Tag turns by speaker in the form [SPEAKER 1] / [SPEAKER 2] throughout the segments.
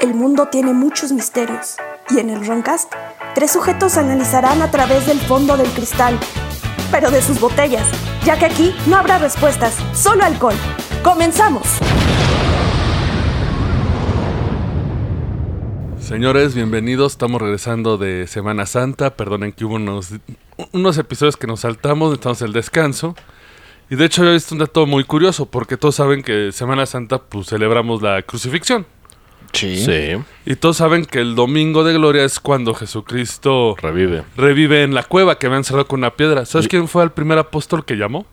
[SPEAKER 1] El mundo tiene muchos misterios y en el Roncast, tres sujetos analizarán a través del fondo del cristal, pero de sus botellas, ya que aquí no habrá respuestas, solo alcohol. ¡Comenzamos!
[SPEAKER 2] Señores, bienvenidos. Estamos regresando de Semana Santa. Perdonen que hubo unos, unos episodios que nos saltamos, estamos en el descanso. Y de hecho he visto un dato muy curioso, porque todos saben que Semana Santa pues, celebramos la crucifixión.
[SPEAKER 3] Sí.
[SPEAKER 2] Y todos saben que el Domingo de Gloria es cuando Jesucristo
[SPEAKER 3] Revive.
[SPEAKER 2] revive en la cueva que habían cerrado con una piedra. ¿Sabes quién fue el primer apóstol que llamó?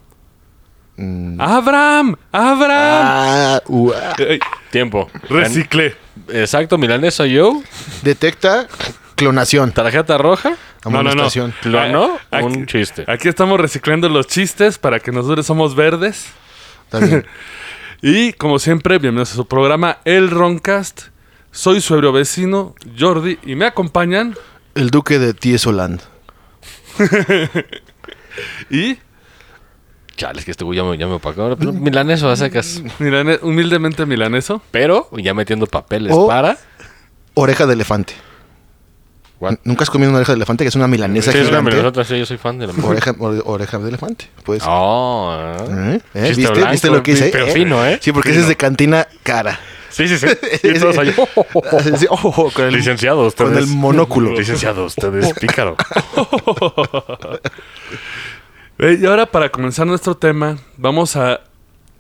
[SPEAKER 2] ¡Abraham! ¡Abraham!
[SPEAKER 3] Ah, uh, ah.
[SPEAKER 2] Ey,
[SPEAKER 4] Tiempo.
[SPEAKER 2] reciclé.
[SPEAKER 4] Exacto, milanesa yo,
[SPEAKER 3] Detecta clonación.
[SPEAKER 4] tarjeta roja,
[SPEAKER 3] Amonestación.
[SPEAKER 4] clonó
[SPEAKER 2] Ah, Aquí-
[SPEAKER 4] un chiste.
[SPEAKER 2] Aquí estamos reciclando los chistes para que nos dure Somos Verdes.
[SPEAKER 3] Está bien.
[SPEAKER 2] Y como siempre, bienvenidos a su programa El Roncast. Soy su ebrio vecino, Jordi, y me acompañan.
[SPEAKER 3] El duque de Tiesoland.
[SPEAKER 2] Y
[SPEAKER 4] Chale, es que este güey ya me, ya me opacó. Ahora, pues, Milaneso a secas.
[SPEAKER 2] milane- humildemente milaneso.
[SPEAKER 4] Pero ya metiendo papeles
[SPEAKER 3] O-
[SPEAKER 4] para.
[SPEAKER 3] Oreja de elefante.
[SPEAKER 4] What?
[SPEAKER 3] ¿Nunca has comido una oreja de elefante que es una milanesa
[SPEAKER 4] Sí, es una
[SPEAKER 3] gigante?
[SPEAKER 4] milanesa, sí, yo soy fan de la mujer.
[SPEAKER 3] Oreja, ore- oreja de elefante. Pues.
[SPEAKER 4] Oh, ah.
[SPEAKER 3] ¿Eh? ¿Eh?
[SPEAKER 4] Chiste
[SPEAKER 3] ¿Viste?
[SPEAKER 4] blanco,
[SPEAKER 3] ¿Viste lo que hice?
[SPEAKER 4] pero
[SPEAKER 3] ¿Eh?
[SPEAKER 4] fino, ¿eh?
[SPEAKER 3] Sí, porque ese
[SPEAKER 4] Fino.
[SPEAKER 3] es de cantina cara.
[SPEAKER 4] Sí, sí, sí. Y todos ahí, oh, oh, oh, oh.
[SPEAKER 3] Sí, ojo, con el-
[SPEAKER 4] Licenciado, ustedes.
[SPEAKER 3] Con el monóculo.
[SPEAKER 4] Licenciado, ustedes, pícaro.
[SPEAKER 2] Eh, Y ahora, para comenzar nuestro tema, vamos a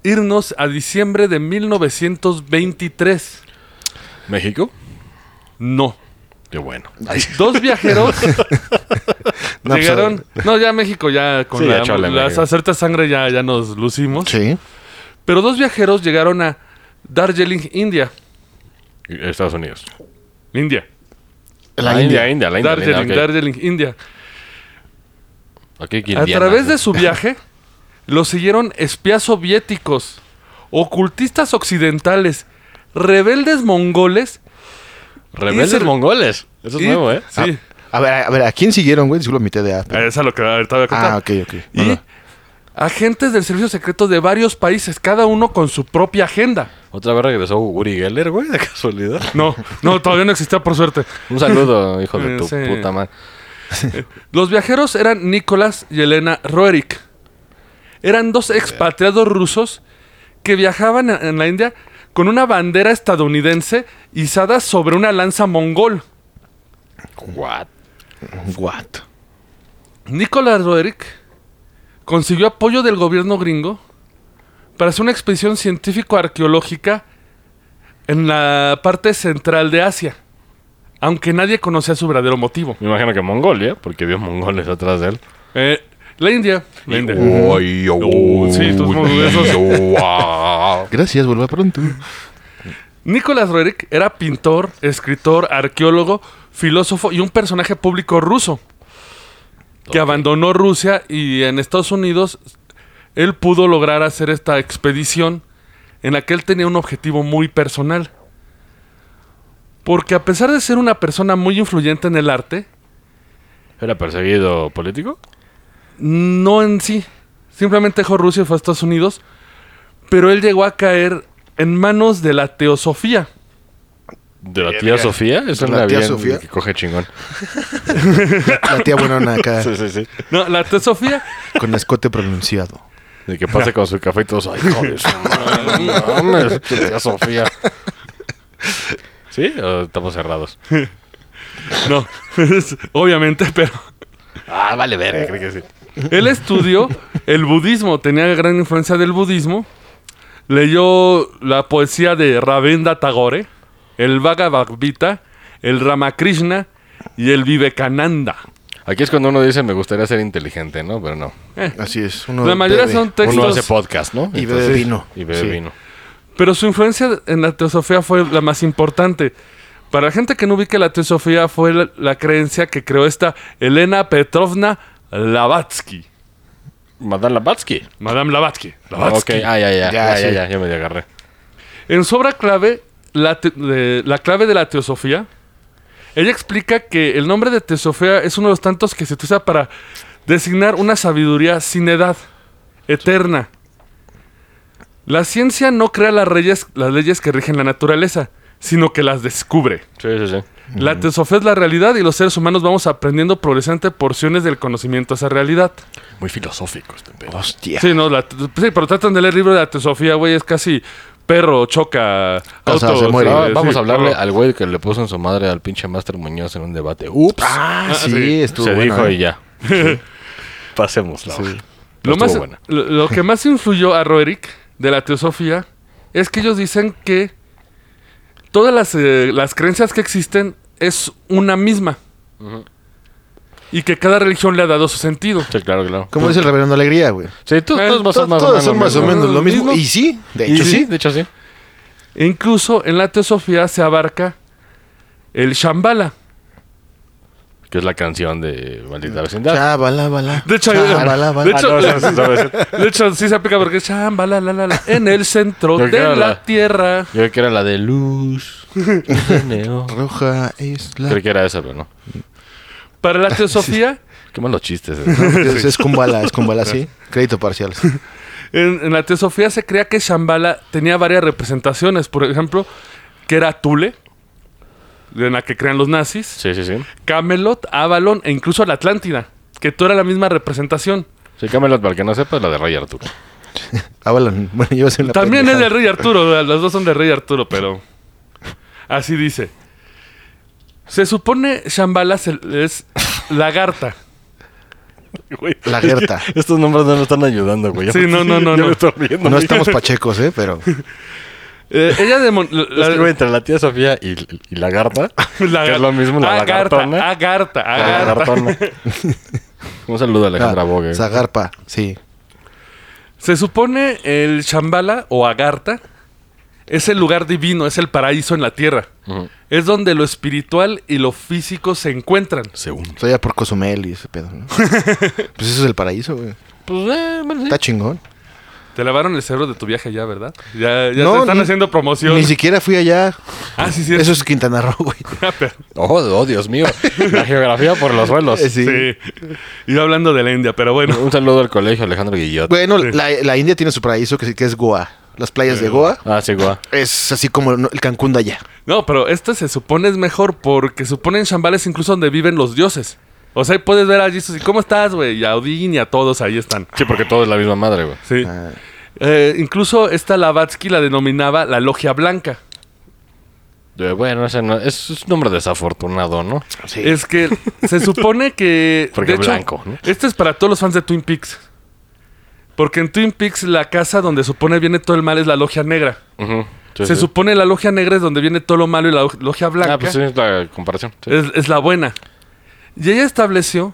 [SPEAKER 2] irnos a diciembre de 1923.
[SPEAKER 4] ¿México?
[SPEAKER 2] No.
[SPEAKER 4] Qué bueno.
[SPEAKER 2] Dos viajeros
[SPEAKER 3] No, pues,
[SPEAKER 2] llegaron. No, ya México, ya con
[SPEAKER 4] Sí, ya
[SPEAKER 2] la,
[SPEAKER 4] chole,
[SPEAKER 2] la
[SPEAKER 4] México.
[SPEAKER 2] cierta sangre ya, ya nos lucimos.
[SPEAKER 3] Sí.
[SPEAKER 2] Pero dos viajeros llegaron a Darjeeling, India.
[SPEAKER 4] Estados Unidos.
[SPEAKER 2] India.
[SPEAKER 3] La
[SPEAKER 4] Ah,
[SPEAKER 3] India.
[SPEAKER 4] India, la India. la
[SPEAKER 2] Darjeeling,
[SPEAKER 4] India, ok.
[SPEAKER 2] Darjeeling, India.
[SPEAKER 4] Aquí, aquí,
[SPEAKER 2] A
[SPEAKER 4] Indiana.
[SPEAKER 2] través de su viaje, lo siguieron espías soviéticos, ocultistas occidentales, rebeldes mongoles.
[SPEAKER 4] Rebeldes
[SPEAKER 2] y se-
[SPEAKER 4] mongoles. Eso es
[SPEAKER 2] y-
[SPEAKER 4] nuevo, ¿eh?
[SPEAKER 2] Sí.
[SPEAKER 3] Ah, A ver, a ver, ¿a quién siguieron, güey? Disculpa mi TDA.
[SPEAKER 2] Ah, es a lo que ahorita voy a contar.
[SPEAKER 3] Ah, ok, ok.
[SPEAKER 2] Y
[SPEAKER 3] Bueno.
[SPEAKER 2] agentes del servicio secreto de varios países, cada uno con su propia agenda.
[SPEAKER 4] Otra vez regresó Uri Geller, güey, de casualidad.
[SPEAKER 2] No, no, todavía no existía por suerte.
[SPEAKER 4] Un saludo, hijo de tu
[SPEAKER 2] Eh, Sí.
[SPEAKER 4] puta madre.
[SPEAKER 2] Los viajeros eran Nicolás y Elena Roerich. Eran dos expatriados rusos que viajaban en- en la India con una bandera estadounidense izada sobre una lanza mongol.
[SPEAKER 4] What?
[SPEAKER 3] What?
[SPEAKER 2] Nicolás Roerich consiguió apoyo del gobierno gringo para hacer una expedición científico-arqueológica en la parte central de Asia, aunque nadie conocía su verdadero motivo.
[SPEAKER 4] Me imagino que Mongolia, porque vio mongoles atrás de él.
[SPEAKER 2] Eh, la India. La India.
[SPEAKER 4] Uh, Uy, oh, uy, oh, ah.
[SPEAKER 2] sí, tus mongolesos.
[SPEAKER 4] wow.
[SPEAKER 3] Gracias, vuelva pronto.
[SPEAKER 2] Nicolás Roerich era pintor, escritor, arqueólogo, filósofo y un personaje público ruso que abandonó Rusia y en Estados Unidos él pudo lograr hacer esta expedición en la que él tenía un objetivo muy personal. Porque a pesar de ser una persona muy influyente en el arte,
[SPEAKER 4] ¿Era perseguido político?
[SPEAKER 2] no en sí, simplemente dejó Rusia y fue a Estados Unidos, pero él llegó a caer en manos de la teosofía.
[SPEAKER 4] ¿De la tía Sofía? Es
[SPEAKER 3] ¿De la
[SPEAKER 4] una
[SPEAKER 3] tía
[SPEAKER 4] bien
[SPEAKER 3] Sofía?
[SPEAKER 4] que coge chingón.
[SPEAKER 3] La tía buenona acá,
[SPEAKER 4] Sí, sí, sí.
[SPEAKER 2] No, la teosofía
[SPEAKER 3] con escote pronunciado.
[SPEAKER 4] De que pase con su café y todos, ay, joder, su madre, no mames, tu tía Sofía. ¿Sí? ¿O estamos cerrados?
[SPEAKER 2] No, es- obviamente, pero
[SPEAKER 4] Ah, vale, verga, creo que sí.
[SPEAKER 2] él estudió el budismo, tenía gran influencia del budismo, leyó la poesía de Ravenda Tagore, el Bhagavad Gita, el Ramakrishna y el Vivekananda.
[SPEAKER 4] Aquí es cuando uno dice, me gustaría ser inteligente, ¿no? Pero no.
[SPEAKER 2] Eh,
[SPEAKER 3] Así es. Uno
[SPEAKER 2] La mayoría
[SPEAKER 3] bebe.
[SPEAKER 2] son
[SPEAKER 4] Uno
[SPEAKER 2] textos,
[SPEAKER 4] hace podcast, ¿no?
[SPEAKER 3] Y bebe vino.
[SPEAKER 4] Y bebe
[SPEAKER 3] Sí.
[SPEAKER 4] vino.
[SPEAKER 2] pero su influencia en la teosofía fue la más importante. Para la gente que no ubique la teosofía fue la, la creencia que creó esta Elena Petrovna Blavatsky,
[SPEAKER 4] Madame Labatsky.
[SPEAKER 2] Madame Blavatsky.
[SPEAKER 4] Ok, ah, ya,
[SPEAKER 3] Ya,
[SPEAKER 4] ya, ya, ya,
[SPEAKER 3] sí.
[SPEAKER 4] ya, ya, me agarré.
[SPEAKER 2] En su obra clave, la, te- de- la clave de la teosofía, ella explica que el nombre de teosofía es uno de los tantos que se utiliza para designar una sabiduría sin edad, eterna. La ciencia no crea las, reyes- las leyes que rigen la naturaleza, sino que las descubre.
[SPEAKER 4] Sí, sí, sí.
[SPEAKER 2] La teosofía es la realidad y los seres humanos vamos aprendiendo progresante porciones del conocimiento a esa realidad.
[SPEAKER 4] Muy filosófico este pedo.
[SPEAKER 3] Hostia.
[SPEAKER 2] Sí, no, la- sí, pero tratan de leer libro de la teosofía, güey, es casi perro, choca,
[SPEAKER 3] O sea, se muere.
[SPEAKER 2] sí,
[SPEAKER 4] Ah,
[SPEAKER 2] sí,
[SPEAKER 4] vamos a hablarle
[SPEAKER 2] perro.
[SPEAKER 4] al güey que le puso en su madre al pinche Master Muñoz en un debate. Ups.
[SPEAKER 3] Ah, sí,
[SPEAKER 2] sí.
[SPEAKER 3] estuvo
[SPEAKER 4] se
[SPEAKER 3] bueno,
[SPEAKER 4] dijo
[SPEAKER 3] ¿eh?
[SPEAKER 4] y ya. Pasemos la
[SPEAKER 2] Lo, más,
[SPEAKER 4] buena.
[SPEAKER 2] lo, lo que más influyó a Roerick de la teosofía es que ellos dicen que todas las, eh, las creencias que existen es una misma. Y que cada religión le ha dado su sentido.
[SPEAKER 4] Sí, claro, claro.
[SPEAKER 3] ¿Cómo es el reverendo Alegría, güey?
[SPEAKER 4] Sí, tú,
[SPEAKER 2] Eh,
[SPEAKER 4] todos más
[SPEAKER 3] Todos
[SPEAKER 4] o menos
[SPEAKER 3] todos son
[SPEAKER 4] lo
[SPEAKER 3] más o
[SPEAKER 4] mismo.
[SPEAKER 3] menos lo mismo.
[SPEAKER 2] Mismo.
[SPEAKER 3] Y sí, de
[SPEAKER 4] Y
[SPEAKER 3] hecho sí.
[SPEAKER 4] de hecho sí.
[SPEAKER 2] E incluso en la teosofía se abarca el Shambhala.
[SPEAKER 4] Que es la canción de Maldita Vecindad.
[SPEAKER 3] Chava, la, bala.
[SPEAKER 2] De hecho,
[SPEAKER 3] Chava,
[SPEAKER 2] de
[SPEAKER 4] Ah,
[SPEAKER 2] hecho-
[SPEAKER 4] no, esa- esa- esa-
[SPEAKER 2] De hecho, sí se aplica porque es Shambhala, la, la, la, en el centro
[SPEAKER 4] Yo creo
[SPEAKER 2] de la
[SPEAKER 4] la-
[SPEAKER 2] tierra.
[SPEAKER 4] Yo creo que era la de luz. luz de neón.
[SPEAKER 3] Roja es la...
[SPEAKER 4] Creo que era esa, pero no.
[SPEAKER 2] Para la teosofía,
[SPEAKER 4] Qué malos chistes. eh.
[SPEAKER 3] Es, es Kumbala, es Kumbala, sí. Crédito parcial.
[SPEAKER 2] en, en la teosofía se creía que Shambhala tenía varias representaciones. Por ejemplo, que era Tule, en la que crean los nazis,
[SPEAKER 4] Sí, sí, sí.
[SPEAKER 2] Camelot, Avalon e incluso la Atlántida, que toda era la misma representación.
[SPEAKER 4] Sí, Camelot, para el que no sepa, es la de Rey Arturo.
[SPEAKER 3] Avalon. Bueno, yo voy a hacer una
[SPEAKER 2] También es
[SPEAKER 3] pendejada.
[SPEAKER 2] del rey Arturo, las dos son del rey Arturo, pero así dice. Se supone Shambhala se- es lagarta.
[SPEAKER 3] La Gerta.
[SPEAKER 4] Estos nombres no nos están ayudando, güey.
[SPEAKER 2] Sí, no, no, no,
[SPEAKER 4] Yo
[SPEAKER 2] no.
[SPEAKER 4] me estoy riendo.
[SPEAKER 3] No
[SPEAKER 4] güey.
[SPEAKER 3] estamos pachecos, ¿eh? Pero
[SPEAKER 2] Eh, ella demon- la-
[SPEAKER 4] Es que, güey, entre la tía Sofía y, y la garta.
[SPEAKER 2] La
[SPEAKER 4] que es lo mismo, la
[SPEAKER 2] agarta,
[SPEAKER 4] lagartona.
[SPEAKER 2] Agarta,
[SPEAKER 4] La
[SPEAKER 2] agarta.
[SPEAKER 4] lagartona. Un saludo a
[SPEAKER 3] Ah,
[SPEAKER 4] Alejandra Bogue.
[SPEAKER 3] Zagarpa, sí.
[SPEAKER 2] Se supone el Shambhala o Agarta es el lugar divino, es el paraíso en la tierra.
[SPEAKER 4] Ujú.
[SPEAKER 2] Es donde lo espiritual y lo físico se encuentran.
[SPEAKER 4] Según.
[SPEAKER 3] Estoy allá por Cozumel y ese pedo, ¿no? Pues eso es el paraíso, güey.
[SPEAKER 4] Pues, eh, bueno, sí.
[SPEAKER 3] Está chingón.
[SPEAKER 2] Te lavaron el cerebro de tu viaje ya, ¿verdad? Ya, ya
[SPEAKER 3] No,
[SPEAKER 2] te están
[SPEAKER 3] ni-
[SPEAKER 2] haciendo promoción.
[SPEAKER 3] Ni siquiera fui allá.
[SPEAKER 2] Ah, sí, sí.
[SPEAKER 3] Eso es Quintana Roo, güey.
[SPEAKER 4] Oh, oh, Dios mío. La geografía por los suelos.
[SPEAKER 3] Eh, sí.
[SPEAKER 2] sí. Iba hablando de la India, pero bueno.
[SPEAKER 4] Un saludo al colegio Alejandro Guillot.
[SPEAKER 3] Bueno, la, la India tiene su paraíso que, sí- que es Goa. Las playas de Goa
[SPEAKER 4] Ah, sí, guau.
[SPEAKER 3] es así como no- el Cancún de allá.
[SPEAKER 2] No, pero este se supone es mejor porque suponen Shambhala es incluso donde viven los dioses. O sea, ahí puedes ver a Jesús y ¿cómo estás, güey? Y a Odín y a todos ahí están.
[SPEAKER 4] Sí, porque todo es la misma madre, güey.
[SPEAKER 2] Sí.
[SPEAKER 3] Ah.
[SPEAKER 2] Eh, incluso esta Lavatsky la denominaba la logia blanca.
[SPEAKER 4] Eh, Bueno, ese no- es, es un nombre desafortunado, ¿no?
[SPEAKER 3] Sí.
[SPEAKER 2] Es que se supone que.
[SPEAKER 4] Porque blanco, ¿no?
[SPEAKER 2] Este es para todos los fans de Twin Peaks. Porque en Twin Peaks la casa donde supone viene todo el mal es la logia negra.
[SPEAKER 4] Ujú. Sí,
[SPEAKER 2] se
[SPEAKER 4] sí.
[SPEAKER 2] supone la logia negra es donde viene todo lo malo y la lo- logia blanca
[SPEAKER 4] Ah, pues sí, es la comparación. sí.
[SPEAKER 2] es, es la buena. Y ella estableció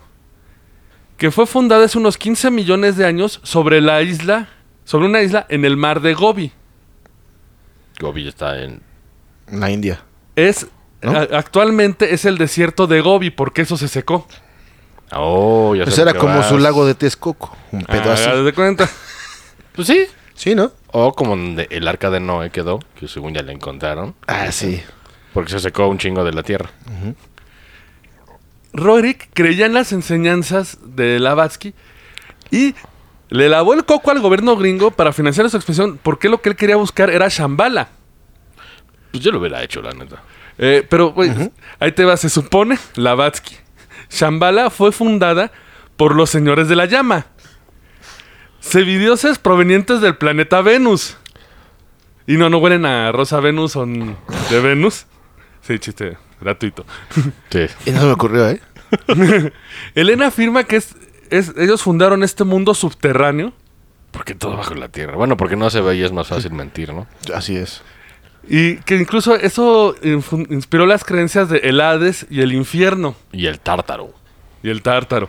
[SPEAKER 2] que fue fundada hace unos 15 millones de años sobre la isla, sobre una isla en el mar de Gobi.
[SPEAKER 4] Gobi está en.
[SPEAKER 3] La India.
[SPEAKER 2] Es
[SPEAKER 3] ¿No?
[SPEAKER 2] a- actualmente es el desierto de Gobi porque eso se secó.
[SPEAKER 4] Oh, ya sé
[SPEAKER 3] Pues
[SPEAKER 4] lo
[SPEAKER 3] era
[SPEAKER 4] que
[SPEAKER 3] como
[SPEAKER 4] vas.
[SPEAKER 3] su lago de Texcoco. Un pedo
[SPEAKER 2] Ah,
[SPEAKER 3] así.
[SPEAKER 2] haz de cuenta.
[SPEAKER 4] Pues sí.
[SPEAKER 3] Sí, ¿no?
[SPEAKER 4] O como donde el arca de Noé quedó, que según ya la encontraron,
[SPEAKER 3] Ah, sí.
[SPEAKER 4] porque se secó un chingo de la tierra.
[SPEAKER 2] Rorik creía en las enseñanzas de Lavatsky y le lavó el coco al gobierno gringo para financiar su expresión porque lo que él quería buscar era Shambhala.
[SPEAKER 4] Pues yo lo hubiera hecho, la neta.
[SPEAKER 2] Eh, pero, güey, ahí te va, se supone, Lavatsky. Shambhala fue fundada por los señores de la llama. Semidioses provenientes del planeta Venus. Y no, no huelen a Rosa Venus, son de Venus. Sí, chiste, gratuito.
[SPEAKER 4] Sí.
[SPEAKER 3] Y no se me ocurrió, ¿eh?
[SPEAKER 2] Elena afirma que es- es- ellos fundaron este mundo subterráneo
[SPEAKER 4] Porque todo bajo la tierra. Bueno, porque no se ve y es más fácil mentir, ¿no?
[SPEAKER 3] Así es.
[SPEAKER 2] y que incluso eso infu- inspiró las creencias de el Hades y el infierno.
[SPEAKER 4] Y el tártaro.
[SPEAKER 2] y el tártaro.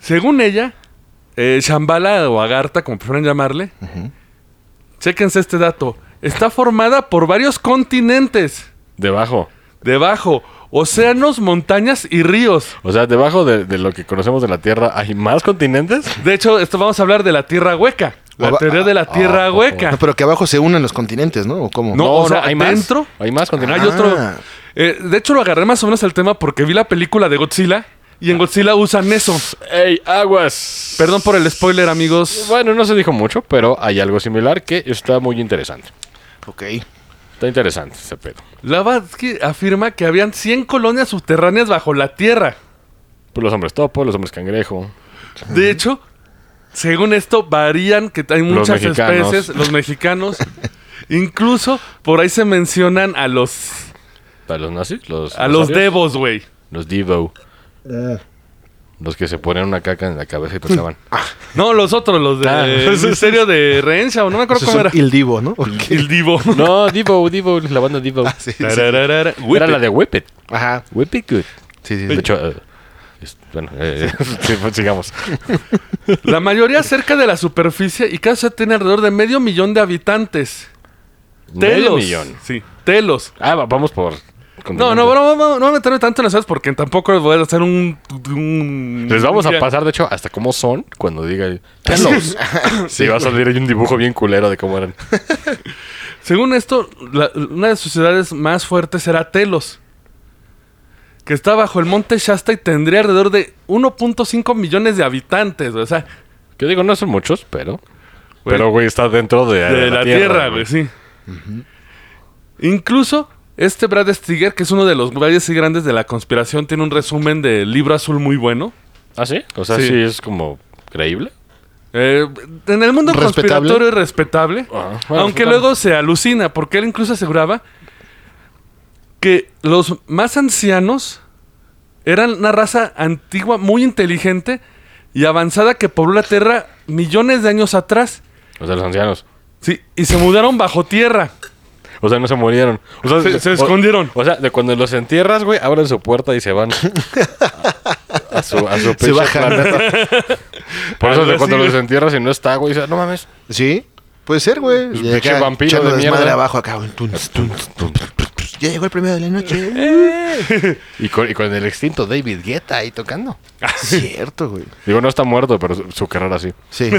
[SPEAKER 2] Según ella, eh, Shambhala o Agartha, como prefieran llamarle, chéquense este dato, está formada por varios continentes,
[SPEAKER 4] Debajo.
[SPEAKER 2] debajo, océanos, montañas y ríos.
[SPEAKER 4] O sea, debajo de, de lo que conocemos de la tierra, ¿hay más continentes?
[SPEAKER 2] De hecho, esto vamos a hablar de la Tierra Hueca, la
[SPEAKER 3] Aba-
[SPEAKER 2] teoría de la Tierra
[SPEAKER 4] ah,
[SPEAKER 2] Hueca.
[SPEAKER 3] No, pues, pero que abajo se unen los continentes, ¿no? ¿O cómo?
[SPEAKER 2] No, o sea, adentro-
[SPEAKER 4] más. Hay más
[SPEAKER 2] Hay
[SPEAKER 4] continentes.
[SPEAKER 3] Ah.
[SPEAKER 2] otro. eh, de hecho, lo agarré más o menos el tema porque vi la película de Godzilla y en Godzilla usan eso.
[SPEAKER 4] ¡Ey, aguas!
[SPEAKER 2] Perdón por el spoiler, amigos.
[SPEAKER 4] Bueno, no se dijo mucho, pero hay algo similar que está muy interesante.
[SPEAKER 3] Ok.
[SPEAKER 4] Está interesante ese pedo.
[SPEAKER 2] Blavatsky afirma que habían 100 colonias subterráneas bajo la tierra.
[SPEAKER 4] Pues los hombres topo, los hombres cangrejo.
[SPEAKER 2] De hecho, según esto, varían, que hay
[SPEAKER 4] Los
[SPEAKER 2] muchas
[SPEAKER 4] mexicanos.
[SPEAKER 2] especies, los mexicanos. Incluso por ahí se mencionan a los
[SPEAKER 4] ¿A los nazis? Los,
[SPEAKER 2] a los
[SPEAKER 4] arios,
[SPEAKER 2] devos, güey.
[SPEAKER 4] Los Devo. Los que se ponían una caca en la cabeza y pensaban.
[SPEAKER 2] No, los otros, los
[SPEAKER 4] Ah.
[SPEAKER 2] del misterio de Renshaw, no me acuerdo
[SPEAKER 3] Eso
[SPEAKER 2] cómo era.
[SPEAKER 3] es un Il Divo, ¿no? Ok.
[SPEAKER 2] El divo.
[SPEAKER 4] no, Devo, Devo, la banda Devo.
[SPEAKER 2] Ah,
[SPEAKER 3] Sí, sí.
[SPEAKER 2] Tarararara.
[SPEAKER 4] Era la de Whip It.
[SPEAKER 3] Ajá.
[SPEAKER 4] Whip It Good.
[SPEAKER 3] Sí, sí,
[SPEAKER 4] De
[SPEAKER 3] sí.
[SPEAKER 4] hecho, eh, es- bueno, eh, sí, pues, sigamos.
[SPEAKER 2] La mayoría cerca de la superficie y cada ciudad tiene alrededor de medio millón de habitantes.
[SPEAKER 4] Medio
[SPEAKER 2] Telos.
[SPEAKER 4] millón.
[SPEAKER 2] Sí, telos.
[SPEAKER 4] Ah, va- vamos por.
[SPEAKER 2] No, no, no, no, no voy a meterme tanto en las ciudades porque tampoco les voy a hacer un... un-
[SPEAKER 4] Les vamos a
[SPEAKER 2] Ya.
[SPEAKER 4] pasar, de hecho, hasta cómo son cuando diga el- Telos. sí, va a salir ahí un dibujo bien culero de cómo eran.
[SPEAKER 2] Según esto, la- una de sus ciudades más fuertes era Telos, que está bajo el monte Shasta y tendría alrededor de 1.5 millones de habitantes. O sea,
[SPEAKER 4] Que digo, no son muchos, pero.
[SPEAKER 2] Güey.
[SPEAKER 4] Pero, güey, está dentro de,
[SPEAKER 2] de la, tierra, güey, sí. Incluso este Brad Stiger, que es uno de los valles y grandes de la conspiración, tiene un resumen del libro azul muy bueno.
[SPEAKER 4] ¿Ah, sí? O sea,
[SPEAKER 2] Sí.
[SPEAKER 4] sí, es como creíble.
[SPEAKER 2] Eh, en el mundo
[SPEAKER 3] ¿Respetable?
[SPEAKER 2] conspiratorio es respetable,
[SPEAKER 4] Ah, bueno,
[SPEAKER 2] aunque
[SPEAKER 4] respetable.
[SPEAKER 2] luego se alucina, porque él incluso aseguraba que los más ancianos eran una raza antigua, muy inteligente y avanzada que pobló la Tierra millones de años atrás.
[SPEAKER 4] O sea, los ancianos.
[SPEAKER 2] Sí, y se mudaron bajo tierra.
[SPEAKER 4] O sea, no se murieron. O sea,
[SPEAKER 2] Se- se
[SPEAKER 4] o-
[SPEAKER 2] escondieron.
[SPEAKER 4] O sea, de cuando los entierras, güey, abren su puerta y se van. A, a su, a su pinche
[SPEAKER 3] bajan.
[SPEAKER 4] planeta. Por eso,
[SPEAKER 2] Algo
[SPEAKER 4] de cuando
[SPEAKER 2] así,
[SPEAKER 4] los
[SPEAKER 2] güey.
[SPEAKER 4] entierras y no está, güey, dice, no mames.
[SPEAKER 3] Sí, puede ser, güey.
[SPEAKER 4] Es
[SPEAKER 3] Y
[SPEAKER 4] Pues pinche
[SPEAKER 3] acá
[SPEAKER 4] vampiro
[SPEAKER 3] echando
[SPEAKER 4] de
[SPEAKER 3] desmadre
[SPEAKER 4] mierda.
[SPEAKER 3] abajo acá. tuns, tuns, tuns, tuns. Ya llegó el primero de la noche.
[SPEAKER 4] Y con, y con el extinto David Guetta ahí tocando.
[SPEAKER 3] Cierto, güey.
[SPEAKER 4] Digo, no está muerto, pero su, su carrera sí.
[SPEAKER 3] Sí.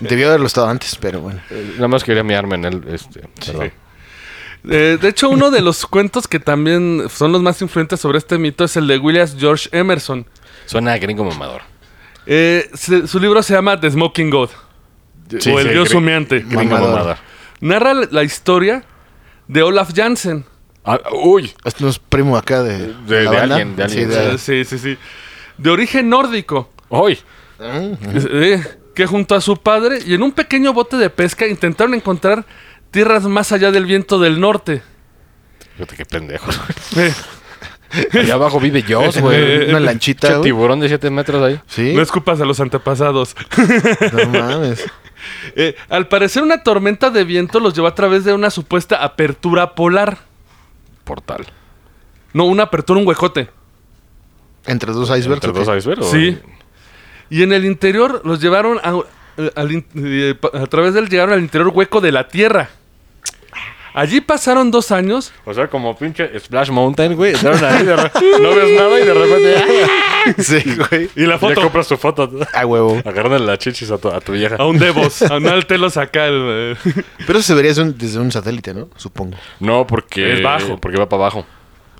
[SPEAKER 3] Debió haberlo estado antes, pero bueno.
[SPEAKER 4] Eh, Nada más quería miarme en él. Este, perdón.
[SPEAKER 2] Eh, de hecho, uno de los cuentos que también son los más influentes sobre este mito es el de William George Emerson.
[SPEAKER 4] Suena a gringo mamador.
[SPEAKER 2] Eh, se- su libro se llama The Smoking God,
[SPEAKER 4] Sí,
[SPEAKER 2] o El
[SPEAKER 4] sí,
[SPEAKER 2] Dios
[SPEAKER 4] gri-
[SPEAKER 2] Humeante.
[SPEAKER 4] Gringo
[SPEAKER 3] Mamador.
[SPEAKER 4] mamador.
[SPEAKER 2] Narra la historia de Olaf Jansen.
[SPEAKER 4] Ah, uy,
[SPEAKER 3] Este no es primo acá de.
[SPEAKER 4] De-
[SPEAKER 3] la
[SPEAKER 4] de
[SPEAKER 3] banda.
[SPEAKER 4] alguien, de alguien.
[SPEAKER 3] Sí,
[SPEAKER 2] Eh, Sí, sí, sí. De origen nórdico,
[SPEAKER 4] uy.
[SPEAKER 2] eh, que junto a su padre y en un pequeño bote de pesca intentaron encontrar tierras más allá del viento del norte.
[SPEAKER 4] Fíjate qué pendejo.
[SPEAKER 2] Eh,
[SPEAKER 4] Allá abajo vive Joss,
[SPEAKER 3] Güey,
[SPEAKER 4] güey.
[SPEAKER 3] Una
[SPEAKER 4] Che
[SPEAKER 3] lanchita, güey.
[SPEAKER 4] tiburón de 7 metros ahí.
[SPEAKER 3] Sí.
[SPEAKER 2] Eh, No escupas a los antepasados.
[SPEAKER 3] No mames.
[SPEAKER 2] Eh, al parecer una tormenta de viento los llevó a través de una supuesta apertura polar.
[SPEAKER 4] Portal.
[SPEAKER 2] No, una apertura, un huecote.
[SPEAKER 3] Entre dos icebergs.
[SPEAKER 4] ¿Entre
[SPEAKER 3] ¿o
[SPEAKER 4] dos
[SPEAKER 3] qué?
[SPEAKER 4] icebergs?
[SPEAKER 2] Sí. Y en el interior los llevaron a, al in- eh, pa- a través del llegaron al interior hueco de la Tierra. Allí pasaron dos años.
[SPEAKER 4] O sea, como pinche Splash Mountain, güey. Entraron ahí, de re- no ves nada y de repente
[SPEAKER 3] Sí, güey.
[SPEAKER 2] Y la
[SPEAKER 4] ya
[SPEAKER 2] foto
[SPEAKER 4] compras tu foto.
[SPEAKER 3] A huevo.
[SPEAKER 4] Agarran las chichis a tu, a tu vieja.
[SPEAKER 2] a un Devos, a un Altelos acá. el, eh.
[SPEAKER 3] Pero eso se vería desde un, desde un satélite, ¿no? Supongo.
[SPEAKER 4] No, porque...
[SPEAKER 2] Es bajo.
[SPEAKER 4] Porque va para abajo.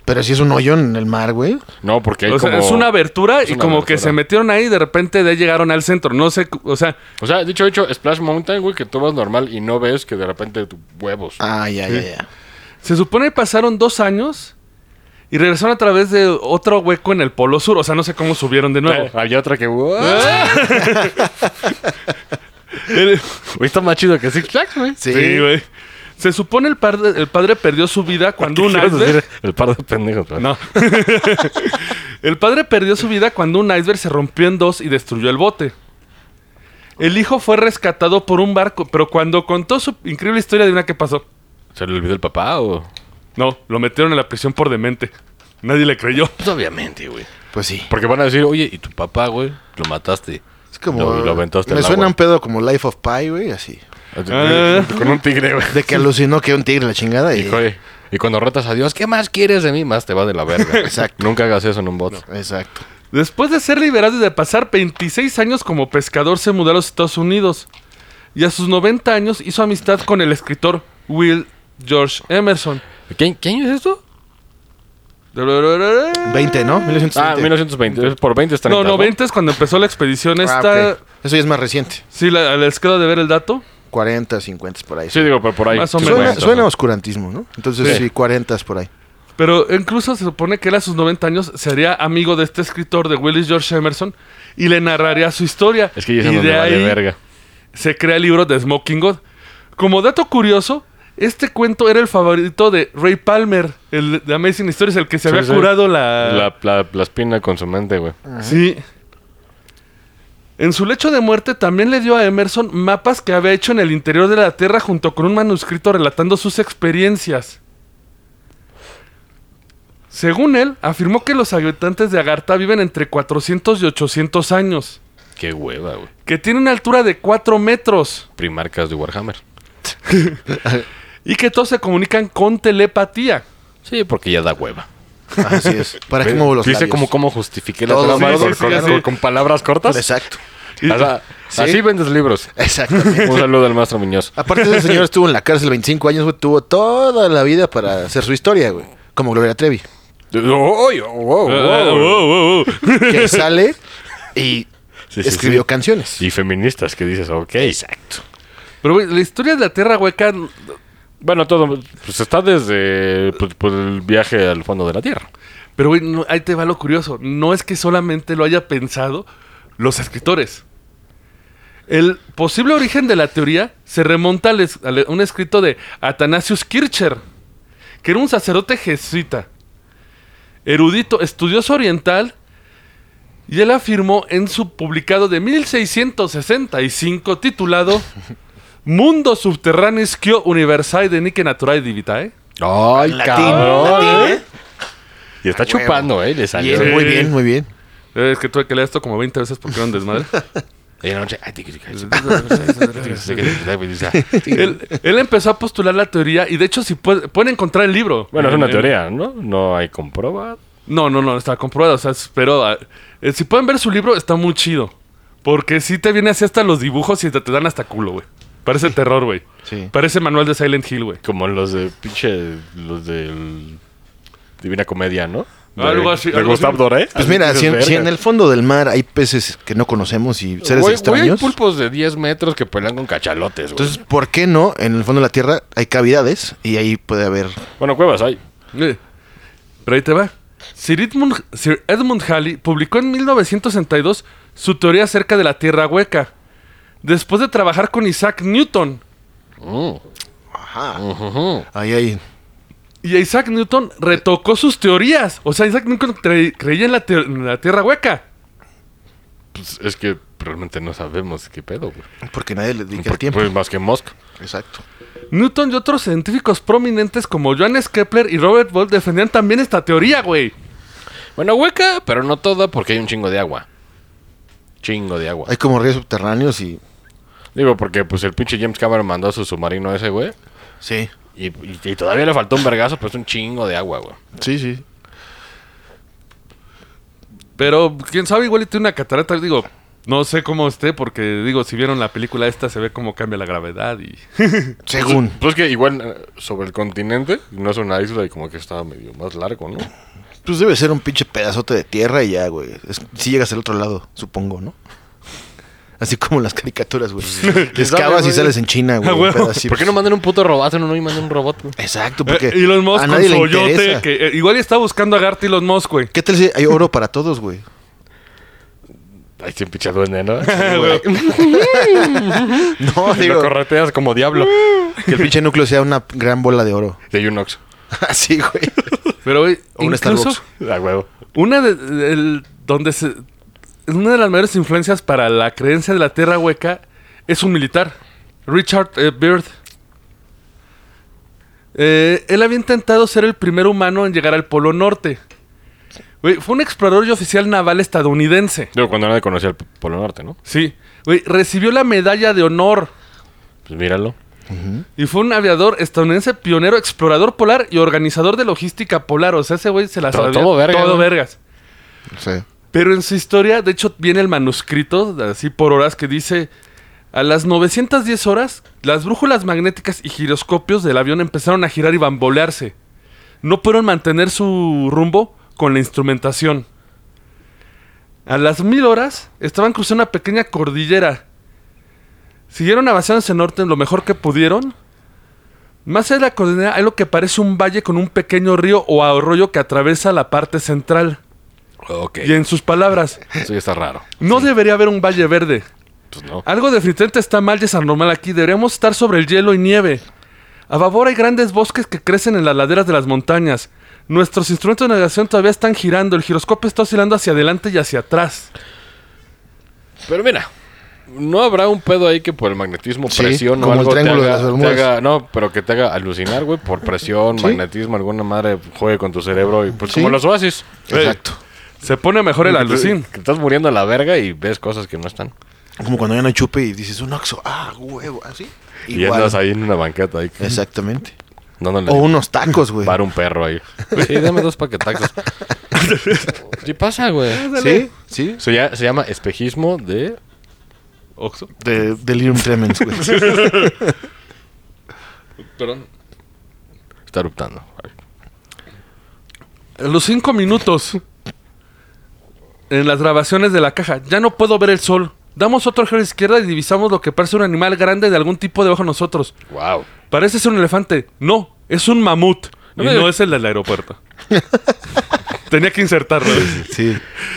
[SPEAKER 3] Pero si es un hoyo en el mar, güey.
[SPEAKER 4] No, porque hay
[SPEAKER 2] O sea,
[SPEAKER 4] como...
[SPEAKER 2] es una abertura
[SPEAKER 4] es
[SPEAKER 2] y
[SPEAKER 4] una
[SPEAKER 2] como que
[SPEAKER 4] abertura.
[SPEAKER 2] se metieron ahí y de repente de ahí llegaron al centro. No sé, cu- o sea,
[SPEAKER 4] O sea, dicho hecho, Splash Mountain, güey, que tú vas normal y no ves que de repente tu huevos.
[SPEAKER 3] Ah, ya, ya, ya.
[SPEAKER 2] se supone que pasaron dos años y regresaron a través de otro hueco en el Polo Sur. O sea, no sé cómo subieron de nuevo.
[SPEAKER 4] Eh, había otra que... ¡Wow!
[SPEAKER 2] Ah. El-
[SPEAKER 4] Güey, está más chido que Six Flags, güey.
[SPEAKER 3] Sí.
[SPEAKER 2] Sí, güey. Se supone el, par- el padre perdió su vida cuando un
[SPEAKER 4] ¿Quieres
[SPEAKER 2] iceberg...
[SPEAKER 4] decir el par de pendejos. güey?
[SPEAKER 2] No. el padre perdió su vida cuando un iceberg se rompió en dos y destruyó el bote. El hijo fue rescatado por un barco, pero cuando contó su increíble historia de una que pasó.
[SPEAKER 4] ¿Se le olvidó el papá o...?
[SPEAKER 2] No, lo metieron en la prisión por demente. Nadie le creyó.
[SPEAKER 4] Pues obviamente, güey.
[SPEAKER 3] Pues sí.
[SPEAKER 4] Porque van a decir, oye, ¿y tu papá, güey? Lo mataste.
[SPEAKER 3] Es como.
[SPEAKER 4] Lo- y lo aventaste
[SPEAKER 3] me
[SPEAKER 4] al
[SPEAKER 3] suena
[SPEAKER 4] agua.
[SPEAKER 3] un pedo como Life of Pi, güey, así.
[SPEAKER 2] Ah.
[SPEAKER 4] Con un tigre, güey.
[SPEAKER 3] De que alucinó que un tigre la chingada. Y...
[SPEAKER 4] Y, güey, y cuando retas a Dios, ¿qué más quieres de mí? Más te va de la verga.
[SPEAKER 3] Exacto.
[SPEAKER 4] Nunca hagas eso en un bot.
[SPEAKER 3] Exacto.
[SPEAKER 2] Después de ser liberado y de pasar 26 años como pescador, se mudó a los Estados Unidos. Y a sus 90 años hizo amistad con el escritor Will George Emerson.
[SPEAKER 4] ¿Qué, qué año es esto?
[SPEAKER 3] 20, ¿no? 1920.
[SPEAKER 4] Ah, 1920. Es Por 20 está
[SPEAKER 2] No, 90 es cuando empezó la expedición
[SPEAKER 3] Ah,
[SPEAKER 2] esta.
[SPEAKER 3] ok. Eso ya es más reciente.
[SPEAKER 2] Sí, la- les queda de ver el dato.
[SPEAKER 3] 40, 50 por ahí.
[SPEAKER 4] Sí, digo, pero por ahí.
[SPEAKER 2] Más o menos.
[SPEAKER 3] suena,
[SPEAKER 4] 50,
[SPEAKER 3] suena
[SPEAKER 4] ¿no?
[SPEAKER 3] oscurantismo, ¿no? Entonces
[SPEAKER 2] Sí.
[SPEAKER 3] sí, 40 por ahí.
[SPEAKER 2] Pero incluso se supone que él a sus 90 años sería amigo de este escritor de Willis George Emerson y le narraría su historia.
[SPEAKER 4] Es que ya
[SPEAKER 2] y
[SPEAKER 4] se
[SPEAKER 2] de
[SPEAKER 4] me vale
[SPEAKER 2] ahí
[SPEAKER 4] verga.
[SPEAKER 2] se crea el libro de Smoking God. Como dato curioso, este cuento era el favorito de Ray Palmer, el de Amazing Stories, el que se
[SPEAKER 4] Sí,
[SPEAKER 2] había
[SPEAKER 4] sí.
[SPEAKER 2] curado la...
[SPEAKER 4] La, la, la espina con su mente, güey.
[SPEAKER 2] Sí. En su lecho de muerte también le dio a Emerson mapas que había hecho en el interior de la Tierra junto con un manuscrito relatando sus experiencias. Según él, afirmó que los habitantes de Agartha viven entre 400 y 800 años,
[SPEAKER 4] Qué hueva, güey.
[SPEAKER 2] que tiene una altura de 4 metros
[SPEAKER 4] Primarcas de Warhammer.
[SPEAKER 2] y que todos se comunican con telepatía.
[SPEAKER 4] Sí, porque ya da hueva.
[SPEAKER 3] Así es. ¿Para qué muevo los
[SPEAKER 4] Dice
[SPEAKER 3] labios?
[SPEAKER 4] como cómo justifiqué la
[SPEAKER 3] Todo
[SPEAKER 4] trama
[SPEAKER 2] sí, sí,
[SPEAKER 4] con,
[SPEAKER 2] sí,
[SPEAKER 4] con-
[SPEAKER 2] sí.
[SPEAKER 4] con- con palabras cortas.
[SPEAKER 3] Exacto.
[SPEAKER 4] O sea,
[SPEAKER 3] Sí.
[SPEAKER 4] Así vendes libros.
[SPEAKER 3] Exactamente.
[SPEAKER 4] Un saludo al maestro Muñoz.
[SPEAKER 3] Aparte, ese señor estuvo en la cárcel 25 años, güey. Tuvo toda la vida para hacer su historia, güey. Como Gloria Trevi.
[SPEAKER 4] ¡Uy! ¡Oh, oh,
[SPEAKER 2] Ah,
[SPEAKER 4] oh!
[SPEAKER 2] wow, wow, wow.
[SPEAKER 3] Que sale y
[SPEAKER 4] Sí, sí,
[SPEAKER 3] escribió
[SPEAKER 4] sí.
[SPEAKER 3] canciones.
[SPEAKER 4] Y feministas que dices, ok. Exacto.
[SPEAKER 2] Pero güey, la historia de la Tierra Hueca
[SPEAKER 4] Bueno, todo. Pues está desde pues, pues, el viaje al fondo de la Tierra.
[SPEAKER 2] Pero, güey, no- ahí te va lo curioso. No es que solamente lo haya pensado los escritores. El posible origen de la teoría se remonta al es- al- a un escrito de Athanasius Kircher, que era un sacerdote jesuita, erudito, estudioso oriental, y él afirmó en su publicado de 1665 titulado Mundo Subterranisquio Universae de Nike Naturae Divitae.
[SPEAKER 4] ¡Ay,
[SPEAKER 3] Latín, latín, ¿eh?
[SPEAKER 4] Y está
[SPEAKER 3] Huevo.
[SPEAKER 4] chupando, ¿eh? Le salió.
[SPEAKER 3] Bien,
[SPEAKER 2] Sí.
[SPEAKER 3] muy bien, muy bien.
[SPEAKER 2] Eh, Es que tuve que leer esto como 20 veces porque era un desmadre.
[SPEAKER 4] Y en la noche, ay, tic, tic, tic, tic, tic,
[SPEAKER 2] él,
[SPEAKER 4] tic, tic, tic, tic.
[SPEAKER 2] él empezó a postular la teoría y de hecho si puede- pueden encontrar el libro.
[SPEAKER 4] Bueno, es
[SPEAKER 2] En-
[SPEAKER 4] una
[SPEAKER 2] en-
[SPEAKER 4] teoría, ¿no? No hay comprobado.
[SPEAKER 2] No, no, no, está comprobado. O sea, es- pero ah, eh, si pueden ver su libro, está muy chido. Porque sí te viene así hasta los dibujos y te, te dan hasta culo, güey. Parece terror, güey.
[SPEAKER 3] Sí.
[SPEAKER 2] Parece manual de Silent Hill, güey.
[SPEAKER 4] Como los de pinche. Los del. Divina Comedia, ¿no? De-
[SPEAKER 2] Algo así,
[SPEAKER 4] De
[SPEAKER 2] algo
[SPEAKER 4] Gustave
[SPEAKER 2] así.
[SPEAKER 4] Doré.
[SPEAKER 3] Pues mira,
[SPEAKER 4] Así
[SPEAKER 3] si, en-
[SPEAKER 4] dices,
[SPEAKER 3] si en
[SPEAKER 4] verga.
[SPEAKER 3] el fondo del mar hay peces que no conocemos y seres
[SPEAKER 4] Güey, güey, hay
[SPEAKER 3] extraños,
[SPEAKER 4] pulpos de 10 metros que pelean con cachalotes, güey.
[SPEAKER 3] entonces, ¿por qué no? En el fondo de la tierra hay cavidades y ahí puede haber.
[SPEAKER 4] Bueno, cuevas hay.
[SPEAKER 2] Eh, Pero ahí te va. Sir Edmund, Sir Edmund Halley publicó en 1962 su teoría acerca de la Tierra Hueca. Después de trabajar con Isaac Newton,
[SPEAKER 4] Mm.
[SPEAKER 3] Ajá.
[SPEAKER 4] Ujú.
[SPEAKER 3] Ahí hay.
[SPEAKER 2] Y Isaac Newton retocó sus teorías. O sea, Isaac Newton cre- creía en la, te- en la Tierra Hueca.
[SPEAKER 4] Pues es que realmente no sabemos qué pedo, güey.
[SPEAKER 3] Porque nadie le dedica el
[SPEAKER 4] Porque,
[SPEAKER 3] tiempo.
[SPEAKER 4] Pues más que Musk.
[SPEAKER 3] Exacto.
[SPEAKER 2] Newton y otros científicos prominentes como Johannes Kepler y Robert Boyle defendían también esta teoría, güey.
[SPEAKER 4] Bueno, hueca, pero no toda porque hay un chingo de agua. Chingo de agua.
[SPEAKER 3] Hay como ríos subterráneos y.
[SPEAKER 4] Digo, porque pues el pinche James Cameron mandó a su submarino ese, güey.
[SPEAKER 3] Sí.
[SPEAKER 4] Y, y- y todavía le faltó un vergazo, pero es un chingo de agua, güey.
[SPEAKER 3] Sí, sí.
[SPEAKER 2] Pero quién sabe, igual y tiene una catarata. Digo, no sé cómo esté, porque digo, si vieron la película esta, se ve cómo cambia la gravedad y.
[SPEAKER 3] Según.
[SPEAKER 4] Pues que igual eh, sobre el continente no es una isla y como que está medio más largo, ¿no?
[SPEAKER 3] Pues debe ser un pinche pedazote de tierra y ya, güey. Es- si llegas al otro lado, supongo, ¿no? Así como en las caricaturas, güey. Que Excavas y
[SPEAKER 4] güey.
[SPEAKER 3] sales en China, güey.
[SPEAKER 2] Ah, güey.
[SPEAKER 3] un pedo así.
[SPEAKER 4] ¿Por qué no mandan un puto robato no y mandan un robot? güey?
[SPEAKER 3] Exacto, porque.
[SPEAKER 2] y los Eh, Musk
[SPEAKER 3] a
[SPEAKER 2] con
[SPEAKER 3] nadie
[SPEAKER 2] su
[SPEAKER 3] le
[SPEAKER 2] hoyote,
[SPEAKER 3] interesa.
[SPEAKER 2] que eh, igual y está buscando a Garty los Musk, güey.
[SPEAKER 3] ¿Qué tal si hay oro para todos, güey?
[SPEAKER 4] Ay, sí, un pinche duende, ¿no?
[SPEAKER 3] No,
[SPEAKER 4] Y
[SPEAKER 3] digo. uh.
[SPEAKER 4] lo correteas como diablo.
[SPEAKER 3] Que el pinche núcleo sea una gran bola de oro.
[SPEAKER 4] De Unox.
[SPEAKER 3] Así, güey.
[SPEAKER 2] Pero, güey,
[SPEAKER 3] O un
[SPEAKER 2] incluso
[SPEAKER 3] Starbucks.
[SPEAKER 4] A huevo.
[SPEAKER 2] Una de, del- donde se- una de las mayores influencias para la creencia de la Tierra Hueca es un militar, Richard eh, Byrd. Eh, él había intentado ser el primer humano en llegar al Polo Norte. Güey, fue un explorador y oficial naval estadounidense.
[SPEAKER 4] Digo, cuando nadie conocía el Polo Norte, ¿no?
[SPEAKER 2] Sí. Güey, recibió la medalla de honor
[SPEAKER 4] Pues míralo.
[SPEAKER 2] y fue un aviador estadounidense pionero, explorador polar y organizador de logística polar. O sea, ese güey se la
[SPEAKER 4] Todo-
[SPEAKER 2] sabía.
[SPEAKER 4] todo verga,
[SPEAKER 2] Todo
[SPEAKER 4] güey.
[SPEAKER 2] vergas.
[SPEAKER 3] O sea,
[SPEAKER 2] Pero en su historia, de hecho, viene el manuscrito, así por horas, que dice: A las 910 horas, las brújulas magnéticas y giroscopios del avión empezaron a girar y bambolearse. No pudieron mantener su rumbo con la instrumentación. A las mil horas, estaban cruzando una pequeña cordillera. Siguieron avanzándose norte lo mejor que pudieron. Más allá de la cordillera hay lo que parece un valle con un pequeño río o arroyo que atraviesa la parte central.
[SPEAKER 4] Ok.
[SPEAKER 2] Y en sus palabras,
[SPEAKER 4] Eso ya está raro.
[SPEAKER 2] no debería haber un valle verde.
[SPEAKER 4] Pues no.
[SPEAKER 2] Algo definitivamente está mal y es anormal aquí. Deberíamos estar sobre el hielo y nieve. A favor hay grandes bosques que crecen en las laderas de las montañas. Nuestros instrumentos de navegación todavía están girando. El giroscopio está oscilando hacia adelante y hacia atrás.
[SPEAKER 4] Pero mira, no habrá un pedo ahí que por el magnetismo,
[SPEAKER 3] Sí,
[SPEAKER 4] presión o
[SPEAKER 3] como el
[SPEAKER 4] algo te
[SPEAKER 3] triángulo de
[SPEAKER 4] haga-
[SPEAKER 3] las
[SPEAKER 4] te
[SPEAKER 3] Bermudas.
[SPEAKER 4] haga- No, pero que te haga alucinar, güey, por presión, magnetismo, alguna madre juegue con tu cerebro. Y, pues
[SPEAKER 3] Sí.
[SPEAKER 4] como los oasis.
[SPEAKER 3] Exacto.
[SPEAKER 2] Se pone mejor el
[SPEAKER 4] Que te-
[SPEAKER 2] alucín.
[SPEAKER 4] Que estás muriendo a la verga y ves cosas que no están.
[SPEAKER 3] Como cuando ya no hay chupe y dices un oxo, ah, huevo, así.
[SPEAKER 4] Y andas ahí en una banqueta ahí.
[SPEAKER 3] Exactamente.
[SPEAKER 4] dándole
[SPEAKER 3] O unos tacos, güey.
[SPEAKER 4] para un perro ahí. Sí, dame dos paquetacos. ¿Qué pasa, güey?
[SPEAKER 3] Sí, sí.
[SPEAKER 4] Se, ya- se llama espejismo de...
[SPEAKER 2] Oxo.
[SPEAKER 3] De Delirium Tremens, güey.
[SPEAKER 2] Perdón.
[SPEAKER 4] Está eruptando. Ay.
[SPEAKER 2] En los cinco minutos. En las grabaciones de la caja. Ya no puedo ver el sol. Damos otro giro a la izquierda y divisamos lo que parece un animal grande de algún tipo debajo de nosotros.
[SPEAKER 4] Wow.
[SPEAKER 2] Parece ser un elefante. No, es un mamut.
[SPEAKER 4] No
[SPEAKER 2] y
[SPEAKER 4] me-
[SPEAKER 2] no es el del aeropuerto. Tenía que insertarlo.
[SPEAKER 3] Sí.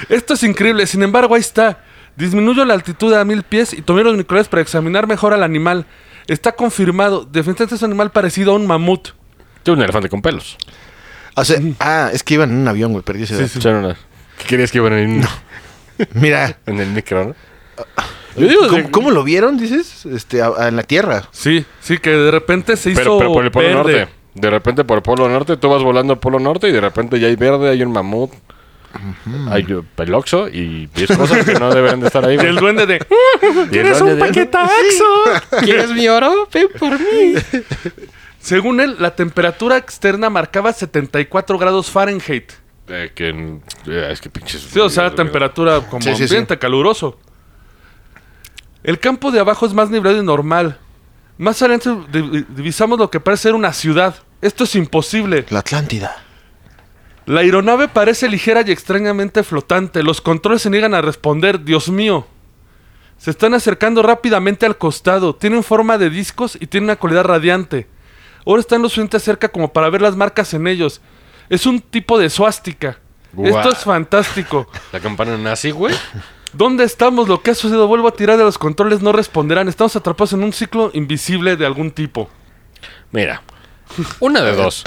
[SPEAKER 2] Esto es increíble. Sin embargo, ahí está. Disminuyo la altitud a mil pies y tomé los microbios para examinar mejor al animal. Está confirmado. Definitivamente es un animal parecido a un mamut.
[SPEAKER 4] Tiene un elefante con pelos.
[SPEAKER 3] O sea, ah, es que iban en un avión, güey, perdí ese dato.
[SPEAKER 4] O sea, una- ¿Qué querías que iban en, un-
[SPEAKER 3] Mira,
[SPEAKER 4] en el micro, no?
[SPEAKER 3] ¿cómo, cómo lo vieron, dices? Este, a- a- en la tierra.
[SPEAKER 2] Sí, sí, que de repente se hizo.
[SPEAKER 4] Pero, pero por el Polo
[SPEAKER 2] verde.
[SPEAKER 4] Norte. De repente por el Polo Norte, tú vas volando al Polo Norte y de repente ya hay verde, hay un mamut, hay eh, peloxo y 10 cosas que no deberían de estar ahí.
[SPEAKER 2] Y el duende de. ¡Eres un paquetaxo!
[SPEAKER 4] ¿Quieres mi oro? Ven por mí.
[SPEAKER 2] Según él, la temperatura externa marcaba 74 grados Fahrenheit.
[SPEAKER 4] Eh, que, eh, es que pinches...
[SPEAKER 2] Pues Sí, o sea, temperatura como
[SPEAKER 3] Sí, sí, sí.
[SPEAKER 2] ambiente, caluroso. El campo de abajo es más nivelado y normal. Más adelante di- divisamos lo que parece ser una ciudad. Esto es imposible.
[SPEAKER 3] La Atlántida.
[SPEAKER 2] La aeronave parece ligera y extrañamente flotante. Los controles se niegan a responder. Dios mío. Se están acercando rápidamente al costado. Tienen forma de discos y tienen una calidad radiante. Ahora están lo suficiente cerca como para ver las marcas en ellos. Es un tipo de suástica.
[SPEAKER 4] Guau.
[SPEAKER 2] Esto es fantástico.
[SPEAKER 4] La campana nazi, güey.
[SPEAKER 2] ¿Dónde estamos? Lo que ha sucedido, vuelvo a tirar de los controles, no responderán. Estamos atrapados en un ciclo invisible de algún tipo.
[SPEAKER 4] Mira, una de dos.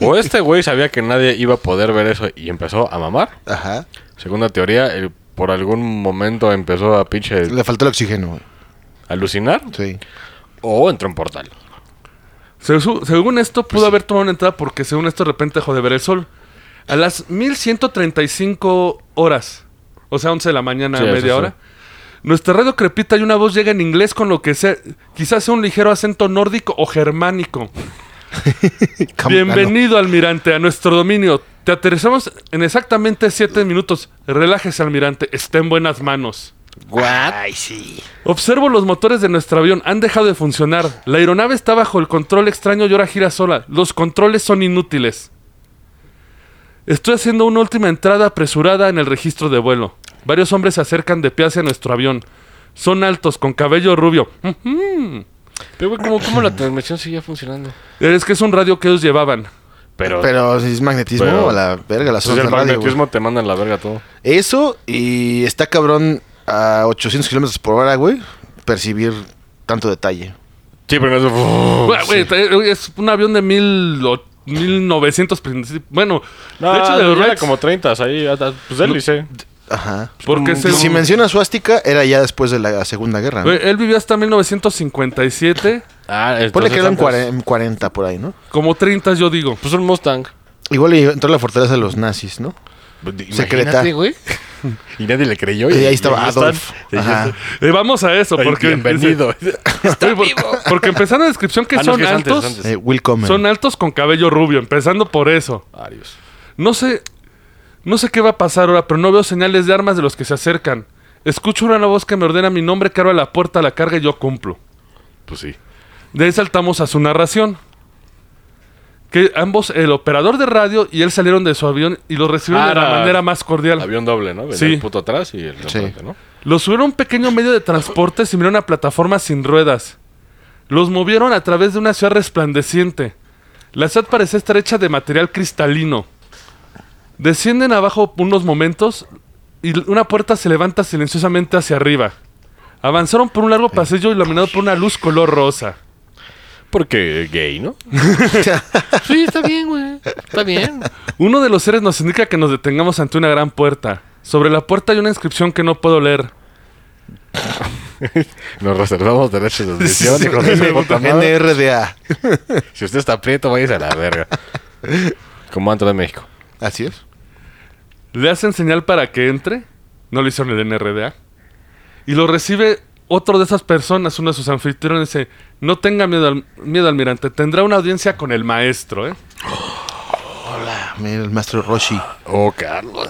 [SPEAKER 4] O este güey sabía que nadie iba a poder ver eso y empezó a mamar.
[SPEAKER 3] Ajá.
[SPEAKER 4] Segunda teoría, él por algún momento empezó a pinche
[SPEAKER 3] Le faltó el oxígeno, güey.
[SPEAKER 4] alucinar.
[SPEAKER 3] Sí.
[SPEAKER 4] O entró en portal.
[SPEAKER 2] Se- su- Según esto,
[SPEAKER 4] Pues
[SPEAKER 2] pudo haber tomado una entrada porque según esto de repente dejó de ver el sol. A las 1135 horas, o sea, 11 de la mañana,
[SPEAKER 4] Sí, eso
[SPEAKER 2] media
[SPEAKER 4] sí.
[SPEAKER 2] hora, nuestra radio crepita y una voz llega en inglés con lo que sea, quizás sea un ligero acento nórdico o germánico.
[SPEAKER 3] Cam-
[SPEAKER 2] Bienvenido, almirante, a nuestro dominio. Te aterrizamos en exactamente 7 minutos. Relájese, almirante, está en buenas manos.
[SPEAKER 3] Ay, sí.
[SPEAKER 2] Observo los motores de nuestro avión, han dejado de funcionar. La aeronave está bajo el control extraño y ahora gira sola. Los controles son inútiles. Estoy haciendo una última entrada apresurada en el registro de vuelo. Varios hombres se acercan de pie hacia nuestro avión. Son altos, con cabello rubio. Mm,
[SPEAKER 4] Pero, güey, ¿cómo, cómo la transmisión seguía funcionando?
[SPEAKER 2] Es que es un radio que ellos llevaban.
[SPEAKER 4] Pero,
[SPEAKER 3] Pero si es magnetismo
[SPEAKER 4] Pero-
[SPEAKER 3] a la verga, las ondas
[SPEAKER 4] entonces el
[SPEAKER 3] de radio, güey.
[SPEAKER 4] magnetismo te manda a la verga todo.
[SPEAKER 3] Eso y está cabrón a 800 kilómetros por hora, güey. Percibir tanto detalle.
[SPEAKER 4] Sí, pero no es...
[SPEAKER 2] Güey, güey, te- Es un avión de mil, o- 1900. princip- Bueno,
[SPEAKER 4] No,
[SPEAKER 2] de hecho, de los
[SPEAKER 4] era
[SPEAKER 2] Reds,
[SPEAKER 4] como 30, ahí, hasta- pues él dice.
[SPEAKER 3] Ajá.
[SPEAKER 2] Porque
[SPEAKER 3] Si
[SPEAKER 2] según-
[SPEAKER 3] si menciona suástica, era ya después de la Segunda Guerra. ¿no?
[SPEAKER 2] güey, él vivió hasta 1957.
[SPEAKER 4] Ah,
[SPEAKER 3] Ponle que eran
[SPEAKER 4] antes-
[SPEAKER 3] 40, 40 por ahí, ¿no?
[SPEAKER 2] Como 30, yo digo.
[SPEAKER 4] Pues un Mustang.
[SPEAKER 3] Igual y entró a la fortaleza de los nazis, ¿no? Secreta.
[SPEAKER 4] güey. Y nadie le creyó.
[SPEAKER 3] Y ahí estaba
[SPEAKER 4] Mustang.
[SPEAKER 3] Adolf.
[SPEAKER 4] Y ya
[SPEAKER 3] Ajá.
[SPEAKER 4] está.
[SPEAKER 2] Eh, vamos a eso,
[SPEAKER 4] Ay,
[SPEAKER 2] porque.
[SPEAKER 4] bienvenido.
[SPEAKER 2] dice- Oye, por- Porque empezando la descripción que
[SPEAKER 4] Ah, no,
[SPEAKER 2] son
[SPEAKER 4] es que es antes,
[SPEAKER 2] altos.
[SPEAKER 4] es antes.
[SPEAKER 3] Eh, Will Coleman.
[SPEAKER 2] Son altos con cabello rubio, empezando por eso.
[SPEAKER 4] Arios.
[SPEAKER 2] No sé. No sé qué va a pasar ahora, pero no veo señales de armas de los que se acercan. Escucho una voz que me ordena mi nombre, que abra la puerta a la carga y yo cumplo.
[SPEAKER 4] Pues sí.
[SPEAKER 2] De ahí saltamos a su narración. que ambos, el operador de radio y él salieron de su avión y lo recibieron de la
[SPEAKER 4] Para-
[SPEAKER 2] manera más cordial.
[SPEAKER 4] Avión doble, ¿no? Venía
[SPEAKER 2] Sí.
[SPEAKER 4] el puto atrás y el de
[SPEAKER 3] Sí.
[SPEAKER 4] enfrente, ¿no?
[SPEAKER 2] Los subieron a un pequeño medio de transporte similar a una plataforma sin ruedas. Los movieron a través de una ciudad resplandeciente. La ciudad parecía estar hecha de material cristalino. Descienden abajo unos momentos y l- una puerta se levanta silenciosamente hacia arriba. Avanzaron por un largo pasillo iluminado por una luz color rosa.
[SPEAKER 4] Porque gay, ¿no? sí, está bien, güey. Está bien.
[SPEAKER 2] Uno de los seres nos indica que nos detengamos ante una gran puerta. Sobre la puerta hay una inscripción que no puedo leer.
[SPEAKER 4] Nos reservamos derechos de edición,
[SPEAKER 3] Sí,
[SPEAKER 4] hijos de su puta madre.
[SPEAKER 3] NRDA.
[SPEAKER 4] Si usted está prieto, váyase a la verga. Como antes de México.
[SPEAKER 3] Así es.
[SPEAKER 2] Le hacen señal para que entre. No lo hicieron el NRDA. Y lo recibe otro de esas personas, uno de sus anfitriones. Dice, no tenga miedo, al- miedo almirante. Tendrá una audiencia con el maestro, ¿eh?
[SPEAKER 3] Ah, mira, el maestro Roshi.
[SPEAKER 4] Oh, Carlos.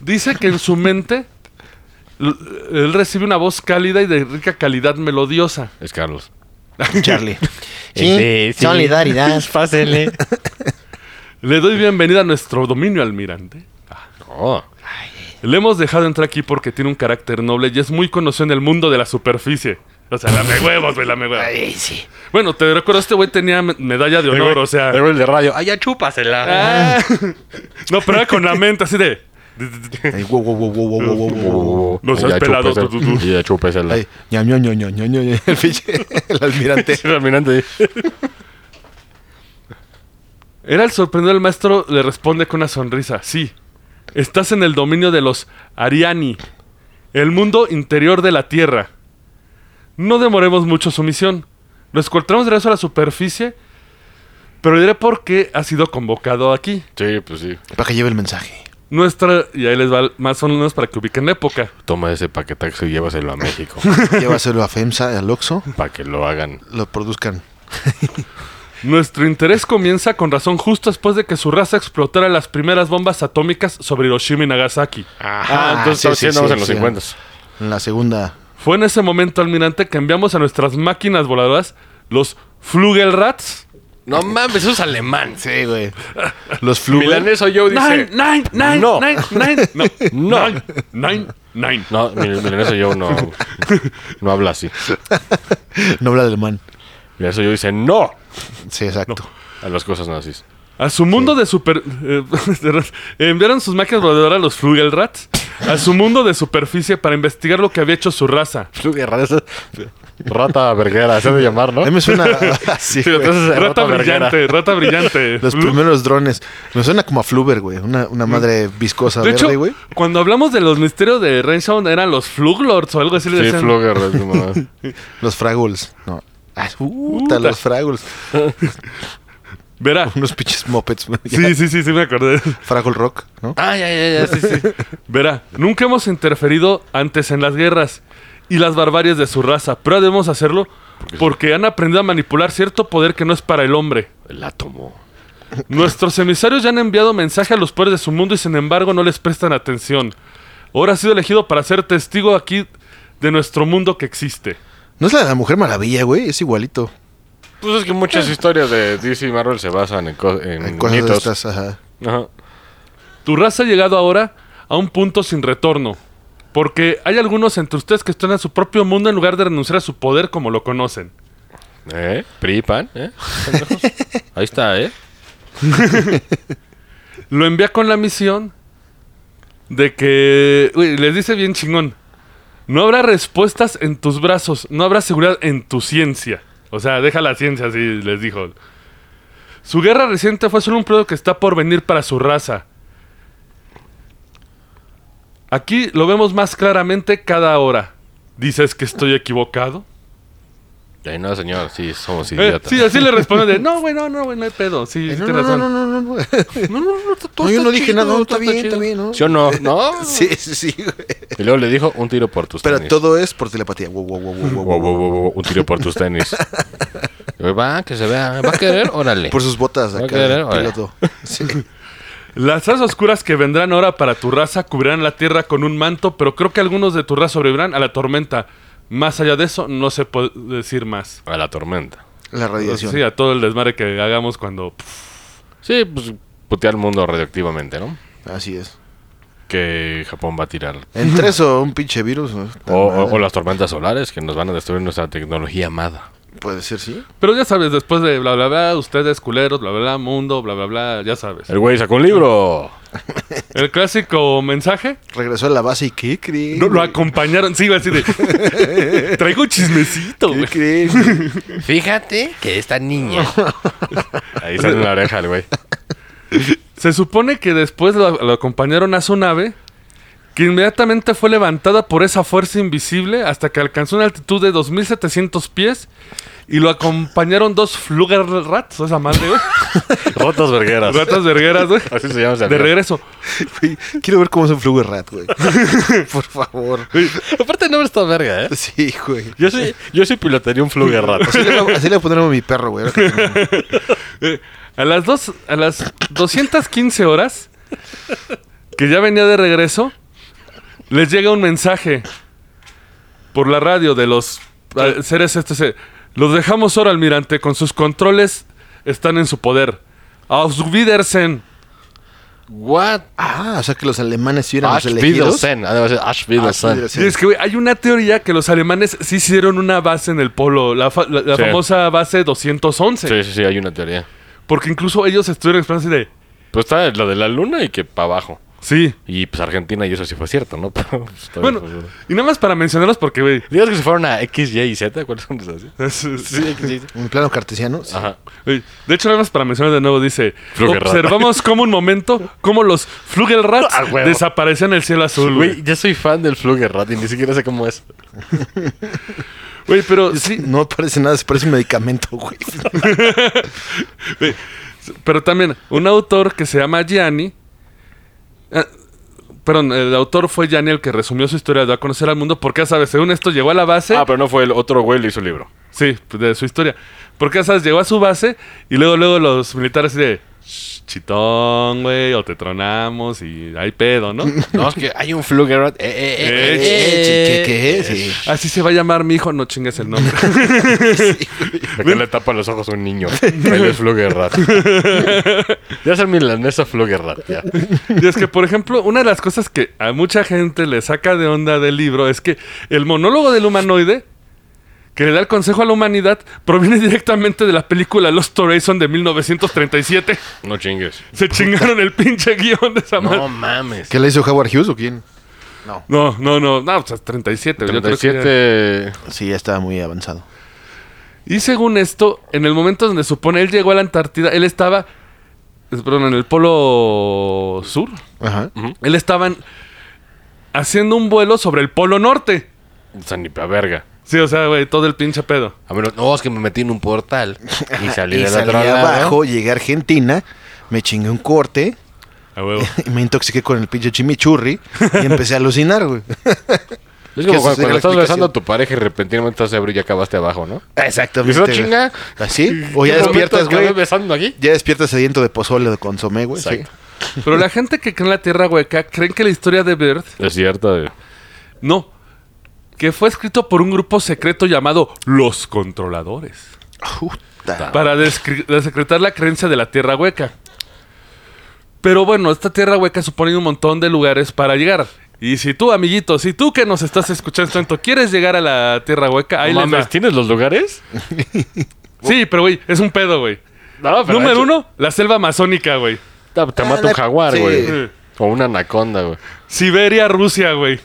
[SPEAKER 2] Dice que en su mente l- él recibe una voz cálida y de rica calidad melodiosa.
[SPEAKER 4] Es Carlos.
[SPEAKER 3] Charlie.
[SPEAKER 5] Sí, solidaridad. Fácil.
[SPEAKER 2] Le doy bienvenida a nuestro dominio, almirante.
[SPEAKER 4] Oh.
[SPEAKER 2] Le hemos dejado entrar aquí porque tiene un carácter noble y es muy conocido en el mundo de la superficie. O sea, lame huevos, güey, lame huevos. Bueno, te recuerdo, este güey tenía me- medalla de
[SPEAKER 4] Este
[SPEAKER 2] honor, o sea.
[SPEAKER 4] Pero el de radio. ¡Ay, ya chúpasela!
[SPEAKER 2] Ah. No, pero era con la mente así de.
[SPEAKER 3] Ay, wow, wow, wow, wow, wow, wow, wow, wow.
[SPEAKER 2] No seas
[SPEAKER 4] oh. Ya
[SPEAKER 2] pelado,
[SPEAKER 4] chúpesela.
[SPEAKER 2] tú, tú, tú.
[SPEAKER 4] Ya chúpesela.
[SPEAKER 3] Ay, ña, ño, ño, ño, ño, ño, ño. El pinche, el almirante.
[SPEAKER 4] El almirante.
[SPEAKER 2] Era el sorprendido el maestro, le responde con una sonrisa. Sí, estás en el dominio de los Ariani, el mundo interior de la Tierra. No demoremos mucho su misión. Lo escoltamos de regreso a la superficie, pero diré por qué ha sido convocado aquí.
[SPEAKER 4] Sí, pues sí.
[SPEAKER 3] Para que lleve el mensaje.
[SPEAKER 2] Nuestra, y ahí les va el- más o menos para que ubiquen la época.
[SPEAKER 4] Toma ese paquetaxo y llévaselo a México.
[SPEAKER 3] Llévaselo a FEMSA, al Oxxo.
[SPEAKER 4] para que lo hagan.
[SPEAKER 3] Lo produzcan.
[SPEAKER 2] Nuestro interés comienza con razón justo después de que su raza explotara las primeras bombas atómicas sobre Hiroshima y Nagasaki.
[SPEAKER 4] Ajá. entonces
[SPEAKER 3] Ah, sí,
[SPEAKER 4] estamos
[SPEAKER 3] sí,
[SPEAKER 4] estamos
[SPEAKER 3] sí,
[SPEAKER 4] en los
[SPEAKER 3] sí.
[SPEAKER 4] 50.
[SPEAKER 3] En la segunda.
[SPEAKER 2] Fue en ese momento, almirante, que enviamos a nuestras máquinas voladoras los Flugelrats.
[SPEAKER 4] No mames, eso es alemán.
[SPEAKER 3] Sí, güey. Los flujos.
[SPEAKER 4] Milaneso Joe dice.
[SPEAKER 2] nine, nine,
[SPEAKER 4] No.
[SPEAKER 2] nine, nine, no,
[SPEAKER 4] No.
[SPEAKER 2] nine, nine, nine.
[SPEAKER 4] No, Mil- Milaneso Joe no, no habla así.
[SPEAKER 3] No habla alemán.
[SPEAKER 4] Milaneso Joe dice no
[SPEAKER 3] Sí, exacto.
[SPEAKER 4] a las cosas nazis.
[SPEAKER 2] A su mundo de super... eh, enviaron sus máquinas voladoras los Flugelrats a su mundo de superficie para investigar lo que había hecho su raza.
[SPEAKER 4] Rata verguera, se de llamar, ¿no?
[SPEAKER 3] A mí me suena. ah, sí,
[SPEAKER 4] Sí,
[SPEAKER 3] güey.
[SPEAKER 4] entonces,
[SPEAKER 2] Rata
[SPEAKER 4] verguera.
[SPEAKER 2] brillante, rata brillante.
[SPEAKER 3] Los
[SPEAKER 2] Flu- Mm.
[SPEAKER 3] primeros drones. Me suena como a Fluber, güey. Una, una madre viscosa
[SPEAKER 2] De
[SPEAKER 3] verde,
[SPEAKER 2] hecho,
[SPEAKER 3] güey.
[SPEAKER 2] cuando hablamos de los misterios de Rainsound, eran los Fluglords o algo así. le
[SPEAKER 4] Sí,
[SPEAKER 2] decían.
[SPEAKER 4] Flugger. es como-
[SPEAKER 3] Los Fraggles. No. Ah, puta,
[SPEAKER 2] Puta.
[SPEAKER 3] los Fraggles.
[SPEAKER 2] Verá.
[SPEAKER 3] Unos pinches mopeds. güey.
[SPEAKER 2] Sí, sí, sí, sí, me acordé.
[SPEAKER 3] Fraggle Rock, ¿no?
[SPEAKER 4] Ah, ya, ya, ya, sí, sí.
[SPEAKER 2] Verá, nunca hemos interferido antes en las guerras y las barbarias de su raza, pero debemos hacerlo porque han aprendido a manipular cierto poder que no es para el hombre.
[SPEAKER 4] El átomo.
[SPEAKER 2] Nuestros emisarios ya han enviado mensaje a los poderes de su mundo y sin embargo no les prestan atención. Ahora ha sido elegido para ser testigo aquí de nuestro mundo que existe.
[SPEAKER 3] No es la de la Mujer Maravilla, güey. Es igualito.
[SPEAKER 4] Pues es que muchas historias de DC y Marvel se basan en, co-
[SPEAKER 2] Mm,
[SPEAKER 4] en
[SPEAKER 3] Hay cosas de
[SPEAKER 4] mitos.
[SPEAKER 3] estas. Ajá.
[SPEAKER 4] Ajá.
[SPEAKER 2] Tu raza ha llegado ahora a un punto sin retorno. Porque hay algunos entre ustedes que están en su propio mundo en lugar de renunciar a su poder como lo conocen.
[SPEAKER 4] ¿Eh? PRI, PAN, ¿eh? Pendejos. Ahí está, ¿eh?
[SPEAKER 2] Lo envía con la misión de que... Uy, les dice bien chingón. No habrá respuestas en tus brazos, no habrá seguridad en tu ciencia. O sea, deja la ciencia, así les dijo. Su guerra reciente fue solo un periodo que está por venir para su raza. Aquí lo vemos más claramente cada hora. ¿Dices que estoy equivocado?
[SPEAKER 4] Ay, no, señor, sí, somos
[SPEAKER 2] Eh,
[SPEAKER 4] idiotas.
[SPEAKER 2] sí, así le responden de, no, güey, no, no, güey, no hay pedo. Sí,
[SPEAKER 3] Eh,
[SPEAKER 2] tienes
[SPEAKER 3] No, no, no,
[SPEAKER 2] razón.
[SPEAKER 3] no, no, no, no.
[SPEAKER 4] No, no, no,
[SPEAKER 3] No, yo no dije nada, no, está bien, está bien, ¿no?
[SPEAKER 4] ¿Sí o no? ¿No?
[SPEAKER 3] Sí, sí, sí, güey.
[SPEAKER 4] Y luego le dijo un tiro por tus
[SPEAKER 3] Pero
[SPEAKER 4] tenis.
[SPEAKER 3] todo es por telepatía. Wow, wow, wow, wow, wow,
[SPEAKER 4] Wow,
[SPEAKER 3] wow.
[SPEAKER 4] wow, wow, wow, un tiro por tus tenis. Y Va, que se vea. ¿Va a querer? Órale.
[SPEAKER 3] Por sus botas
[SPEAKER 4] Va a
[SPEAKER 3] acá,
[SPEAKER 2] eh?
[SPEAKER 4] querer,
[SPEAKER 3] de
[SPEAKER 4] órale.
[SPEAKER 3] piloto. Sí.
[SPEAKER 2] Las asas oscuras que vendrán ahora para tu raza cubrirán la tierra con un manto, pero creo que algunos de tu raza sobrevivirán a la tormenta. Más allá de eso, no se puede decir más.
[SPEAKER 4] A la tormenta.
[SPEAKER 3] La radiación.
[SPEAKER 2] Sí, a todo el desmadre que hagamos cuando... pf,
[SPEAKER 4] Sí, pues putear al mundo radioactivamente, ¿no?
[SPEAKER 3] Así es.
[SPEAKER 4] Que Japón va a tirar.
[SPEAKER 3] Entre eso, un pinche virus. ¿no?
[SPEAKER 4] O,
[SPEAKER 2] Oh,
[SPEAKER 4] o- o las tormentas solares que nos van a destruir nuestra tecnología amada.
[SPEAKER 2] oh.
[SPEAKER 3] Puede ser, sí.
[SPEAKER 2] Pero ya sabes, después de bla, bla, bla, ustedes culeros, bla, bla, bla, mundo, bla, bla, bla, ya sabes.
[SPEAKER 4] El güey sacó un libro.
[SPEAKER 2] El clásico mensaje
[SPEAKER 3] Regresó a la base y ¿qué creen?
[SPEAKER 2] no, lo
[SPEAKER 3] güey?
[SPEAKER 2] acompañaron. Sí, iba así de... Traigo un chismecito,
[SPEAKER 3] ¿Qué
[SPEAKER 2] güey.
[SPEAKER 3] creen? güey?
[SPEAKER 5] Fíjate que esta niña.
[SPEAKER 4] Ahí sale una oreja el güey.
[SPEAKER 2] Se supone que después lo, lo acompañaron a su nave, que inmediatamente fue levantada por esa fuerza invisible hasta que alcanzó una altitud de 2.700 pies y lo acompañaron dos Flugerrats, esa madre, güey.
[SPEAKER 4] Rotas vergueras.
[SPEAKER 2] Ratas vergueras, güey.
[SPEAKER 4] Así se llama ese
[SPEAKER 2] De
[SPEAKER 4] avión.
[SPEAKER 2] regreso.
[SPEAKER 3] Güey, Quiero ver cómo es un flujo rat, güey. Por favor.
[SPEAKER 4] Aparte no está verga, ¿eh?
[SPEAKER 3] Sí, güey.
[SPEAKER 4] Yo sí, yo sí pilotaría un Fluger rato.
[SPEAKER 3] Así le, así le pondremos a mi perro, güey. ahora que tengo-
[SPEAKER 2] A las, dos, a las 215 horas, que ya venía de regreso, les llega un mensaje por la radio de los eh, seres este. se- Los dejamos ahora, almirante, con sus controles están en su poder. Auf Wiedersehen.
[SPEAKER 4] What?
[SPEAKER 3] Ah, o sea que los alemanes sí eran los
[SPEAKER 4] Ash
[SPEAKER 3] elegidos.
[SPEAKER 4] Wiedersehen. Ah, debe ser Ash Wiedersehen.
[SPEAKER 3] Wiedersehen. Sí.
[SPEAKER 2] Y es que, güey, hay una teoría que los alemanes sí hicieron una base en el polo, la, fa- la- la
[SPEAKER 4] Sí.
[SPEAKER 2] famosa base 211.
[SPEAKER 4] Sí, sí, sí, hay una teoría.
[SPEAKER 2] Porque incluso ellos estuvieron esperando así de.
[SPEAKER 4] Pues está lo de la luna y que para abajo.
[SPEAKER 2] Sí.
[SPEAKER 4] Y pues Argentina y eso sí fue cierto, ¿no? Pero, pues, está bien,
[SPEAKER 2] Bueno,
[SPEAKER 4] pues,
[SPEAKER 2] y nada más para mencionarlos porque, güey.
[SPEAKER 4] Digamos que se fueron a X, Y y Z, ¿cuáles son esas?
[SPEAKER 2] Sí,
[SPEAKER 3] En plano cartesiano. sí.
[SPEAKER 4] Ajá.
[SPEAKER 2] Oye, De hecho, nada más para mencionar de nuevo, dice:
[SPEAKER 4] Flugelrat.
[SPEAKER 2] Observamos como un momento, como los Flugelrats
[SPEAKER 4] Ah, huevo.
[SPEAKER 2] desaparecen en el cielo azul.
[SPEAKER 4] Güey,
[SPEAKER 2] Güey,
[SPEAKER 4] yo soy fan del Flugerrat y ni siquiera sé cómo es.
[SPEAKER 2] Güey, pero sí,
[SPEAKER 3] No parece nada, se parece un medicamento, güey.
[SPEAKER 2] pero también un autor que se llama Gianni. ah, perdón, el autor fue Gianni el que resumió su historia, de a conocer al mundo, porque ya sabes, según esto llegó a la base.
[SPEAKER 4] Ah, pero no fue el otro güey, le hizo el libro.
[SPEAKER 2] Sí, de su historia. Porque ya sabes, llegó a su base y luego, luego los militares así de. "Shh, Chitón, güey, o te tronamos y hay pedo, ¿no?
[SPEAKER 5] No, es que hay un Flugerrat. Eh, eh,
[SPEAKER 2] Eh,
[SPEAKER 5] eh,
[SPEAKER 3] Eh,
[SPEAKER 5] eh,
[SPEAKER 3] ¿Qué es? Sí.
[SPEAKER 2] Así se va a llamar mi hijo, no chingues el nombre.
[SPEAKER 4] De que le tapa los ojos a un niño. Él es Flugerrat. ya es el milanesa Flugerrat, ya.
[SPEAKER 2] Y es que, por ejemplo, una de las cosas que a mucha gente le saca de onda del libro es que el monólogo del humanoide que le da el consejo a la humanidad proviene directamente de la película Los Horizon de 1937.
[SPEAKER 4] No chingues.
[SPEAKER 2] Se chingaron el pinche guión de esa
[SPEAKER 4] No
[SPEAKER 2] madre.
[SPEAKER 4] mames.
[SPEAKER 3] ¿Qué le hizo Howard Hughes o quién?
[SPEAKER 2] No, no, no, no, o sea, 37. yo creo que era.
[SPEAKER 4] 37.
[SPEAKER 3] Sí, ya estaba muy avanzado.
[SPEAKER 2] Y según esto, en el momento donde supone él llegó a la Antártida, él estaba, es- perdón, en el Polo Sur.
[SPEAKER 3] Ajá.
[SPEAKER 2] Él estaba en- haciendo un vuelo sobre el Polo Norte.
[SPEAKER 4] San ni pa' verga.
[SPEAKER 2] Sí, o sea, güey, todo el pinche pedo.
[SPEAKER 5] A menos, no, es que me metí en un portal y salí
[SPEAKER 3] Y
[SPEAKER 5] del
[SPEAKER 3] salí
[SPEAKER 5] otro lado.
[SPEAKER 3] abajo, llegué a Argentina, me chingué un corte
[SPEAKER 2] A huevo.
[SPEAKER 3] y me intoxiqué con el pinche chimichurri y empecé a alucinar, güey.
[SPEAKER 4] Es
[SPEAKER 3] Que
[SPEAKER 4] como
[SPEAKER 3] esa sería
[SPEAKER 4] cuando, cuando
[SPEAKER 3] la
[SPEAKER 4] estás besando a
[SPEAKER 3] explicación.
[SPEAKER 4] tu pareja y repentinamente estás ebrio y ya acabaste abajo, ¿no?
[SPEAKER 3] Exactamente.
[SPEAKER 4] ¿Y eso
[SPEAKER 3] güey.
[SPEAKER 4] chinga?
[SPEAKER 3] ¿Así? O ya
[SPEAKER 4] ¿Qué momento
[SPEAKER 3] despiertas, güey.
[SPEAKER 4] acabé besando aquí?
[SPEAKER 3] Ya despiertas sediento de pozole o de consomé, güey. Pues sí.
[SPEAKER 4] Exacto.
[SPEAKER 2] Pero la gente que cree en la Tierra Hueca creen que la historia de Bird,
[SPEAKER 4] Es cierto. eh. güey.
[SPEAKER 2] no, que fue escrito por un grupo secreto llamado Los Controladores,
[SPEAKER 3] Puta.
[SPEAKER 2] para descri- desecretar la creencia de la Tierra Hueca. Pero bueno, esta Tierra Hueca supone un montón de lugares para llegar. Y si tú, amiguito, si tú que nos estás escuchando tanto quieres llegar a la Tierra Hueca, ahí
[SPEAKER 4] No
[SPEAKER 2] les va.
[SPEAKER 4] mames, ¿tienes los lugares?
[SPEAKER 2] Sí, pero güey, es un pedo, güey.
[SPEAKER 4] No, pero
[SPEAKER 2] Número
[SPEAKER 4] eso-
[SPEAKER 2] uno, la selva amazónica, güey.
[SPEAKER 4] Te, te mata un jaguar,
[SPEAKER 3] Ah, Sí.
[SPEAKER 4] güey. O una anaconda, güey.
[SPEAKER 2] Siberia, Rusia, güey.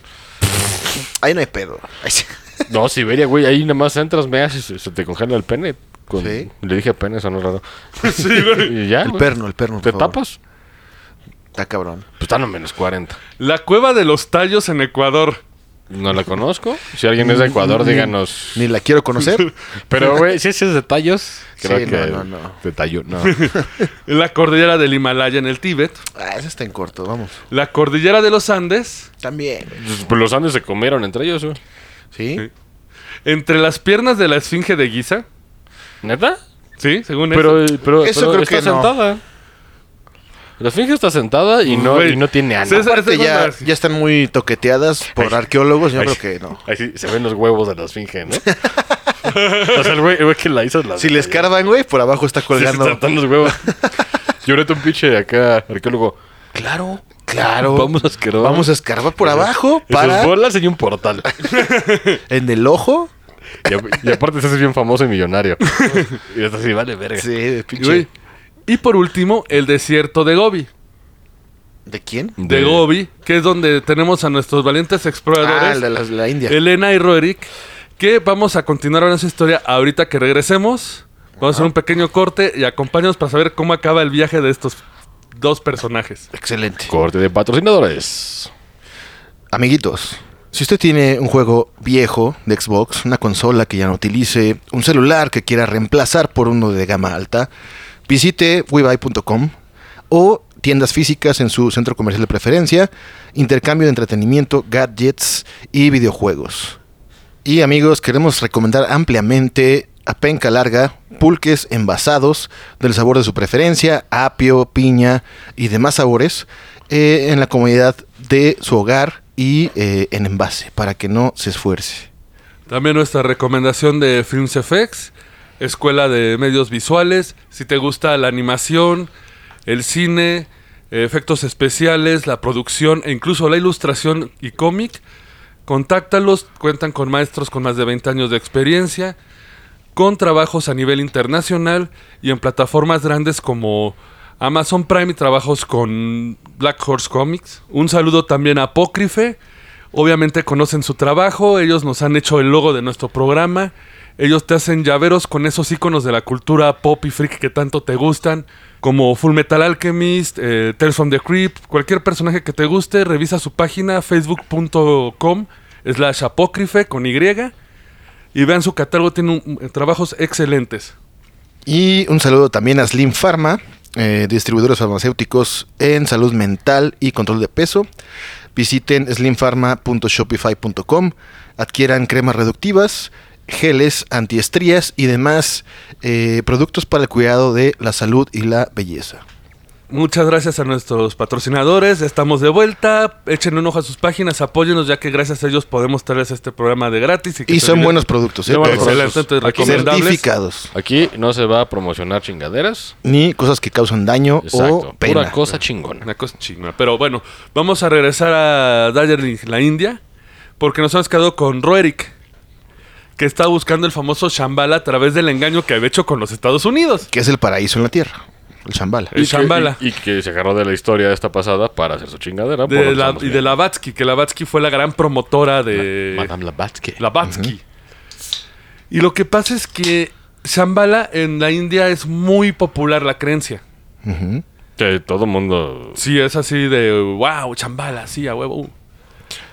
[SPEAKER 3] Ahí no hay pedo. Ay, sí.
[SPEAKER 4] No, Siberia, güey. Ahí nada más entras, me haces y se te congela el pene. Con-
[SPEAKER 3] Sí.
[SPEAKER 4] Le dije pene, sonó raro.
[SPEAKER 2] Sí, güey.
[SPEAKER 4] Y ya,
[SPEAKER 3] El
[SPEAKER 4] güey.
[SPEAKER 3] perno, el perno. por
[SPEAKER 4] ¿Te
[SPEAKER 3] favor.
[SPEAKER 4] tapas?
[SPEAKER 3] Está cabrón.
[SPEAKER 4] Pues están a menos 40.
[SPEAKER 2] La cueva de los tallos en Ecuador.
[SPEAKER 4] No la conozco. Si alguien es de Ecuador, díganos.
[SPEAKER 3] Ni la quiero conocer.
[SPEAKER 4] Pero, güey, si ese es detallos, creo
[SPEAKER 3] Sí, no,
[SPEAKER 4] que.
[SPEAKER 3] no, no.
[SPEAKER 4] Detallo, no.
[SPEAKER 2] La cordillera del Himalaya en el Tíbet.
[SPEAKER 3] ah, eso está en corto, vamos.
[SPEAKER 2] La cordillera de los Andes.
[SPEAKER 3] También. güey.
[SPEAKER 4] Pues Los Andes se comieron entre ellos, güey.
[SPEAKER 3] ¿Sí?
[SPEAKER 2] Entre las piernas de la esfinge de Giza.
[SPEAKER 4] ¿Neta?
[SPEAKER 2] Sí, según
[SPEAKER 4] Pero,
[SPEAKER 2] eso.
[SPEAKER 4] pero,
[SPEAKER 3] Eso
[SPEAKER 4] pero
[SPEAKER 3] creo
[SPEAKER 4] está
[SPEAKER 3] que no.
[SPEAKER 4] sentada. La esfinge está sentada y no,
[SPEAKER 2] Güey.
[SPEAKER 4] y no tiene ano.
[SPEAKER 2] Sí, sí.
[SPEAKER 3] Aparte, ya, ya están muy toqueteadas por arqueólogos, yo
[SPEAKER 4] Ay,
[SPEAKER 3] creo
[SPEAKER 4] sí.
[SPEAKER 3] que no.
[SPEAKER 4] Ahí sí, se ven los huevos de la esfinge, ¿no? o sea, el güey, el güey que la hizo... La
[SPEAKER 3] Si le escarban, güey, por abajo está
[SPEAKER 4] Sí, se
[SPEAKER 3] colgando.
[SPEAKER 4] saltan los huevos. Y ahorita un pinche acá, arqueólogo.
[SPEAKER 3] Claro, claro.
[SPEAKER 4] Vamos a escarbar.
[SPEAKER 3] Vamos a escarbar por abajo
[SPEAKER 4] Y sus
[SPEAKER 3] para
[SPEAKER 4] bolas y un portal.
[SPEAKER 3] en el ojo.
[SPEAKER 4] Y, ap- y aparte se hace bien famoso y millonario. y es así, vale, verga.
[SPEAKER 3] Sí, de pinche.
[SPEAKER 2] Güey. Y por último, el desierto de Gobi.
[SPEAKER 3] ¿De quién?
[SPEAKER 2] De, Gobi, que es donde tenemos a nuestros valientes
[SPEAKER 3] Ah,
[SPEAKER 2] exploradores,
[SPEAKER 3] el de la, la India.
[SPEAKER 2] Elena y Roderick, que vamos a continuar ahora esa historia ahorita que regresemos. Vamos a hacer un pequeño corte y acompáñanos para saber cómo acaba el viaje de estos dos personajes.
[SPEAKER 3] Excelente.
[SPEAKER 4] Corte de patrocinadores.
[SPEAKER 3] Amiguitos, si usted tiene un juego viejo de Xbox, una consola que ya no utilice, un celular que quiera reemplazar por uno de gama alta, visite webuy.com o tiendas físicas en su centro comercial de preferencia, intercambio de entretenimiento, gadgets y videojuegos. Y amigos, queremos recomendar ampliamente a penca larga pulques envasados del sabor de su preferencia, apio, piña y demás sabores eh, en la comodidad de su hogar y eh, en envase para que no se esfuerce.
[SPEAKER 2] También nuestra recomendación de Films FX, Escuela de Medios Visuales, si te gusta la animación, el cine, eh, efectos especiales, la producción e incluso la ilustración y cómic, contáctalos, cuentan con maestros con más de 20 años de experiencia, con trabajos a nivel internacional y en plataformas grandes como Amazon Prime y trabajos con Black Horse Comics. Un saludo también a Apócrife. Obviamente conocen su trabajo, ellos nos han hecho el logo de nuestro programa. Ellos te hacen llaveros con esos iconos de la cultura pop y freak que tanto te gustan, como Full Metal Alchemist, eh, Tales from the Crypt, cualquier personaje que te guste, revisa su página facebook.com slash apócrife con Y y vean su catálogo, tiene un- un- trabajos excelentes.
[SPEAKER 3] Y un saludo también a Slim Pharma, eh, distribuidores farmacéuticos en salud mental y control de peso. Visiten slimpharma.shopify.com, adquieran cremas reductivas, geles, antiestrías y demás eh, productos para el cuidado de la salud y la belleza.
[SPEAKER 2] Muchas gracias a nuestros patrocinadores, estamos de vuelta. Echen un ojo a sus páginas, apóyenos, ya que gracias a ellos podemos traerles este programa de gratis. que
[SPEAKER 3] Y
[SPEAKER 2] se
[SPEAKER 3] son
[SPEAKER 2] diviertan.
[SPEAKER 3] buenos productos, ¿eh?
[SPEAKER 4] Son buenos
[SPEAKER 3] Todos.
[SPEAKER 4] productos.
[SPEAKER 2] Excelentes,
[SPEAKER 4] Aquí
[SPEAKER 2] recomendables.
[SPEAKER 3] certificados,
[SPEAKER 4] Aquí no se va a promocionar chingaderas.
[SPEAKER 3] ni cosas que causan daño
[SPEAKER 4] Exacto.
[SPEAKER 3] o pena.
[SPEAKER 4] Pura cosa chingona.
[SPEAKER 2] Una cosa chingona. Pero bueno, vamos a regresar a Darjeeling, la India, porque nos hemos quedado con Roerick, que está buscando el famoso Shambhala a través del engaño que había hecho con los Estados Unidos.
[SPEAKER 3] Que es el paraíso en la tierra, el chambala.
[SPEAKER 2] El
[SPEAKER 4] Y que-
[SPEAKER 2] Shambhala.
[SPEAKER 4] Y, y que se agarró de la historia esta pasada para hacer su chingadera. por lo
[SPEAKER 2] De
[SPEAKER 4] que
[SPEAKER 2] la-
[SPEAKER 4] estamos
[SPEAKER 2] y de
[SPEAKER 4] viendo.
[SPEAKER 2] Lavatsky, que Lavatsky fue la gran promotora de...
[SPEAKER 5] Madame Labatsky.
[SPEAKER 2] Lavatsky. Y lo que pasa es que Shambhala en la India es muy popular la creencia.
[SPEAKER 3] Ujú.
[SPEAKER 4] Que todo mundo...
[SPEAKER 2] Sí, es así de wow, Shambhala, sí, a huevo.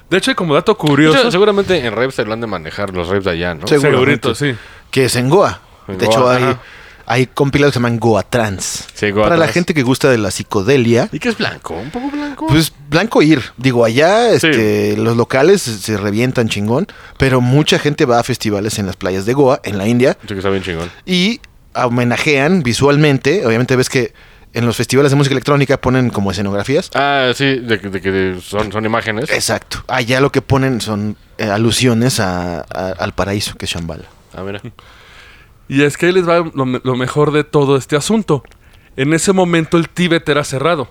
[SPEAKER 2] De hecho, y como dato
[SPEAKER 4] De hecho,
[SPEAKER 2] curioso,
[SPEAKER 4] seguramente en reps se lo han de manejar los reps de allá, ¿no?
[SPEAKER 3] Sí.
[SPEAKER 2] segurito,
[SPEAKER 3] seguramente.
[SPEAKER 2] sí.
[SPEAKER 3] que es en Goa.
[SPEAKER 4] En
[SPEAKER 3] de
[SPEAKER 4] Goa,
[SPEAKER 3] hecho, hay,
[SPEAKER 4] ajá.
[SPEAKER 3] hay compilados que se llaman Goa Trans.
[SPEAKER 4] Sí, Goa
[SPEAKER 3] Para la
[SPEAKER 4] Trans.
[SPEAKER 3] gente que gusta de la psicodelia,
[SPEAKER 4] ¿Y que es blanco? ¿Un poco blanco?
[SPEAKER 3] pues blanco ir. Digo, allá este, los locales se- se revientan chingón, pero mucha gente va a festivales en las playas de Goa, en la India,
[SPEAKER 4] Sí, que está bien chingón.
[SPEAKER 3] y homenajean visualmente. Obviamente ves que en los festivales de música electrónica ponen como escenografías.
[SPEAKER 4] Ah, sí, de, que- de que son, son imágenes.
[SPEAKER 3] Eh. Exacto. Allá lo que ponen son eh, alusiones a- a- al paraíso que es Shambhala.
[SPEAKER 4] Ah, mira.
[SPEAKER 2] Y es que ahí les va lo, me- lo mejor de todo este asunto. En ese momento el Tíbet era cerrado.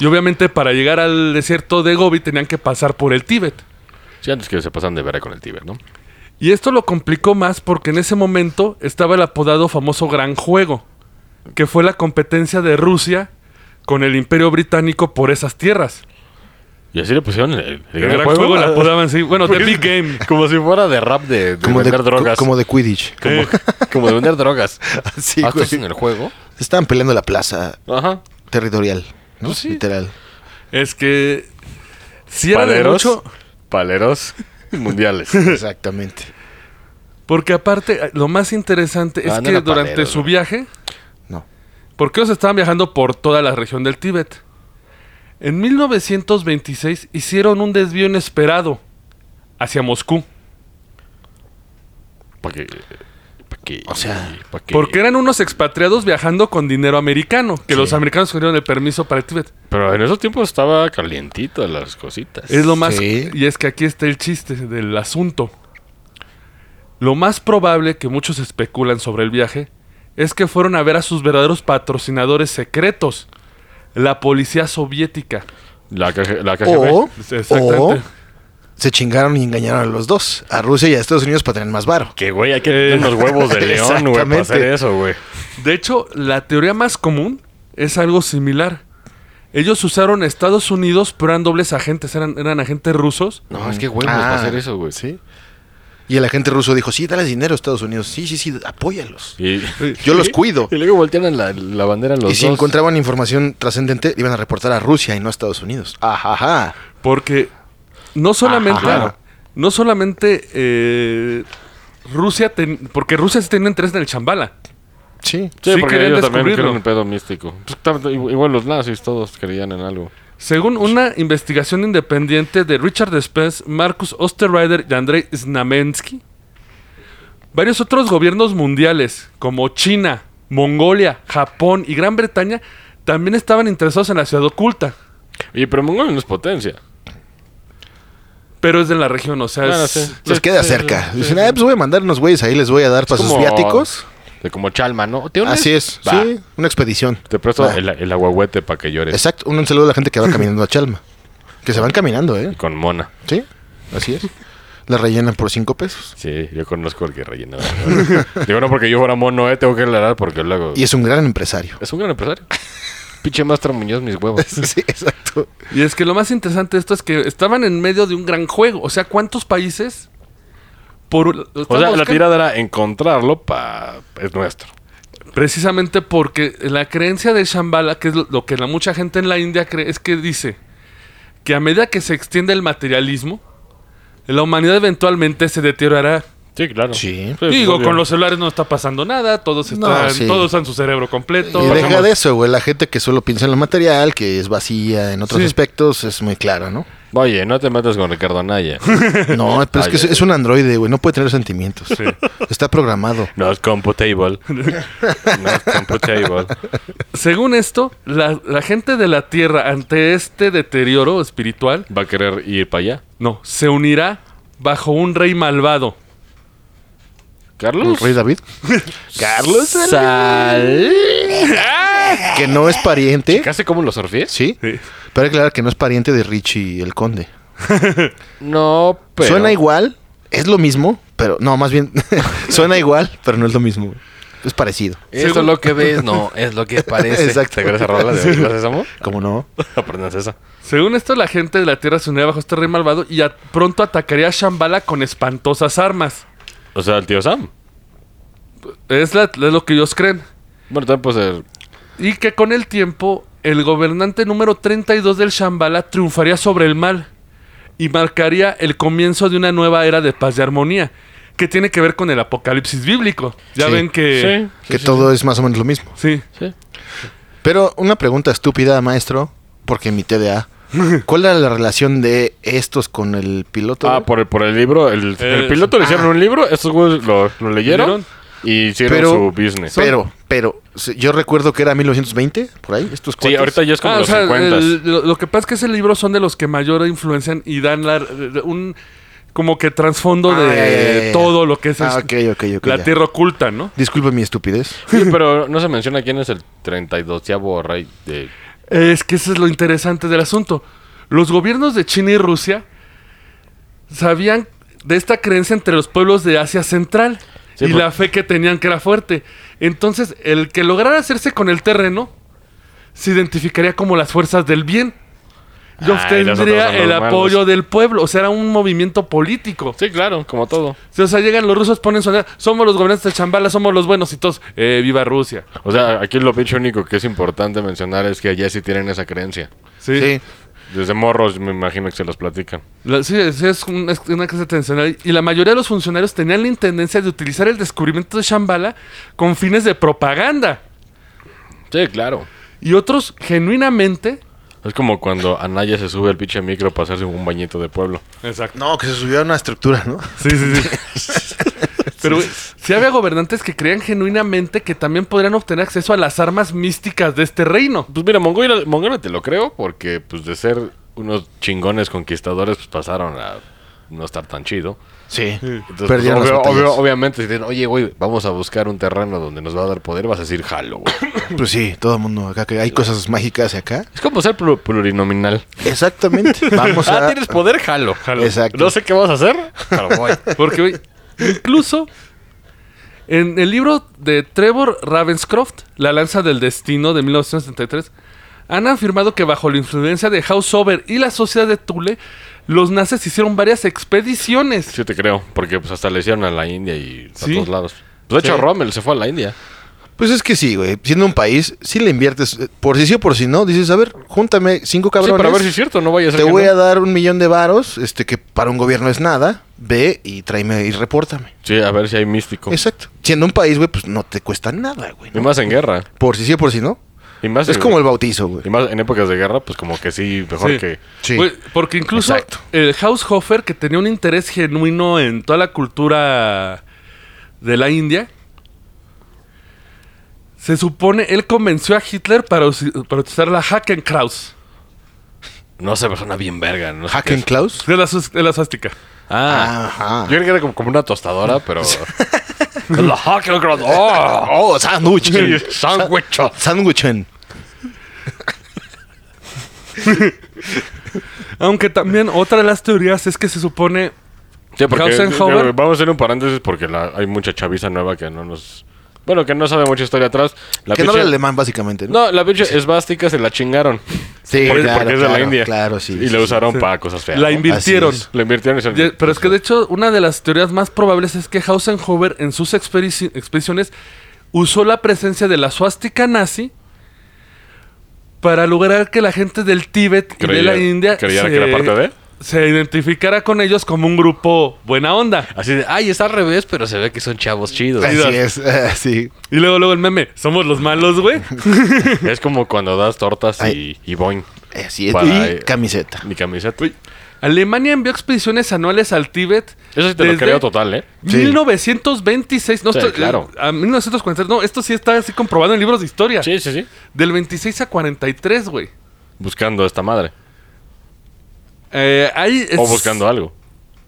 [SPEAKER 2] Y obviamente para llegar al desierto de Gobi tenían que pasar por el Tíbet.
[SPEAKER 4] Sí, antes que se pasan de verga con el Tíber, ¿no?
[SPEAKER 2] Y esto lo complicó más porque en ese momento estaba el apodado famoso Gran Juego, que fue la competencia de Rusia con el Imperio Británico por esas tierras.
[SPEAKER 4] Y así le pusieron el, el
[SPEAKER 2] El Gran Juego, la apodaban sí. Bueno, The Big Game.
[SPEAKER 4] Como si fuera de rap de, de
[SPEAKER 3] Como de,
[SPEAKER 4] vender drogas.
[SPEAKER 3] como de Quidditch.
[SPEAKER 4] Como, como de vender drogas.
[SPEAKER 3] Sí,
[SPEAKER 4] Ah, ¿esto
[SPEAKER 3] güey.
[SPEAKER 4] es en el juego?
[SPEAKER 3] Estaban peleando la plaza
[SPEAKER 4] Ajá.
[SPEAKER 3] territorial, ¿no?
[SPEAKER 4] Pues sí.
[SPEAKER 3] Literal.
[SPEAKER 2] Es que si era de
[SPEAKER 4] Paleros.
[SPEAKER 2] mucho,
[SPEAKER 4] Paleros mundiales.
[SPEAKER 3] Exactamente.
[SPEAKER 2] porque aparte eh, lo más interesante es
[SPEAKER 4] Ah, no
[SPEAKER 2] que
[SPEAKER 4] era
[SPEAKER 2] durante
[SPEAKER 4] paleros,
[SPEAKER 2] su
[SPEAKER 4] ¿no?
[SPEAKER 2] viaje,
[SPEAKER 3] No.
[SPEAKER 2] porque ellos estaban viajando por toda la región del Tíbet. En 1926 hicieron un desvío inesperado hacia Moscú.
[SPEAKER 4] Para que, pa' qué?
[SPEAKER 3] O sea,
[SPEAKER 4] ¿pa' qué?
[SPEAKER 2] Porque eran unos expatriados viajando con dinero americano, que los americanos dieron el permiso para Tíbet.
[SPEAKER 4] Pero en esos tiempos estaba calientito las cositas.
[SPEAKER 2] Es lo más.
[SPEAKER 3] Sí.
[SPEAKER 2] Y es que aquí está el chiste del asunto. Lo más probable que muchos especulan sobre el viaje es que fueron a ver a sus verdaderos patrocinadores secretos, la policía soviética.
[SPEAKER 4] La, KG la KGB.
[SPEAKER 3] O,
[SPEAKER 2] Exactamente.
[SPEAKER 3] o se chingaron y engañaron a los dos, a Rusia y a Estados Unidos para tener más varo.
[SPEAKER 4] Que, güey, hay que tener unos huevos de león, güey, para
[SPEAKER 3] Exactamente.
[SPEAKER 4] hacer eso, güey.
[SPEAKER 2] De hecho, la teoría más común es algo similar. Ellos usaron Estados Unidos, pero eran dobles agentes, eran, eran agentes rusos.
[SPEAKER 5] No, es que huevos
[SPEAKER 3] Ah,
[SPEAKER 5] va a hacer eso, güey.
[SPEAKER 3] Sí. Y el agente ruso dijo, sí, dale dinero a Estados Unidos. Sí, sí, sí, apóyalos.
[SPEAKER 4] Y,
[SPEAKER 3] Yo los cuido.
[SPEAKER 4] y luego voltearon la, la bandera los
[SPEAKER 3] Y si
[SPEAKER 4] dos.
[SPEAKER 3] encontraban información trascendente, iban a reportar a Rusia y no a Estados Unidos. Ajaja.
[SPEAKER 2] Porque no solamente,
[SPEAKER 3] Ajá.
[SPEAKER 2] no solamente eh, Rusia, ten- porque Rusia sí tenía interés en el chambala.
[SPEAKER 3] Sí.
[SPEAKER 4] Sí,
[SPEAKER 2] Sí
[SPEAKER 4] porque
[SPEAKER 2] querían
[SPEAKER 4] ellos también
[SPEAKER 2] descubrirlo.
[SPEAKER 4] creyeron en pedo místico. Pues, tam- Igual los nazis todos creían en algo.
[SPEAKER 2] Según una investigación independiente de Richard Spence, Marcus Osterreider y Andrei Znamensky, varios otros gobiernos mundiales, como China, Mongolia, Japón y Gran Bretaña, también estaban interesados en la ciudad oculta.
[SPEAKER 4] Oye, pero Mongolia no es potencia.
[SPEAKER 2] Pero es de la región, o sea,
[SPEAKER 4] Bueno,
[SPEAKER 2] es-
[SPEAKER 4] sí.
[SPEAKER 3] Les
[SPEAKER 4] Sí,
[SPEAKER 3] queda
[SPEAKER 4] sí,
[SPEAKER 3] cerca.
[SPEAKER 4] Este, sí, sí,
[SPEAKER 3] Dicen,
[SPEAKER 4] sí.
[SPEAKER 3] ah, pues voy a mandar unos güeyes ahí, les voy a dar para sus
[SPEAKER 4] Como-
[SPEAKER 3] viáticos.
[SPEAKER 4] De como Chalma, ¿no? ¿Te unes?
[SPEAKER 3] Así es.
[SPEAKER 4] Va.
[SPEAKER 3] Sí, una expedición.
[SPEAKER 4] Te presto
[SPEAKER 3] Va.
[SPEAKER 4] el, el aguagüete para que llores.
[SPEAKER 3] Exacto. Un saludo a la gente que va caminando a Chalma. Que se van caminando, ¿eh?
[SPEAKER 4] Y con mona.
[SPEAKER 3] Sí, así es. La rellenan por cinco pesos.
[SPEAKER 4] Sí, yo conozco al que rellena. Digo, no porque yo fuera mono, eh, tengo que aclarar porque luego...
[SPEAKER 3] Y es un gran empresario.
[SPEAKER 4] Es un gran empresario. Pinche Master Muñoz, mis huevos.
[SPEAKER 3] Sí, exacto.
[SPEAKER 2] Y es que lo más interesante de esto es que estaban en medio de un gran juego. O sea, ¿cuántos países? Por,
[SPEAKER 4] O
[SPEAKER 2] estaban
[SPEAKER 4] sea, la
[SPEAKER 2] buscando-
[SPEAKER 4] tirada era encontrarlo pa... Es nuestro.
[SPEAKER 2] Precisamente porque la creencia de Shambhala, que es lo, lo que la mucha gente en la India cree, es que dice que a medida que se extiende el materialismo, la humanidad eventualmente se deteriorará.
[SPEAKER 4] Sí, claro.
[SPEAKER 3] Sí.
[SPEAKER 2] Digo,
[SPEAKER 4] obvio.
[SPEAKER 2] con los celulares no está pasando nada, todos
[SPEAKER 3] No,
[SPEAKER 2] están,
[SPEAKER 3] sí.
[SPEAKER 2] todos usan su cerebro completo.
[SPEAKER 3] Y deja
[SPEAKER 2] Pasamos-
[SPEAKER 3] de eso, güey. La gente que solo piensa en lo material, que es vacía en otros
[SPEAKER 2] Sí.
[SPEAKER 3] aspectos, es muy clara, ¿no?
[SPEAKER 4] Oye, no te metas con Ricardo Anaya.
[SPEAKER 3] No, pero es que es,
[SPEAKER 4] Ay, ay,
[SPEAKER 3] es un androide, güey. No puede tener sentimientos.
[SPEAKER 2] Sí.
[SPEAKER 3] Está programado.
[SPEAKER 4] No es computable. No es computable.
[SPEAKER 2] Según esto, la, la gente de la Tierra ante este deterioro espiritual,
[SPEAKER 4] Va a querer ir para allá.
[SPEAKER 2] no, se unirá bajo un rey malvado.
[SPEAKER 3] El
[SPEAKER 4] ¿Carlos?
[SPEAKER 3] rey David. Carlos.
[SPEAKER 4] Sal.
[SPEAKER 3] Que no es pariente.
[SPEAKER 4] ¿Casi como los surfíes?
[SPEAKER 3] Sí.
[SPEAKER 2] Sí.
[SPEAKER 3] Pero aclarar que no es pariente de Richie el conde.
[SPEAKER 4] No, pero...
[SPEAKER 3] Suena igual, es lo mismo, pero no, más bien suena igual, pero no es lo mismo. güey. Es parecido.
[SPEAKER 5] Eso es lo que ves, no, es lo que parece.
[SPEAKER 3] Exacto.
[SPEAKER 4] ¿Te acuerdas esa rola de Los Sésamo?
[SPEAKER 3] ¿Cómo no?
[SPEAKER 4] Aprendas esa.
[SPEAKER 2] Según esto, la gente de la Tierra se unirá bajo este rey malvado y a- pronto atacaría a Shambhala con espantosas armas.
[SPEAKER 4] O sea, el tío Sam.
[SPEAKER 2] Es, la- es lo que ellos creen.
[SPEAKER 4] Bueno, también puede ser...
[SPEAKER 2] Y que con el tiempo, el gobernante número 32 del Shambhala triunfaría sobre el mal y marcaría el comienzo de una nueva era de paz y armonía, que tiene que ver con el apocalipsis bíblico. Ya
[SPEAKER 3] Sí.
[SPEAKER 2] ven que...
[SPEAKER 4] Sí,
[SPEAKER 3] que
[SPEAKER 4] sí,
[SPEAKER 3] todo es más o menos lo mismo.
[SPEAKER 2] Sí.
[SPEAKER 4] sí.
[SPEAKER 3] Pero una pregunta estúpida, maestro, porque mi TDA. ¿Cuál era la relación de estos con el piloto?
[SPEAKER 4] Ah,
[SPEAKER 3] güey?
[SPEAKER 4] por el, por el libro. El, el
[SPEAKER 2] Eh,
[SPEAKER 4] piloto le hicieron un libro, estos güeyes lo, lo leyeron
[SPEAKER 2] ¿Leyeron?
[SPEAKER 4] y hicieron
[SPEAKER 3] Pero-
[SPEAKER 4] su business.
[SPEAKER 3] pero, pero, se- yo recuerdo que era 1920, por ahí, estos
[SPEAKER 4] sí,
[SPEAKER 3] cuates.
[SPEAKER 4] ahorita ya es como
[SPEAKER 2] Ah, o
[SPEAKER 4] los
[SPEAKER 2] sea,
[SPEAKER 4] 50.
[SPEAKER 2] el- lo, lo que pasa es que ese libro son de los que mayor influencian y dan la- un como que trasfondo
[SPEAKER 3] Ah,
[SPEAKER 2] de
[SPEAKER 3] ya, ya, ya, ya.
[SPEAKER 2] todo lo que es
[SPEAKER 3] Ah,
[SPEAKER 2] este-
[SPEAKER 3] ok, ok, ok,
[SPEAKER 2] la
[SPEAKER 3] ya.
[SPEAKER 2] tierra oculta, ¿no?
[SPEAKER 3] Disculpe mi estupidez.
[SPEAKER 4] Sí, pero no se menciona quién es el 32 rey de...
[SPEAKER 2] Es que eso es lo interesante del asunto. Los gobiernos de China y Rusia sabían de esta creencia entre los pueblos de Asia Central
[SPEAKER 4] Sí,
[SPEAKER 2] y
[SPEAKER 4] por-
[SPEAKER 2] la fe que tenían que era fuerte. Entonces, el que lograra hacerse con el terreno se identificaría como las fuerzas del bien. Y
[SPEAKER 4] Ah, y los otros
[SPEAKER 2] obtendría
[SPEAKER 4] son los
[SPEAKER 2] el
[SPEAKER 4] malos.
[SPEAKER 2] apoyo del pueblo. O sea, era un movimiento político.
[SPEAKER 4] Sí, claro, como todo.
[SPEAKER 2] O sea, llegan los rusos, ponen su... Somos los gobernantes de Chambala, somos los buenos y todos... "Eh, viva Rusia.
[SPEAKER 4] O sea, aquí lo pinche único que es importante mencionar es que allá sí tienen esa creencia.
[SPEAKER 2] Sí.
[SPEAKER 3] Sí.
[SPEAKER 4] Desde morros me imagino que se los platican.
[SPEAKER 2] La- sí, sí, es, un- es una clase tensional. Y la mayoría de los funcionarios tenían la intendencia de utilizar el descubrimiento de Shambhala con fines de propaganda.
[SPEAKER 4] Sí, claro.
[SPEAKER 2] Y otros, genuinamente.
[SPEAKER 4] Es como cuando Anaya se sube al pinche micro para hacerse un bañito de pueblo.
[SPEAKER 2] Exacto.
[SPEAKER 3] No, que se subió a una estructura, ¿no?
[SPEAKER 2] Sí, sí, sí. Pero güey, Si había gobernantes que creían genuinamente que también podrían obtener acceso a las armas místicas de este reino.
[SPEAKER 4] Pues mira, Mongolia, Mongolia te lo creo, porque pues de ser unos chingones conquistadores, pues pasaron a no estar tan chido.
[SPEAKER 3] Sí.
[SPEAKER 4] Entonces,
[SPEAKER 3] Perdieron
[SPEAKER 4] pues,
[SPEAKER 3] las
[SPEAKER 4] obvio-
[SPEAKER 3] batallas.
[SPEAKER 4] obvio- obviamente, si dicen, oye, güey, vamos a buscar un terreno donde nos va a dar poder, vas a decir jalo, güey.
[SPEAKER 3] Pues sí, todo el mundo acá que hay cosas mágicas acá.
[SPEAKER 4] Es como ser plur- plurinominal.
[SPEAKER 3] Exactamente. Vamos a
[SPEAKER 4] ah, tienes poder, jalo. jalo.
[SPEAKER 3] Exacto.
[SPEAKER 4] No sé qué vas a hacer, pero voy.
[SPEAKER 2] Porque güey, incluso en el libro de Trevor Ravenscroft, La lanza del destino de 1973, han afirmado que bajo la influencia de Hausover y la sociedad de Thule, los nazis hicieron varias expediciones.
[SPEAKER 4] Sí te creo, porque pues hasta le hicieron a la India y
[SPEAKER 2] Sí.
[SPEAKER 4] a todos lados. Pues de hecho
[SPEAKER 3] Sí.
[SPEAKER 4] Rommel se fue a la India.
[SPEAKER 3] Pues es que sí, güey. Siendo un país, si le inviertes, eh, por si sí o por si no, dices, a ver, júntame cinco
[SPEAKER 4] Sí,
[SPEAKER 3] cabrones.
[SPEAKER 4] para ver si es cierto, no vaya a ser
[SPEAKER 3] Te
[SPEAKER 4] que
[SPEAKER 3] voy
[SPEAKER 4] no.
[SPEAKER 3] a dar un millón de varos, este, que para un gobierno es nada. Ve y tráeme y repórtame.
[SPEAKER 4] Sí, a ver si hay místico.
[SPEAKER 3] Exacto. Siendo un país, güey, pues no te cuesta nada, güey.
[SPEAKER 4] Y más en guerra.
[SPEAKER 3] Por si sí o por si no.
[SPEAKER 4] Y más
[SPEAKER 3] Es
[SPEAKER 4] en-
[SPEAKER 3] como el bautizo, güey.
[SPEAKER 4] Y más en épocas de guerra, pues como que sí, mejor
[SPEAKER 2] Sí.
[SPEAKER 4] que...
[SPEAKER 3] Sí.
[SPEAKER 2] Güey, porque incluso
[SPEAKER 3] Exacto.
[SPEAKER 2] el Haushofer, que tenía un interés genuino en toda la cultura de la India, se supone él convenció a Hitler para, usi- para utilizar la Hakenkraus,
[SPEAKER 4] No sé, persona bien verga. No sé qué
[SPEAKER 3] Hacken
[SPEAKER 4] es.
[SPEAKER 3] Klaus.
[SPEAKER 2] que es la, sus- es la suástica.
[SPEAKER 3] Ajá.
[SPEAKER 4] Yo creo que era como, como una tostadora, pero... la Hacken Cross. ¡Oh!
[SPEAKER 3] Oh, sándwich.
[SPEAKER 4] Sándwich.
[SPEAKER 3] Sándwichen.
[SPEAKER 2] Aunque también otra de las teorías es que se supone
[SPEAKER 4] Sí, porque
[SPEAKER 2] Hausenhower.
[SPEAKER 4] eh, vamos a hacer un paréntesis porque la- hay mucha chaviza nueva que no nos... Bueno, que no sabe mucha historia atrás. La
[SPEAKER 3] que no
[SPEAKER 4] pinche-
[SPEAKER 3] habla alemán, básicamente, ¿no?
[SPEAKER 4] No, la pinche esvástica se la chingaron.
[SPEAKER 3] Sí,
[SPEAKER 4] Por- porque,
[SPEAKER 3] claro,
[SPEAKER 4] es de la
[SPEAKER 3] claro,
[SPEAKER 4] India.
[SPEAKER 3] claro, sí,
[SPEAKER 4] Y
[SPEAKER 3] sí,
[SPEAKER 4] la
[SPEAKER 3] sí.
[SPEAKER 4] usaron para cosas feas.
[SPEAKER 2] la
[SPEAKER 4] ¿no?
[SPEAKER 2] invirtieron.
[SPEAKER 3] Así es.
[SPEAKER 4] La invirtieron y se-
[SPEAKER 2] Ya- Pero es que de hecho una de las teorías más probables es que Hausenhofer en sus expedici- expediciones usó la presencia de la suástica nazi para lograr que la gente del Tíbet y de
[SPEAKER 4] Creía-
[SPEAKER 2] la India
[SPEAKER 4] creyera que era parte de.
[SPEAKER 2] se identificara con ellos como un grupo buena onda.
[SPEAKER 5] Así de, ay, está al revés, pero se ve que son chavos chidos.
[SPEAKER 3] Así es, así.
[SPEAKER 2] Y luego luego el meme, somos los malos, güey.
[SPEAKER 4] Es como cuando das tortas y,
[SPEAKER 3] Ay.
[SPEAKER 4] y boing.
[SPEAKER 3] Así es.
[SPEAKER 4] Para, eh,
[SPEAKER 3] y camiseta.
[SPEAKER 4] Mi camiseta. Uy,
[SPEAKER 2] Alemania envió expediciones anuales al Tíbet.
[SPEAKER 4] Eso sí te lo
[SPEAKER 2] desde
[SPEAKER 4] creo total, ¿eh?
[SPEAKER 3] Sí.
[SPEAKER 2] 1926, no
[SPEAKER 4] Sí,
[SPEAKER 2] estoy- eh,
[SPEAKER 4] claro.
[SPEAKER 2] A 1943, no, esto sí está así comprobado en libros de historia.
[SPEAKER 4] Sí, sí, sí.
[SPEAKER 2] Del 26 a 43, güey.
[SPEAKER 4] Buscando esta madre.
[SPEAKER 2] Eh, ahí es-
[SPEAKER 4] O buscando algo.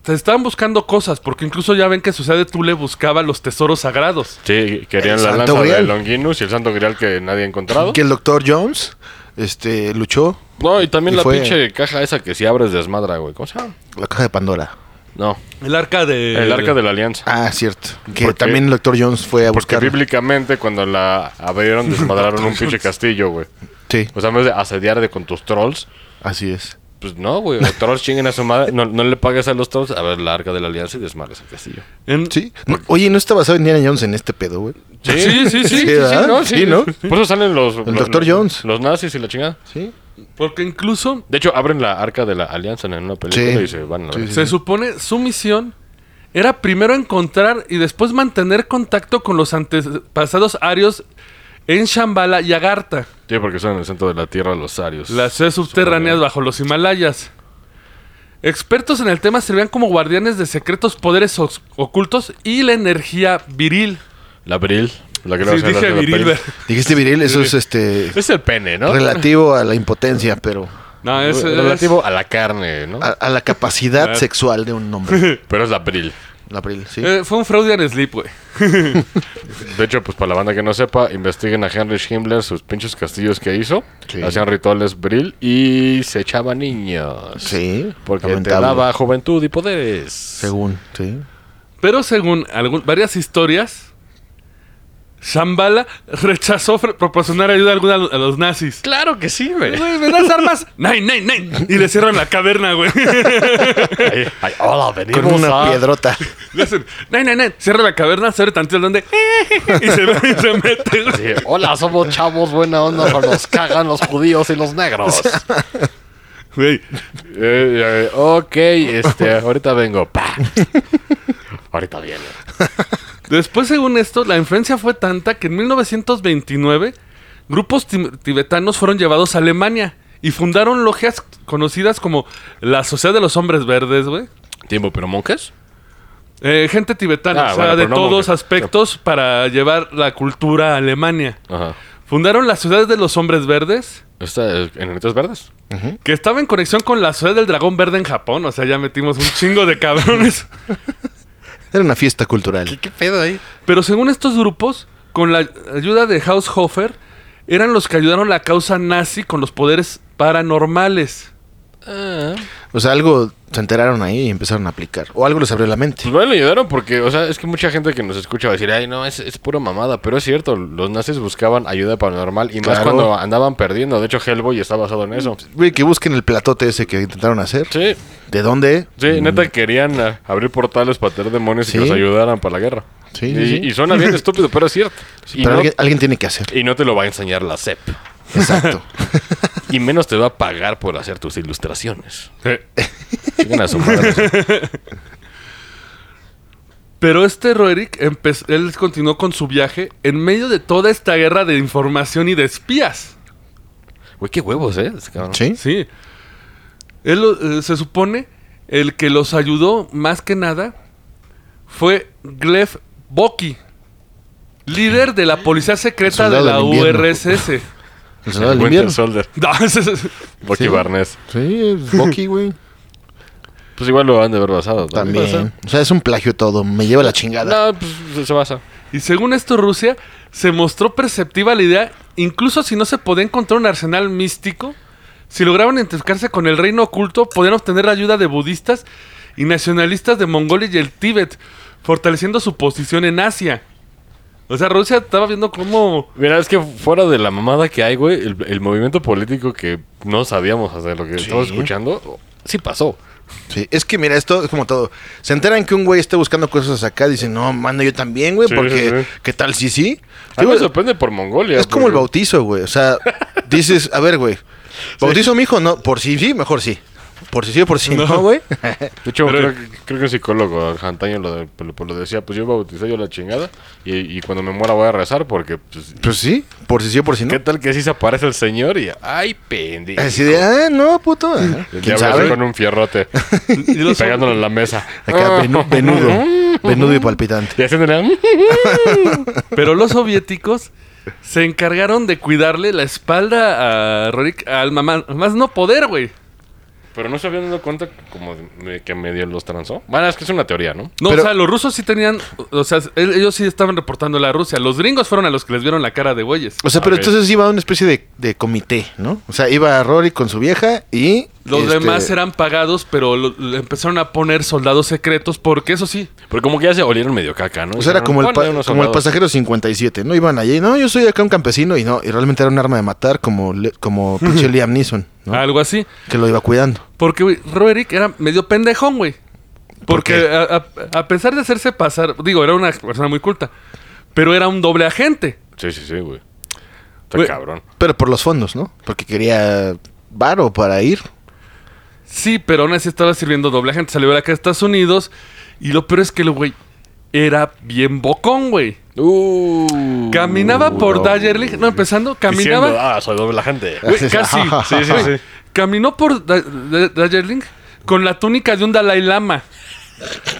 [SPEAKER 2] Se estaban buscando cosas, porque incluso ya ven que su sede Tule buscaba los tesoros sagrados.
[SPEAKER 4] Sí, querían
[SPEAKER 3] El
[SPEAKER 4] la
[SPEAKER 3] Santo
[SPEAKER 4] lanza de
[SPEAKER 3] Grial.
[SPEAKER 4] Longinus y el santo grial que nadie ha encontrado.
[SPEAKER 3] Que el doctor Jones este, luchó
[SPEAKER 4] No, y también
[SPEAKER 3] Y
[SPEAKER 4] la
[SPEAKER 3] fue-
[SPEAKER 4] pinche caja esa que si abres desmadra, güey. ¿Cómo se llama?
[SPEAKER 3] la caja de Pandora.
[SPEAKER 4] No.
[SPEAKER 2] El arca de.
[SPEAKER 4] El arca de la alianza.
[SPEAKER 3] Ah, cierto. Que
[SPEAKER 4] ¿Por qué?
[SPEAKER 3] también el doctor Jones fue a
[SPEAKER 4] Porque
[SPEAKER 3] buscar.
[SPEAKER 4] bíblicamente cuando la abrieron desmadraron un pinche castillo, güey.
[SPEAKER 3] Sí,
[SPEAKER 4] O sea, en vez de asediar de con tus trolls,
[SPEAKER 3] así es.
[SPEAKER 4] pues no, güey. Los trolls chinguen a su madre. No, no le pagues a los trolls. A ver, la arca de la alianza y desmadres el castillo.
[SPEAKER 2] En-
[SPEAKER 3] Sí. No, oye, ¿no está basado en Indiana Jones en este pedo, güey?
[SPEAKER 2] Sí, sí, sí. sí, sí,
[SPEAKER 3] ¿verdad?
[SPEAKER 2] no, sí.
[SPEAKER 3] Sí, ¿no?
[SPEAKER 4] Por eso salen los...
[SPEAKER 3] El
[SPEAKER 4] los-
[SPEAKER 3] Dr. Jones.
[SPEAKER 4] Los nazis y la chingada.
[SPEAKER 3] Sí.
[SPEAKER 2] Porque incluso
[SPEAKER 4] De hecho, abren la arca de la alianza en una película
[SPEAKER 3] Sí.
[SPEAKER 4] y se van a la...
[SPEAKER 3] Sí, sí.
[SPEAKER 2] se supone su misión era primero encontrar y después mantener contacto con los antepasados arios en Shambhala y Agartha,
[SPEAKER 4] Sí, porque son en el centro de la tierra los arios.
[SPEAKER 2] las sedes subterráneas bajo los Himalayas. Expertos en el tema servían como guardianes de secretos poderes os- ocultos y la energía viril.
[SPEAKER 4] La bril. La que le
[SPEAKER 2] Sí,
[SPEAKER 4] vas a hablar
[SPEAKER 2] dije
[SPEAKER 4] de la
[SPEAKER 2] viril.
[SPEAKER 4] peril.
[SPEAKER 2] ¿verdad?
[SPEAKER 3] Dijiste viril, eso es este
[SPEAKER 4] Es el pene, ¿no?
[SPEAKER 3] relativo a la impotencia, pero
[SPEAKER 2] No, Ah, es, es-
[SPEAKER 4] Relativo a la carne, ¿no?
[SPEAKER 3] a, a la capacidad sexual de un hombre.
[SPEAKER 4] Pero es la bril.
[SPEAKER 3] La bril, sí.
[SPEAKER 2] eh, fue un fraude en Sleep, güey.
[SPEAKER 4] De hecho, pues para la banda que no sepa, investiguen a Heinrich Himmler, sus pinches castillos que hizo.
[SPEAKER 3] Sí.
[SPEAKER 4] Hacían rituales bril y se echaba niños.
[SPEAKER 3] Sí.
[SPEAKER 4] Porque te
[SPEAKER 3] lamentable,
[SPEAKER 4] daba juventud y poderes.
[SPEAKER 3] Según, sí.
[SPEAKER 2] Pero según algún- varias historias, Shambhala rechazó fre- proporcionar ayuda alguna a lo- a los nazis.
[SPEAKER 4] Claro que sí, güey.
[SPEAKER 2] Güey, ¿me das armas? Nein, nein, nein. Y le cierran la caverna, güey.
[SPEAKER 4] Ay, ay, hola, venimos
[SPEAKER 3] Con una
[SPEAKER 4] a-
[SPEAKER 3] piedrota.
[SPEAKER 2] Le hacen, nein, nein, nein. Cierra la caverna, se abre tantito el donde. Y se, ve- y se mete, güey.
[SPEAKER 4] Sí, hola, somos chavos buena onda, pero nos cagan los judíos y los negros.
[SPEAKER 2] Güey,
[SPEAKER 4] Eh, eh, ok, este, ahorita vengo. Pa. Ahorita viene.
[SPEAKER 2] Después, según esto, la influencia fue tanta que en 1929 grupos tim- tibetanos fueron llevados a Alemania y fundaron logias conocidas como la Sociedad de los Hombres Verdes, güey.
[SPEAKER 4] ¿Tiempo, pero monjes?
[SPEAKER 2] Eh, gente tibetana,
[SPEAKER 4] Ah,
[SPEAKER 2] o sea,
[SPEAKER 4] bueno,
[SPEAKER 2] de
[SPEAKER 4] pero no
[SPEAKER 2] todos
[SPEAKER 4] monje.
[SPEAKER 2] aspectos para llevar la cultura a Alemania.
[SPEAKER 4] Ajá.
[SPEAKER 2] Fundaron las ciudades de los hombres verdes,
[SPEAKER 4] Está eh, en Enanitos Verdes.
[SPEAKER 2] que estaba en conexión con la ciudad del dragón verde en Japón. O sea, ya metimos un chingo de cabrones.
[SPEAKER 3] Era una fiesta cultural.
[SPEAKER 5] ¿Qué, qué pedo ahí?
[SPEAKER 2] Pero según estos grupos, con la ayuda de Haushofer, eran los que ayudaron la causa nazi con los poderes paranormales.
[SPEAKER 5] Ah,
[SPEAKER 3] O sea, algo se enteraron ahí y empezaron a aplicar. O algo les abrió la mente.
[SPEAKER 4] Pues bueno, le ayudaron porque, o sea, es que mucha gente que nos escucha va a decir, ay, no, es, es pura mamada. Pero es cierto, los nazis buscaban ayuda paranormal y más
[SPEAKER 3] Claro.
[SPEAKER 4] cuando andaban perdiendo. De hecho, Hellboy está basado en eso.
[SPEAKER 3] Güey, que busquen el platote ese que intentaron hacer.
[SPEAKER 4] Sí,
[SPEAKER 3] ¿De dónde?
[SPEAKER 4] sí, neta querían eh, abrir portales para tener demonios y que
[SPEAKER 3] Sí.
[SPEAKER 4] los ayudaran para la guerra.
[SPEAKER 3] Sí,
[SPEAKER 4] y,
[SPEAKER 3] sí, sí.
[SPEAKER 4] y suena bien estúpido, pero es cierto. Y
[SPEAKER 3] Pero
[SPEAKER 4] no-
[SPEAKER 3] alguien, alguien tiene que hacer.
[SPEAKER 4] y no te lo va a enseñar la CEP.
[SPEAKER 3] Exacto.
[SPEAKER 4] Y menos te va a pagar por hacer tus ilustraciones.
[SPEAKER 2] Eh,
[SPEAKER 4] Siguen a su madre.
[SPEAKER 2] Pero este Roerick, empe- él continuó con su viaje en medio de toda esta guerra de información y de espías.
[SPEAKER 4] Güey, qué huevos, ¿eh? Ese cabrón.
[SPEAKER 3] ¿Sí?
[SPEAKER 2] Sí. Él lo- eh, se supone el que los ayudó más que nada fue Glef Boki, líder de la policía secreta de
[SPEAKER 3] Soldado
[SPEAKER 2] la
[SPEAKER 3] del invierno.
[SPEAKER 2] URSS.
[SPEAKER 3] El soldado
[SPEAKER 4] El
[SPEAKER 3] del
[SPEAKER 4] Winter
[SPEAKER 3] invierno.
[SPEAKER 4] Soldier.
[SPEAKER 2] No, ese es-
[SPEAKER 4] Bucky
[SPEAKER 3] Sí.
[SPEAKER 4] Barnes.
[SPEAKER 3] Sí, es Bucky, güey.
[SPEAKER 4] Pues igual lo han de ver basado. También.
[SPEAKER 3] También. O sea, es un plagio todo. Me lleva la chingada.
[SPEAKER 4] No, pues se- se basa.
[SPEAKER 2] Y según esto, Rusia se mostró perceptiva la idea, incluso si no se podía encontrar un arsenal místico, si lograban identificarse con el reino oculto, podían obtener la ayuda de budistas y nacionalistas de Mongolia y el Tíbet, fortaleciendo su posición en Asia. O sea, Rusia estaba viendo cómo...
[SPEAKER 4] Mira, es que fuera de la mamada que hay, güey, el, el movimiento político que no sabíamos hacer, lo que
[SPEAKER 3] Sí.
[SPEAKER 4] estamos escuchando, sí pasó.
[SPEAKER 3] Sí, es que mira, esto es como todo. Se enteran que un güey está buscando cosas acá. Dicen, no, manda yo también, güey,
[SPEAKER 4] Sí,
[SPEAKER 3] porque
[SPEAKER 4] sí, sí.
[SPEAKER 3] ¿qué tal si sí?
[SPEAKER 4] A mí
[SPEAKER 3] Digo,
[SPEAKER 4] me sorprende por Mongolia.
[SPEAKER 3] es como el
[SPEAKER 4] porque-
[SPEAKER 3] bautizo, güey. O sea, dices, a ver, güey, ¿bautizo a mi hijo? No, por si sí, mejor sí. Por si sí o por si no, güey.
[SPEAKER 4] De hecho, creo, que- creo que un psicólogo antaño lo, de- lo- lo decía, pues yo bauticé yo la chingada y, y cuando me muera voy a rezar porque, pues,
[SPEAKER 3] Pues sí, por si sí o por si no.
[SPEAKER 4] ¿qué tal que si se aparece el señor y, ay, pendejo?
[SPEAKER 3] Así de, ah, no, puto. ah,
[SPEAKER 4] El
[SPEAKER 3] ¿Quién
[SPEAKER 4] diablo así
[SPEAKER 3] sabe?
[SPEAKER 4] ¿eh? con un fierrote
[SPEAKER 2] y los-
[SPEAKER 4] pegándolo en la mesa. Ah.
[SPEAKER 3] Acá, venu- venudo. Venudo y palpitante.
[SPEAKER 4] Y haciéndole... "Mm".
[SPEAKER 2] pero los soviéticos se encargaron de cuidarle la espalda a Rorik al mamá. Más no poder, güey.
[SPEAKER 4] Pero no se habían dado cuenta como de que medio los transó. Bueno, es que es una teoría, ¿no?
[SPEAKER 2] No,
[SPEAKER 3] Pero-
[SPEAKER 2] o sea, los rusos sí tenían... O sea, el- ellos sí estaban reportando a la Rusia. Los gringos fueron a los que les vieron la cara de güeyes.
[SPEAKER 3] O sea, pero
[SPEAKER 4] Ok.
[SPEAKER 3] entonces iba a una especie de, de comité, ¿no? O sea, iba Rory con su vieja y...
[SPEAKER 2] Los
[SPEAKER 3] este,
[SPEAKER 2] demás eran pagados, pero lo- le empezaron a poner soldados secretos porque eso sí.
[SPEAKER 4] Pero como que ya se olieron medio caca, ¿no?
[SPEAKER 3] O sea, era como el, pa-
[SPEAKER 4] Ponle unos
[SPEAKER 3] como el
[SPEAKER 4] soldados.
[SPEAKER 3] pasajero 57, ¿no? Iban allí, no, yo soy acá un campesino y no, y realmente era un arma de matar como, le- como pinche Liam Neeson, ¿no?
[SPEAKER 4] Ah.
[SPEAKER 2] Algo así.
[SPEAKER 3] Que lo iba cuidando.
[SPEAKER 2] Porque, güey, Roerick era medio pendejón, güey.
[SPEAKER 3] ¿Por
[SPEAKER 2] Porque
[SPEAKER 3] qué?
[SPEAKER 2] a, a- a pesar de hacerse pasar, digo, era una persona muy culta, pero era un doble agente.
[SPEAKER 4] Sí, sí, sí, güey. Está
[SPEAKER 2] Güey.
[SPEAKER 4] cabrón.
[SPEAKER 3] Pero por los fondos, ¿no? Porque quería varo para ir.
[SPEAKER 2] Sí, pero aún así estaba sirviendo doble agente. Salió de acá a Estados Unidos y lo peor es que el güey era bien bocón, güey.
[SPEAKER 4] Uh,
[SPEAKER 2] Caminaba por Dayerlich, no, empezando, caminaba...
[SPEAKER 4] Diciendo, ah, soy doble agente.
[SPEAKER 2] Güey, casi.
[SPEAKER 3] Sí, sí,
[SPEAKER 2] Güey, Caminó por Da- Da- Darjeeling con la túnica de un Dalai Lama.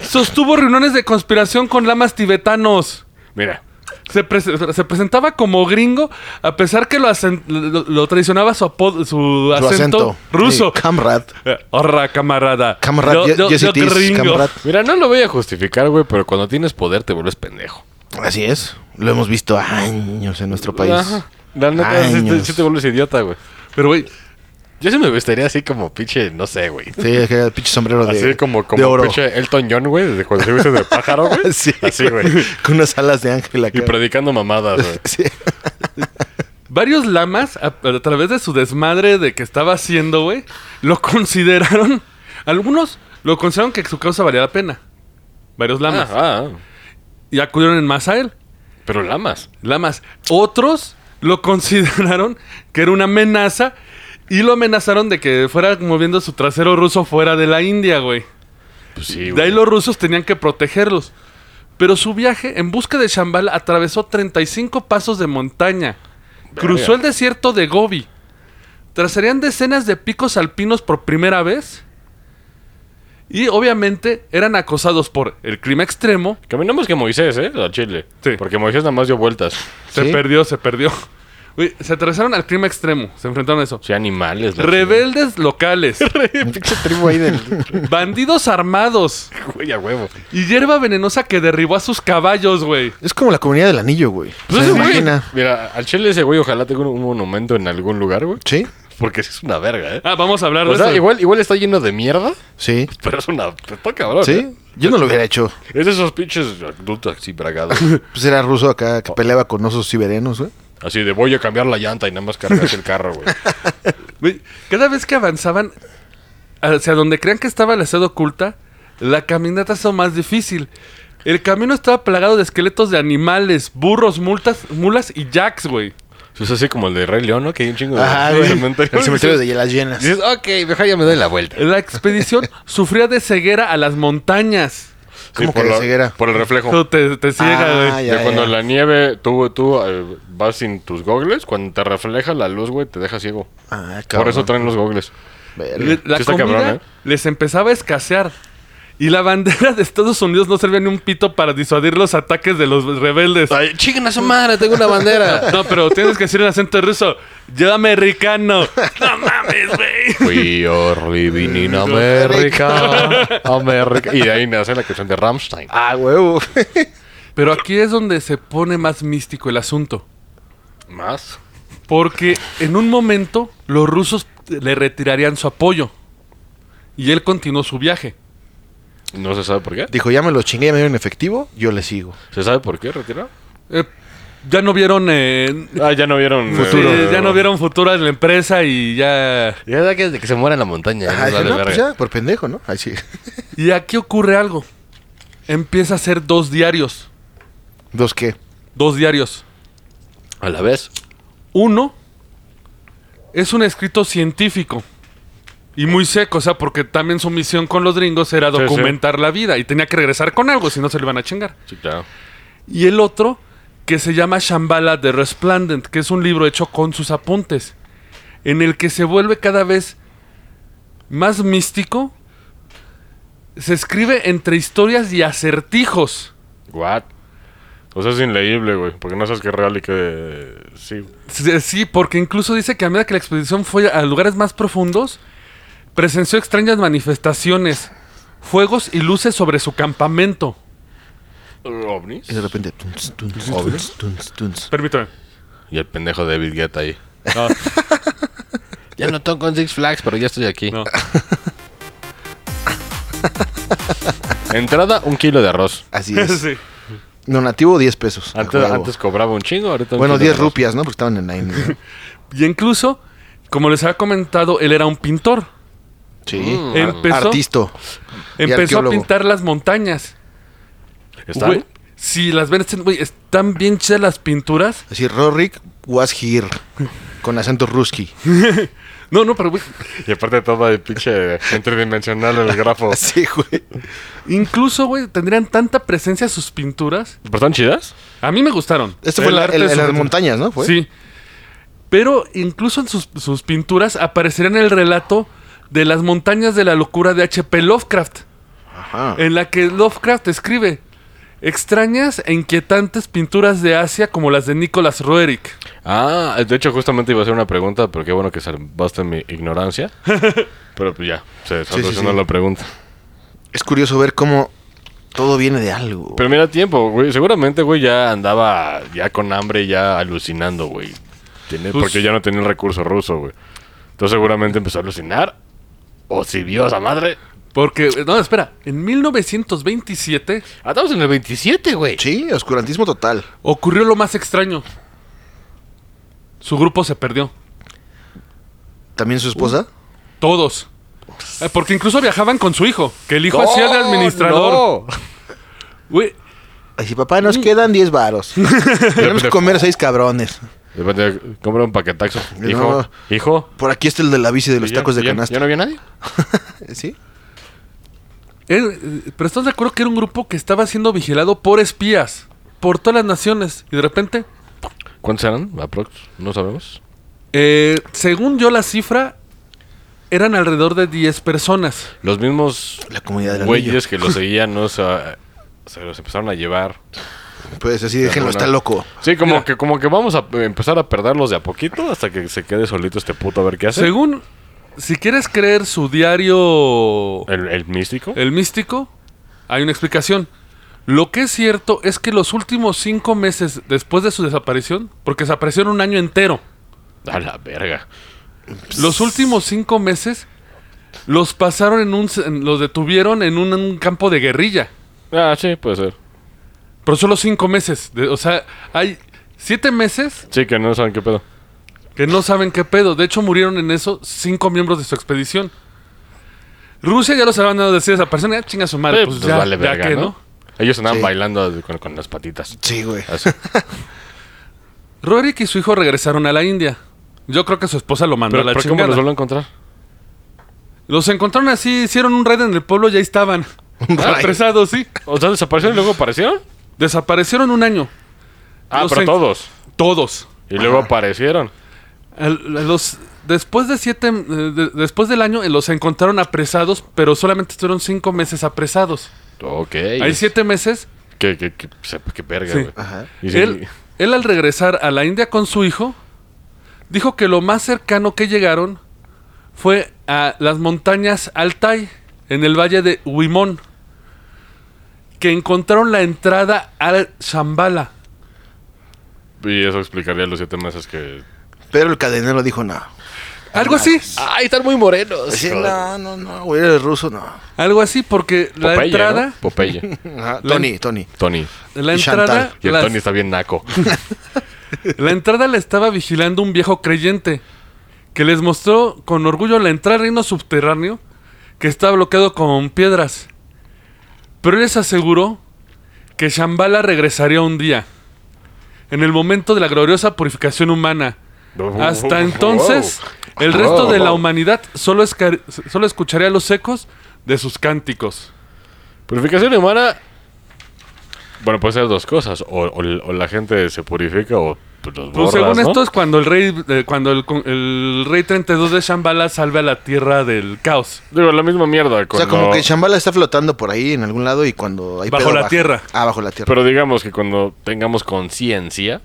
[SPEAKER 2] Sostuvo reuniones de conspiración con lamas tibetanos.
[SPEAKER 4] Mira,
[SPEAKER 2] Se, prese- se presentaba como gringo, a pesar que lo, acen- lo- lo traicionaba su, apodo- su,
[SPEAKER 3] Su
[SPEAKER 2] acento,
[SPEAKER 3] acento.
[SPEAKER 2] ruso.
[SPEAKER 3] Sí, Camrad.
[SPEAKER 2] Eh, Horra, camarada.
[SPEAKER 3] Camrad.
[SPEAKER 2] Yo-
[SPEAKER 3] ye-
[SPEAKER 2] yo-
[SPEAKER 3] yes
[SPEAKER 2] yo
[SPEAKER 3] it is,
[SPEAKER 2] gringo.
[SPEAKER 3] Camrad.
[SPEAKER 4] mira, no lo voy a justificar, güey, pero cuando tienes poder te vuelves pendejo.
[SPEAKER 3] Así es. Lo hemos visto años en nuestro país.
[SPEAKER 4] Ajá. La neta, sí te,
[SPEAKER 3] Años.
[SPEAKER 4] sí te vuelves idiota, güey.
[SPEAKER 2] Pero, güey,
[SPEAKER 4] Yo sí me vestiría así como pinche, no sé, güey.
[SPEAKER 3] Sí, es que era el pinche sombrero de,
[SPEAKER 4] Así como, como
[SPEAKER 3] de oro.
[SPEAKER 4] pinche Elton John, güey, desde cuando se viste de pájaro, güey.
[SPEAKER 3] Sí,
[SPEAKER 4] Así, güey.
[SPEAKER 3] Con unas alas de ángel acá.
[SPEAKER 4] Y predicando mamadas, güey.
[SPEAKER 3] Sí.
[SPEAKER 2] varios lamas, a, a través de su desmadre de que estaba haciendo, güey, lo consideraron. Algunos lo consideraron que su causa valía la pena. Varios lamas.
[SPEAKER 4] Ah, ah.
[SPEAKER 2] y acudieron en masa a él.
[SPEAKER 4] Pero lamas.
[SPEAKER 2] Lamas. Otros lo consideraron que era una amenaza y lo amenazaron de que fuera moviendo su trasero ruso fuera de la India, güey.
[SPEAKER 4] Pues sí,
[SPEAKER 2] De ahí los rusos tenían que protegerlos. Pero su viaje en busca de Shambhala atravesó 35 pasos de montaña. Cruzó el desierto de Gobi. Trazarían decenas de picos alpinos por primera vez. Y obviamente eran acosados por el clima extremo.
[SPEAKER 4] Caminamos que Moisés, ¿eh? A Chile.
[SPEAKER 2] Sí.
[SPEAKER 4] Porque Moisés nada más dio vueltas.
[SPEAKER 2] Se
[SPEAKER 3] Sí.
[SPEAKER 2] perdió, se perdió. Uy, se atravesaron al clima extremo. Se enfrentaron a eso.
[SPEAKER 4] O sea, animales. la
[SPEAKER 2] Rebeldes locales,
[SPEAKER 5] Pinche tribu ahí del.
[SPEAKER 2] bandidos armados
[SPEAKER 4] chingada. Güey, a huevo.
[SPEAKER 2] y hierba venenosa que derribó a sus caballos, güey.
[SPEAKER 3] Es como la comunidad del anillo, güey.
[SPEAKER 4] Pues
[SPEAKER 3] O sea,
[SPEAKER 4] ese güey-
[SPEAKER 3] imagina.
[SPEAKER 4] Mira, al Chile ese güey ojalá tenga un, un monumento en algún lugar, güey.
[SPEAKER 3] Sí,
[SPEAKER 4] Porque sí es una verga, ¿eh?
[SPEAKER 2] Ah, vamos a hablar de
[SPEAKER 4] O sea,
[SPEAKER 2] eso.
[SPEAKER 4] igual, igual está lleno de mierda,
[SPEAKER 3] sí,
[SPEAKER 4] pero es una... Está cabrón,
[SPEAKER 3] sí.
[SPEAKER 4] ¿eh?
[SPEAKER 3] Yo no lo hubiera hecho.
[SPEAKER 4] Es de esos pinches adultos así bragados.
[SPEAKER 3] Pues era ruso acá que peleaba con osos siberianos, güey.
[SPEAKER 4] así de voy a cambiar la llanta y nada más cargas el carro, güey.
[SPEAKER 2] Güey, Cada vez que avanzaban hacia donde creían que estaba la sed oculta, la caminata hizo más difícil. El camino estaba plagado de esqueletos de animales, burros, multas, mulas y jacks, güey.
[SPEAKER 4] Eso es así como el de Rey León, ¿no? Que hay un chingo de...
[SPEAKER 3] Ajá, güey.
[SPEAKER 4] cementerios.
[SPEAKER 3] El cementerio de las llenas.
[SPEAKER 4] Dices, ok, mejor ya me doy la vuelta.
[SPEAKER 2] La expedición sufría de ceguera a las montañas.
[SPEAKER 3] ¿Cómo
[SPEAKER 4] por
[SPEAKER 3] que de
[SPEAKER 4] la-
[SPEAKER 3] ceguera?
[SPEAKER 4] Por el reflejo.
[SPEAKER 2] Eso te, te ciega,
[SPEAKER 3] Ah,
[SPEAKER 2] güey.
[SPEAKER 3] ya,
[SPEAKER 4] de cuando la nieve, tú, tú eh, vas sin tus gogles, cuando te refleja la luz, güey, te deja ciego.
[SPEAKER 3] Ah,
[SPEAKER 4] Por
[SPEAKER 3] cabrón.
[SPEAKER 4] eso traen los gogles.
[SPEAKER 3] Verga.
[SPEAKER 2] Le- la
[SPEAKER 4] Sí está
[SPEAKER 2] comida
[SPEAKER 4] cabrón, ¿eh?
[SPEAKER 2] les empezaba a escasear. Y la bandera de Estados Unidos no servía ni un pito para disuadir los ataques de los rebeldes.
[SPEAKER 4] Ay, chiquen a su madre, tengo una bandera.
[SPEAKER 2] No, pero tienes que decir en acento ruso. Yo americano. No mames, güey.
[SPEAKER 4] We are living in America. America. Y de ahí nace la canción de Rammstein.
[SPEAKER 3] Ah, huevo.
[SPEAKER 2] Pero aquí es donde se pone más místico el asunto.
[SPEAKER 4] Más.
[SPEAKER 2] Porque en un momento los rusos le retirarían su apoyo. Y él continuó su viaje.
[SPEAKER 4] No se sabe por qué.
[SPEAKER 3] Dijo, ya me los chingué, ya me dieron efectivo, yo le sigo.
[SPEAKER 4] ¿Se sabe por qué retirado?
[SPEAKER 2] Eh, ya no vieron... eh,
[SPEAKER 4] Ah, ya no vieron.
[SPEAKER 2] eh, ya no vieron futuro en la empresa y ya...
[SPEAKER 4] Ya da que desde que se muera en la montaña.
[SPEAKER 3] Ah,
[SPEAKER 4] les
[SPEAKER 3] dije,
[SPEAKER 4] vale
[SPEAKER 3] no,
[SPEAKER 4] verga.
[SPEAKER 3] pues ya, por pendejo, ¿no? Ahí sí.
[SPEAKER 2] Y aquí ocurre algo. Empieza a hacer dos diarios.
[SPEAKER 3] ¿Dos qué?
[SPEAKER 2] Dos diarios.
[SPEAKER 4] A la vez.
[SPEAKER 2] Uno es un escrito científico y muy seco, o sea, porque también su misión con los gringos era
[SPEAKER 4] Sí, sí.
[SPEAKER 2] documentar la vida y tenía que regresar con algo, si no se lo iban a chingar.
[SPEAKER 4] Sí, claro.
[SPEAKER 2] Y el otro que se llama Shambhala de Resplendent, que es un libro hecho con sus apuntes, en el que se vuelve cada vez más místico. Se escribe entre historias y acertijos.
[SPEAKER 4] What? O sea, es inleíble, güey. Porque no sabes qué es real y que. Sí.
[SPEAKER 2] Sí, sí, porque incluso dice que a medida que la expedición fue a lugares más profundos, presenció extrañas manifestaciones, fuegos y luces sobre su campamento.
[SPEAKER 4] ¿Ovnis?
[SPEAKER 3] Y de repente... tuns, tuns, tuns, tuns, tuns.
[SPEAKER 2] Permítame.
[SPEAKER 4] Y el pendejo David Guetta ahí. ya no toco en Six Flags, pero ya estoy
[SPEAKER 3] Eh,
[SPEAKER 4] aquí.
[SPEAKER 2] No.
[SPEAKER 4] Entrada, un kilo de arroz.
[SPEAKER 3] Así es.
[SPEAKER 2] Sí.
[SPEAKER 3] Donativo, 10 pesos. a
[SPEAKER 4] Antes,
[SPEAKER 3] huevo.
[SPEAKER 4] antes cobraba un chingo, ahorita un
[SPEAKER 3] Bueno,
[SPEAKER 4] kilo de
[SPEAKER 3] 10
[SPEAKER 4] arroz.
[SPEAKER 3] rupias, ¿no? Porque estaban en la India. ¿no?
[SPEAKER 2] Y incluso, como les había comentado, él era un pintor.
[SPEAKER 3] Sí.
[SPEAKER 4] Mm.
[SPEAKER 2] Empezó,
[SPEAKER 3] Artisto. Ah, y
[SPEAKER 2] empezó a
[SPEAKER 3] arqueólogo.
[SPEAKER 2] pintar las montañas.
[SPEAKER 4] ¿Está?
[SPEAKER 2] Güey, si las ven, están- güey, están bien chidas las pinturas.
[SPEAKER 3] Así, Rorik was here. Con acento ruski.
[SPEAKER 2] No, no, pero güey,
[SPEAKER 4] Y aparte todo de pinche interdimensional el grafo.
[SPEAKER 3] Así, güey.
[SPEAKER 2] incluso, güey, tendrían tanta presencia sus pinturas.
[SPEAKER 4] ¿Pero están chidas?
[SPEAKER 2] A mí me gustaron.
[SPEAKER 3] Esto Este fue
[SPEAKER 2] El
[SPEAKER 3] la,
[SPEAKER 2] arte
[SPEAKER 3] el-
[SPEAKER 2] es
[SPEAKER 3] en las
[SPEAKER 2] subjetivo.
[SPEAKER 3] montañas, ¿no? Ah, Fue.
[SPEAKER 2] Sí. Pero incluso en sus, sus pinturas aparecerá en el relato de las montañas de la locura de H.P. Lovecraft,
[SPEAKER 3] Ajá.
[SPEAKER 4] Eh,
[SPEAKER 2] en la que Lovecraft escribe extrañas e inquietantes pinturas de Asia como las de Nicholas Roerich.
[SPEAKER 4] Ah, de hecho justamente iba a hacer una pregunta, pero qué bueno que salvaste mi ignorancia. pero pues ya, se
[SPEAKER 3] sí,
[SPEAKER 4] solucionó
[SPEAKER 3] sí.
[SPEAKER 4] la pregunta.
[SPEAKER 3] Es curioso ver cómo todo viene de algo.
[SPEAKER 4] Pero mira tiempo, güey. Seguramente, güey, ya andaba ya con hambre, ya alucinando, güey. Tiene-
[SPEAKER 2] Pues-
[SPEAKER 4] porque ya no tenía el recurso ruso, güey. Entonces seguramente empezó a alucinar. O si vio a esa madre.
[SPEAKER 2] Porque, no, espera, en 1927
[SPEAKER 4] Ah, estamos en el 27, güey.
[SPEAKER 3] Sí, oscurantismo total.
[SPEAKER 2] ocurrió lo más extraño. Su grupo se perdió.
[SPEAKER 3] ¿También su esposa?
[SPEAKER 4] Uh.
[SPEAKER 2] Todos. Eh, Porque incluso viajaban con su hijo, que el hijo hacía de administrador. Güey,
[SPEAKER 3] Así, papá,
[SPEAKER 4] Mm.
[SPEAKER 3] nos quedan 10 varos. Tenemos que comer 6 cabrones.
[SPEAKER 4] De repente compra un paquetaxo.
[SPEAKER 3] No.
[SPEAKER 4] Hijo, hijo.
[SPEAKER 3] Por aquí está el de la bici de los
[SPEAKER 4] ¿y ya-
[SPEAKER 3] tacos de
[SPEAKER 4] ya-
[SPEAKER 3] canasta.
[SPEAKER 4] ¿Ya no había nadie?
[SPEAKER 3] ¿Sí?
[SPEAKER 2] Eh, eh, pero estás de acuerdo que era un grupo que estaba siendo vigilado por espías, por todas las naciones, y de repente,
[SPEAKER 4] ¿Cuántos eran? Aprox, no sabemos.
[SPEAKER 2] eh, según yo la cifra, eran alrededor de 10 personas.
[SPEAKER 4] Los mismos
[SPEAKER 3] La comunidad del
[SPEAKER 4] güeyes que los seguían, ¿no? O sea, se los empezaron a llevar.
[SPEAKER 3] anillo. Pues así, déjenlo,
[SPEAKER 4] Perdona.
[SPEAKER 3] está loco.
[SPEAKER 4] Sí, como
[SPEAKER 2] Mira.
[SPEAKER 4] que como que vamos a empezar a perderlos de a poquito hasta que se quede solito este puto a ver qué hace.
[SPEAKER 2] Según, si quieres creer su diario
[SPEAKER 4] el, el místico.
[SPEAKER 2] El místico, hay una explicación. Lo que es cierto es que los últimos cinco meses después de su desaparición, porque desapareció en un año entero,
[SPEAKER 4] A la verga.
[SPEAKER 2] los últimos cinco meses los pasaron en un, c- en- los detuvieron en un, un campo de guerrilla,
[SPEAKER 4] Ah, sí, puede ser.
[SPEAKER 2] pero solo cinco meses, de- o sea, hay siete meses
[SPEAKER 4] Sí, que no saben qué pedo.
[SPEAKER 2] que no saben qué pedo. De hecho, murieron en eso cinco miembros de su expedición. Rusia ya los habían dado decir desaparecieron, ya chinga su madre,
[SPEAKER 4] Sí,
[SPEAKER 2] pues, ya, ya que, ¿no?
[SPEAKER 4] Ellos andaban
[SPEAKER 3] Sí.
[SPEAKER 4] bailando con, con las patitas.
[SPEAKER 3] Sí, güey.
[SPEAKER 4] Así.
[SPEAKER 2] Rorik y su hijo regresaron a la India. Yo creo que su esposa lo mandó
[SPEAKER 4] Pero,
[SPEAKER 2] a la
[SPEAKER 4] pero ¿cómo
[SPEAKER 2] chingada.
[SPEAKER 4] los
[SPEAKER 2] Los,
[SPEAKER 4] vuelvo a encontrar?
[SPEAKER 2] encontraron así, hicieron un raid en el pueblo y ahí estaban.
[SPEAKER 3] raid.
[SPEAKER 2] Apresados, sí.
[SPEAKER 4] O sea, desaparecieron y luego aparecieron.
[SPEAKER 2] Desaparecieron un año.
[SPEAKER 4] Ah,
[SPEAKER 2] Los
[SPEAKER 4] pero
[SPEAKER 2] en-
[SPEAKER 4] todos.
[SPEAKER 2] Todos.
[SPEAKER 4] Y luego aparecieron.
[SPEAKER 2] El- los, después de siete... eh, de- después del año eh, los encontraron apresados, pero solamente estuvieron cinco meses apresados.
[SPEAKER 4] Ok.
[SPEAKER 2] Hay siete meses.
[SPEAKER 4] Que, que, que, sepa qué verga,
[SPEAKER 2] Sí.
[SPEAKER 4] güey.
[SPEAKER 3] Ajá.
[SPEAKER 4] Y sí,
[SPEAKER 2] Él, él al regresar a la India con su hijo, dijo que lo más cercano que llegaron fue a las montañas Altai, en el valle de Huimón, que encontraron la entrada al Shambhala.
[SPEAKER 4] y eso explicaría los siete meses que.
[SPEAKER 3] Pero el cadenero dijo no.
[SPEAKER 2] Algo así,
[SPEAKER 4] ¡Ay, están muy morenos!
[SPEAKER 3] Sí, no, no, no, güey, eres ruso, no.
[SPEAKER 2] algo así, porque la
[SPEAKER 4] Popeye,
[SPEAKER 2] entrada,
[SPEAKER 4] ¿no? Popeye.
[SPEAKER 3] Ajá, Tony, Tony.
[SPEAKER 4] Tony.
[SPEAKER 2] la
[SPEAKER 3] Y Chantal.
[SPEAKER 2] entrada,
[SPEAKER 4] Y el
[SPEAKER 2] las-
[SPEAKER 4] Tony está bien naco.
[SPEAKER 2] la entrada la estaba vigilando un viejo creyente que les mostró con orgullo la entrada al reino subterráneo que estaba bloqueado con piedras. Pero él les aseguró que Shambhala regresaría un día, en el momento de la gloriosa purificación humana.
[SPEAKER 4] Oh.
[SPEAKER 2] Hasta entonces, el resto de la humanidad solo, esca- solo escucharía los ecos de sus cánticos.
[SPEAKER 4] Purificación humana. Bueno, puede ser dos cosas. O, o l- o la gente se purifica o pues, los
[SPEAKER 2] Pues
[SPEAKER 4] borras,
[SPEAKER 2] según
[SPEAKER 4] ¿no?
[SPEAKER 2] esto es cuando el rey eh, cuando el, con- el rey 32 de Shambhala salve a la tierra del caos.
[SPEAKER 4] Digo, la misma mierda.
[SPEAKER 3] O sea,
[SPEAKER 4] cuando-
[SPEAKER 3] como que Shambhala está flotando por ahí en algún lado y cuando hay
[SPEAKER 2] Bajo la tierra.
[SPEAKER 3] Ah, bajo la tierra.
[SPEAKER 4] Pero digamos que cuando tengamos conciencia,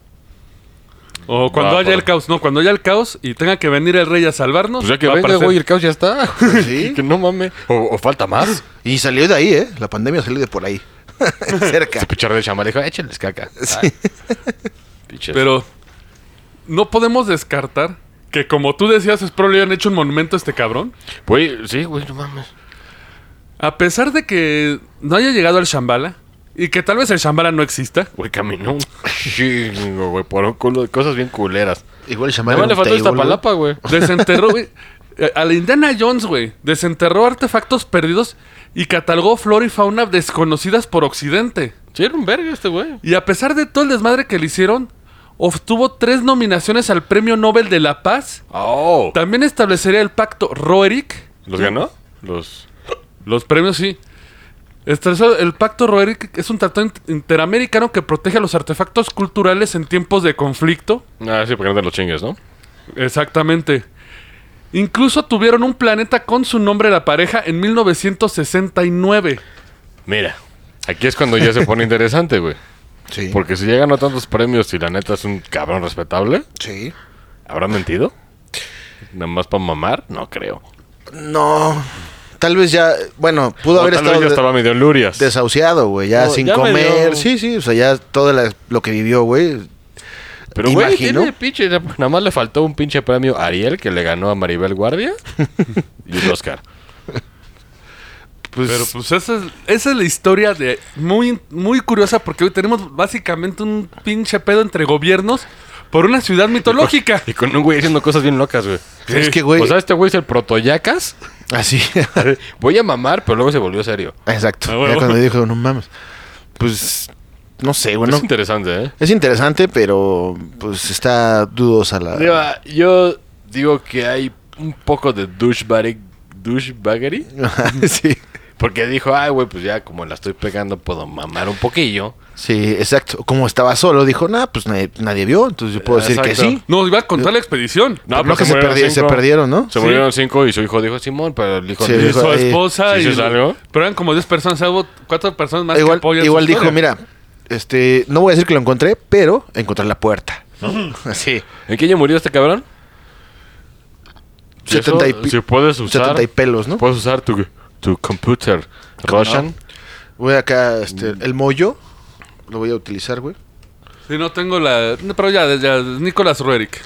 [SPEAKER 2] O cuando
[SPEAKER 4] Va,
[SPEAKER 2] haya el
[SPEAKER 4] por-
[SPEAKER 2] caos, no, cuando haya el caos y tenga que venir el rey a salvarnos.
[SPEAKER 4] pues ya que
[SPEAKER 2] va a
[SPEAKER 4] venga,
[SPEAKER 2] aparecer.
[SPEAKER 4] güey, el caos ya está.
[SPEAKER 3] Sí.
[SPEAKER 4] que no mames. O, o falta más.
[SPEAKER 3] Y salió de ahí, ¿eh? La pandemia salió de por ahí. Cerca.
[SPEAKER 4] Se pichar de chamar, dijo, échenles caca. Ay. Pinches.
[SPEAKER 2] Pero no podemos descartar que como tú decías, es probable han hecho un monumento a este cabrón.
[SPEAKER 4] Güey, sí, güey, no mames.
[SPEAKER 2] A pesar de que no haya llegado al Shambhala y que tal vez el Shambhala no exista,
[SPEAKER 4] Güey, caminó un chingo, güey, por un culo de cosas bien culeras.
[SPEAKER 3] Igual Shambhala.
[SPEAKER 4] Nada más
[SPEAKER 3] era
[SPEAKER 4] le
[SPEAKER 3] un
[SPEAKER 4] faltó esta
[SPEAKER 3] table, güey.
[SPEAKER 4] palapa, güey.
[SPEAKER 2] desenterró güey, eh, a la Indiana Jones, güey, desenterró artefactos perdidos y catalogó flora y fauna desconocidas por Occidente.
[SPEAKER 4] Sí, era un verga este güey.
[SPEAKER 2] Y a pesar de todo el desmadre que le hicieron, obtuvo tres nominaciones al Premio Nobel de la Paz.
[SPEAKER 4] Oh.
[SPEAKER 2] También establecería el pacto Roerick.
[SPEAKER 4] ¿Los ganó? Los.
[SPEAKER 2] Los premios sí. Estableció el pacto Roerick es un tratado in- interamericano que protege a los artefactos culturales en tiempos de conflicto.
[SPEAKER 4] Ah, sí, porque no te los chingues, ¿no?
[SPEAKER 2] Exactamente. Incluso tuvieron un planeta con su nombre la pareja en 1969.
[SPEAKER 4] Mira, aquí es cuando ya se pone interesante, güey.
[SPEAKER 3] Sí.
[SPEAKER 4] Porque si ya ganó tantos premios y la neta es un cabrón respetable,
[SPEAKER 3] Sí.
[SPEAKER 4] ¿habrá mentido? Nada más para mamar, no creo.
[SPEAKER 3] No. Tal vez ya. Bueno, pudo
[SPEAKER 4] O
[SPEAKER 3] haber
[SPEAKER 4] tal vez
[SPEAKER 3] estado
[SPEAKER 4] ya
[SPEAKER 3] de-
[SPEAKER 4] estaba medio en lurias.
[SPEAKER 3] desahuciado, güey. Ya
[SPEAKER 4] No,
[SPEAKER 3] sin
[SPEAKER 4] ya
[SPEAKER 3] comer.
[SPEAKER 4] medio-
[SPEAKER 3] Sí, sí. O sea, ya todo la- lo que vivió, güey.
[SPEAKER 4] Pero güey,
[SPEAKER 3] imagino.
[SPEAKER 4] tiene pinche, nada más le faltó un pinche premio Ariel que le ganó a Maribel Guardia y un Oscar.
[SPEAKER 2] Pero pues esa es, esa es la historia de muy, muy curiosa porque hoy tenemos básicamente un pinche pedo entre gobiernos por una ciudad mitológica.
[SPEAKER 4] Y con un güey haciendo cosas bien locas, güey.
[SPEAKER 3] Es que, güey.
[SPEAKER 4] O sea, este güey es el protoyacas.
[SPEAKER 3] Así.
[SPEAKER 4] Voy a mamar, pero luego se volvió serio.
[SPEAKER 3] Exacto.
[SPEAKER 2] Ah, bueno.
[SPEAKER 3] Ya cuando dijo, no mames. Pues. No sé, güey.
[SPEAKER 4] Es
[SPEAKER 3] no-
[SPEAKER 4] interesante, ¿eh?
[SPEAKER 3] Es interesante, pero pues está dudosa la.
[SPEAKER 4] Digo, ah, yo digo que hay un poco de douchebag douchebaggery,
[SPEAKER 3] sí.
[SPEAKER 4] Porque dijo, ay, güey, pues ya como la estoy pegando, puedo mamar un poquillo.
[SPEAKER 3] Sí, exacto. Como estaba solo, dijo, nah, pues nadie, nadie vio, entonces yo puedo decir que
[SPEAKER 4] Exacto.
[SPEAKER 3] sí.
[SPEAKER 2] No, iba a contar la expedición.
[SPEAKER 3] Pero
[SPEAKER 4] No, pero
[SPEAKER 3] que
[SPEAKER 4] se
[SPEAKER 3] se,
[SPEAKER 4] murieron
[SPEAKER 3] perdi- se
[SPEAKER 4] cinco.
[SPEAKER 3] perdieron, ¿no?
[SPEAKER 4] Se murieron cinco y su hijo dijo, Simón, pero el hijo
[SPEAKER 3] Sí,
[SPEAKER 2] Y
[SPEAKER 4] dijo,
[SPEAKER 2] su
[SPEAKER 3] dijo, "Eh,
[SPEAKER 2] esposa
[SPEAKER 4] ¿sí
[SPEAKER 2] y...
[SPEAKER 4] se salió?
[SPEAKER 2] Pero eran como 10 personas, hubo cuatro personas más que
[SPEAKER 3] igual
[SPEAKER 2] apoyan su
[SPEAKER 3] igual dijo,
[SPEAKER 2] historia.
[SPEAKER 3] mira, este, no voy a decir que lo encontré, pero encontré la puerta. Así.
[SPEAKER 4] ¿En qué año murió este cabrón? Si eso-
[SPEAKER 3] 70 y pi-
[SPEAKER 4] si puedes usar,
[SPEAKER 3] 70 y pelos, ¿no?
[SPEAKER 4] puedes usar tu, tu computer Russian.
[SPEAKER 3] Voy acá, este, el mollo. Lo voy a utilizar, güey.
[SPEAKER 2] Sí, no tengo la... no, pero ya, ya, Nicolás Roerick.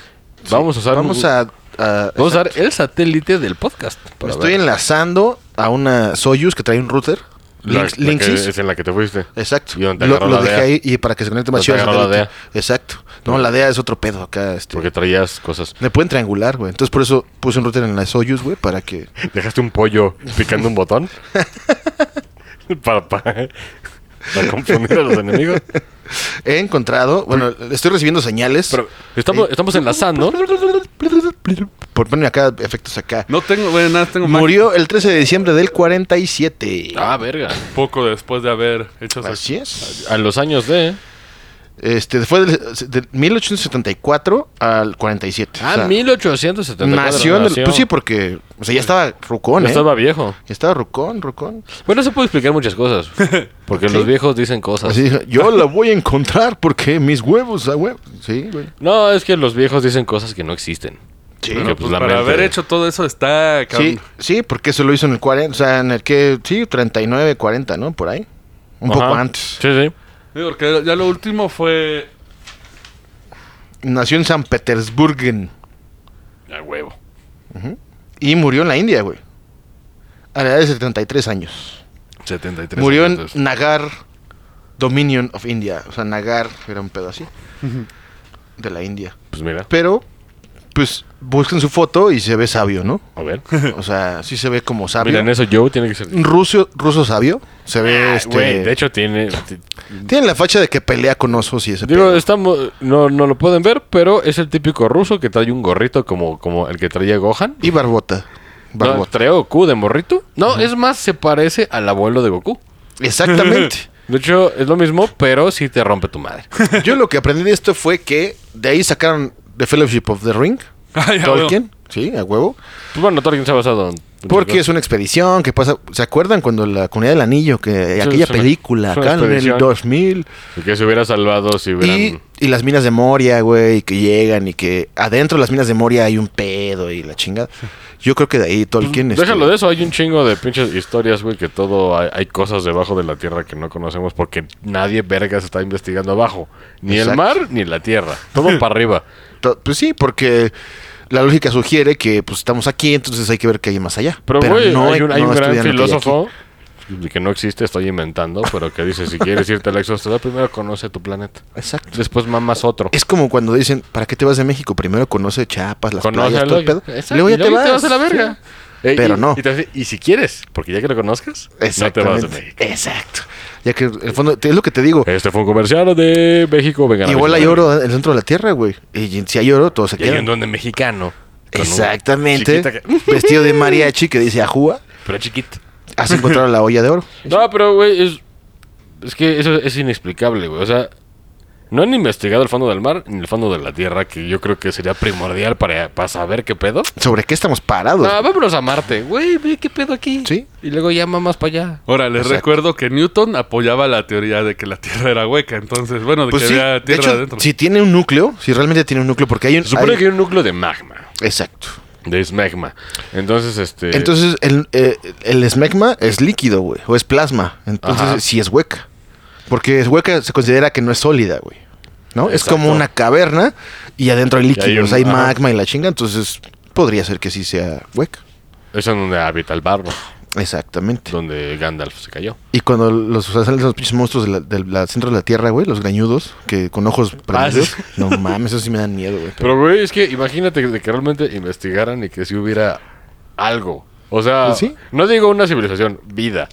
[SPEAKER 4] Vamos a usar,
[SPEAKER 3] Vamos
[SPEAKER 4] un-
[SPEAKER 3] a. a-
[SPEAKER 4] vamos a usar el satélite del podcast.
[SPEAKER 3] me estoy enlazando a una Soyuz que trae un router.
[SPEAKER 4] La-
[SPEAKER 3] Links-
[SPEAKER 4] la que-
[SPEAKER 3] Linksys.
[SPEAKER 4] es en la que te fuiste.
[SPEAKER 3] Exacto.
[SPEAKER 4] Y donde te
[SPEAKER 3] Lo,
[SPEAKER 4] agarró
[SPEAKER 3] lo
[SPEAKER 4] la
[SPEAKER 3] dejé
[SPEAKER 4] DEA.
[SPEAKER 3] ahí y para que se conecte más
[SPEAKER 4] Donde
[SPEAKER 3] chido al
[SPEAKER 4] agarró la
[SPEAKER 3] satélite. Exacto. No, la DEA es otro pedo acá. Este.
[SPEAKER 4] Porque traías cosas.
[SPEAKER 3] Me pueden triangular, güey. Entonces por eso puse un router en la Soyuz, güey, para que.
[SPEAKER 4] Dejaste un pollo picando un botón. para, para, para confundir a los enemigos.
[SPEAKER 3] He encontrado. Bueno, estoy recibiendo señales.
[SPEAKER 4] Pero estamos, estamos enlazando.
[SPEAKER 3] Por poner acá efectos acá.
[SPEAKER 2] No tengo, bueno, nada, tengo más
[SPEAKER 3] Murió el 13 de diciembre del 47.
[SPEAKER 4] Ah, verga.
[SPEAKER 2] poco después de haber hecho... esa-
[SPEAKER 3] Así es.
[SPEAKER 4] A los años de.
[SPEAKER 3] Este, fue del, de 1874 al 47.
[SPEAKER 4] Ah,
[SPEAKER 3] O sea,
[SPEAKER 4] 1874.
[SPEAKER 3] Nació en el-
[SPEAKER 4] nació.
[SPEAKER 3] Pues sí, porque. O sea, ya estaba rucón,
[SPEAKER 4] Ya
[SPEAKER 3] ¿eh?
[SPEAKER 4] estaba viejo.
[SPEAKER 3] Ya estaba rucón, rucón.
[SPEAKER 4] Bueno, se puede explicar muchas cosas. Porque los viejos dicen cosas.
[SPEAKER 3] Así dijo, yo la voy a encontrar porque mis huevos, ah, huevo. Sí, güey.
[SPEAKER 4] No, es que los viejos dicen cosas que no existen.
[SPEAKER 3] Sí.
[SPEAKER 2] Pero,
[SPEAKER 4] Que,
[SPEAKER 2] pues,
[SPEAKER 4] la
[SPEAKER 2] para
[SPEAKER 4] mente-
[SPEAKER 2] haber hecho todo eso está...
[SPEAKER 3] Sí,
[SPEAKER 2] cabrón.
[SPEAKER 3] sí, porque eso lo hizo en el 40, o sea, en el que, sí, 39, 40, ¿no? Por ahí. Un
[SPEAKER 4] Ajá.
[SPEAKER 3] poco antes.
[SPEAKER 4] Sí, sí.
[SPEAKER 2] Sí, porque ya lo último fue...
[SPEAKER 3] Nació en San Petersburgo
[SPEAKER 4] A huevo.
[SPEAKER 3] y murió en la India, güey. A la edad de 73 años.
[SPEAKER 4] 73.
[SPEAKER 3] Murió en Nagar, Dominion of India. O sea, Nagar era un pedo así. De la India.
[SPEAKER 4] Pues mira,
[SPEAKER 3] Pero, pues, busquen su foto y se ve sabio, ¿no?
[SPEAKER 4] a ver.
[SPEAKER 3] O sea, sí se ve como sabio.
[SPEAKER 4] Mira, en eso Joe tiene que ser.
[SPEAKER 3] Un ruso, ruso sabio. Se ve,
[SPEAKER 4] Ah,
[SPEAKER 3] este...
[SPEAKER 4] Güey, de hecho tiene.
[SPEAKER 3] Tiene la facha de que pelea con osos y ese
[SPEAKER 4] Digo,
[SPEAKER 3] pedo.
[SPEAKER 4] estamos, no, no lo pueden ver, pero es el típico ruso que trae un gorrito como, como el que traía Gohan.
[SPEAKER 3] Y barbota.
[SPEAKER 4] No,
[SPEAKER 3] Barbota.
[SPEAKER 4] trae Goku de morrito. No, es más, se parece al abuelo de Goku.
[SPEAKER 3] Exactamente.
[SPEAKER 4] De hecho, es lo mismo, pero sí te rompe tu madre. Pues
[SPEAKER 3] Yo lo que aprendí de esto fue que de ahí sacaron The Fellowship of the Ring.
[SPEAKER 2] Ay, a
[SPEAKER 3] Tolkien. Sí, a huevo.
[SPEAKER 4] Pues bueno, Tolkien se ha basado en.
[SPEAKER 3] Porque es una expedición que pasa. ¿Se acuerdan cuando la comunidad del anillo? Que
[SPEAKER 4] es
[SPEAKER 3] aquella
[SPEAKER 4] una-
[SPEAKER 3] película,
[SPEAKER 4] es una
[SPEAKER 3] acá en el
[SPEAKER 4] expedición.
[SPEAKER 3] 2000.
[SPEAKER 4] Que se hubiera salvado si hubieran.
[SPEAKER 3] Y, y las minas de Moria, güey, y que llegan y que adentro de las minas de Moria hay un pedo y la chingada. Yo creo que de ahí Tolkien. este,
[SPEAKER 4] Mm, Déjalo de eso, hay un chingo de pinches historias, güey, que todo hay, hay cosas debajo de la tierra que no conocemos porque nadie vergas está investigando abajo, ni el
[SPEAKER 3] Exacto.
[SPEAKER 4] mar ni la tierra, todo para arriba.
[SPEAKER 3] to- Pues sí, porque la lógica sugiere que pues estamos aquí, entonces hay que ver qué hay más allá.
[SPEAKER 4] Pero, güey, hay un, hay
[SPEAKER 3] no
[SPEAKER 4] un gran
[SPEAKER 3] estudian lo que hay aquí.
[SPEAKER 4] filósofo que no existe, estoy inventando, pero que dice, si quieres irte a la exhaustividad, primero conoce tu planeta,
[SPEAKER 3] Exacto.
[SPEAKER 4] después mamas otro.
[SPEAKER 3] Es como cuando dicen, ¿para qué te vas de México? Primero conoce Chiapas, las playas, todo
[SPEAKER 4] Conócelo.
[SPEAKER 3] el pedo.
[SPEAKER 4] Exacto,
[SPEAKER 3] Luego
[SPEAKER 4] y
[SPEAKER 3] ya te vas.
[SPEAKER 4] a la verga. Eh,
[SPEAKER 3] Pero
[SPEAKER 4] y-
[SPEAKER 3] no.
[SPEAKER 4] Y, te hace- y si quieres, porque ya que lo conozcas, no te vas de
[SPEAKER 3] Exactamente.
[SPEAKER 4] México.
[SPEAKER 3] Exacto. Ya que en el fondo, es lo que te digo.
[SPEAKER 4] Este fue un comercial de México Vegano.
[SPEAKER 3] Igual hay oro en el centro de la tierra, güey. Y si hay oro, todo se
[SPEAKER 4] Y hay un
[SPEAKER 3] queda.
[SPEAKER 4] duende mexicano. con un
[SPEAKER 3] Exactamente.
[SPEAKER 4] chiquita que-
[SPEAKER 3] Vestido de mariachi que dice ajúa.
[SPEAKER 4] pero chiquito.
[SPEAKER 3] Has encontrado la olla de oro.
[SPEAKER 4] No, pero, güey, es, es que eso es inexplicable, güey. O sea, no han investigado el fondo del mar ni el fondo de la tierra, que yo creo que sería primordial para, para saber qué pedo.
[SPEAKER 3] ¿Sobre qué estamos parados?
[SPEAKER 4] No, Ah, vámonos a Marte, güey, ve qué pedo aquí.
[SPEAKER 3] Pues, Sí.
[SPEAKER 4] Y luego ya más para allá.
[SPEAKER 2] Ahora, les
[SPEAKER 3] Exacto.
[SPEAKER 2] recuerdo que Newton apoyaba la teoría de que la Tierra era hueca, entonces, bueno, de
[SPEAKER 3] pues
[SPEAKER 2] que
[SPEAKER 3] sí.
[SPEAKER 2] había
[SPEAKER 3] De
[SPEAKER 2] Tierra
[SPEAKER 3] hecho,
[SPEAKER 2] adentro.
[SPEAKER 3] si tiene un núcleo, si realmente tiene un núcleo, porque hay un.
[SPEAKER 4] Se supone
[SPEAKER 3] hay-
[SPEAKER 4] que hay un núcleo de magma.
[SPEAKER 3] Exacto.
[SPEAKER 4] De smegma. Entonces, este.
[SPEAKER 3] Entonces, el, eh, el esmegma es líquido, güey, o es plasma. Entonces,
[SPEAKER 4] Ajá.
[SPEAKER 3] sí es hueca. Porque es hueca, se considera que no es sólida, güey. ¿No? Es
[SPEAKER 4] Exacto.
[SPEAKER 3] como una caverna y adentro hay líquidos,
[SPEAKER 4] hay
[SPEAKER 3] hay,
[SPEAKER 4] un- ajá.
[SPEAKER 3] magma y la chinga. Entonces, podría ser que sí sea hueca.
[SPEAKER 4] Es en donde habita el barro,
[SPEAKER 3] Exactamente.
[SPEAKER 4] donde Gandalf se cayó.
[SPEAKER 3] Y cuando los o sea, salen los pinches monstruos de la- del la- centro de la tierra, güey, los greñudos, que con ojos prendidos.
[SPEAKER 4] sí.
[SPEAKER 3] No mames, eso sí me dan miedo, güey.
[SPEAKER 4] Pero, güey, es que imagínate de que realmente investigaran y que si hubiera algo. O sea,
[SPEAKER 3] Pues sí.
[SPEAKER 4] no digo una civilización, vida.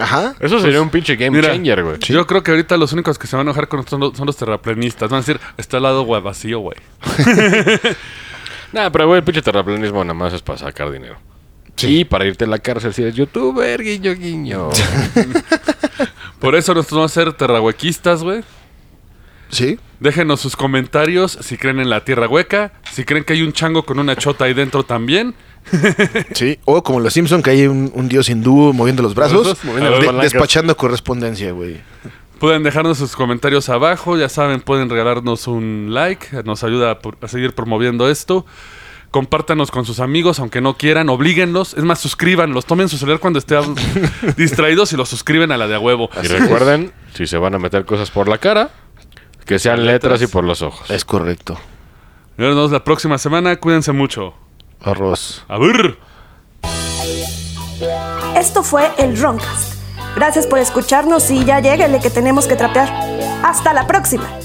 [SPEAKER 3] Ajá.
[SPEAKER 4] Eso sería un pinche game
[SPEAKER 2] Mira,
[SPEAKER 4] changer, güey.
[SPEAKER 2] Yo creo que ahorita los únicos que se van a enojar con nosotros son los- son los terraplanistas. Van a decir, está al lado güey, vacío, güey.
[SPEAKER 4] Nah, pero, güey, el pinche terraplanismo nada más es para sacar dinero. Y para irte a la cárcel si eres youtuber, guiño, guiño.
[SPEAKER 2] Por eso nosotros vamos a ser terrahuequistas, güey.
[SPEAKER 3] Sí.
[SPEAKER 2] Déjenos sus comentarios si creen en la tierra hueca, si creen que hay un chango con una chota ahí dentro también.
[SPEAKER 3] Sí. O como los Simpson que hay un, un dios hindú moviendo los brazos,
[SPEAKER 5] Brazos, moviendo
[SPEAKER 3] de-
[SPEAKER 5] las palancas.
[SPEAKER 3] despachando correspondencia, güey.
[SPEAKER 2] Pueden dejarnos sus comentarios abajo, ya saben, pueden regalarnos un like, nos ayuda a, por- a seguir promoviendo esto. Compártanos con sus amigos, aunque no quieran, oblíguenlos. Es más, suscríbanlos, tomen su celular cuando estén distraídos y los suscriben a la de a huevo.
[SPEAKER 4] Y recuerden, si se van a meter cosas por la cara, que sean letras y por los ojos.
[SPEAKER 3] Es correcto.
[SPEAKER 2] Nos vemos la próxima semana, cuídense mucho.
[SPEAKER 3] Arroz.
[SPEAKER 2] A ver.
[SPEAKER 1] Esto fue el Roncast. Gracias por escucharnos y ya lléguenle que tenemos que trapear. ¡Hasta la próxima!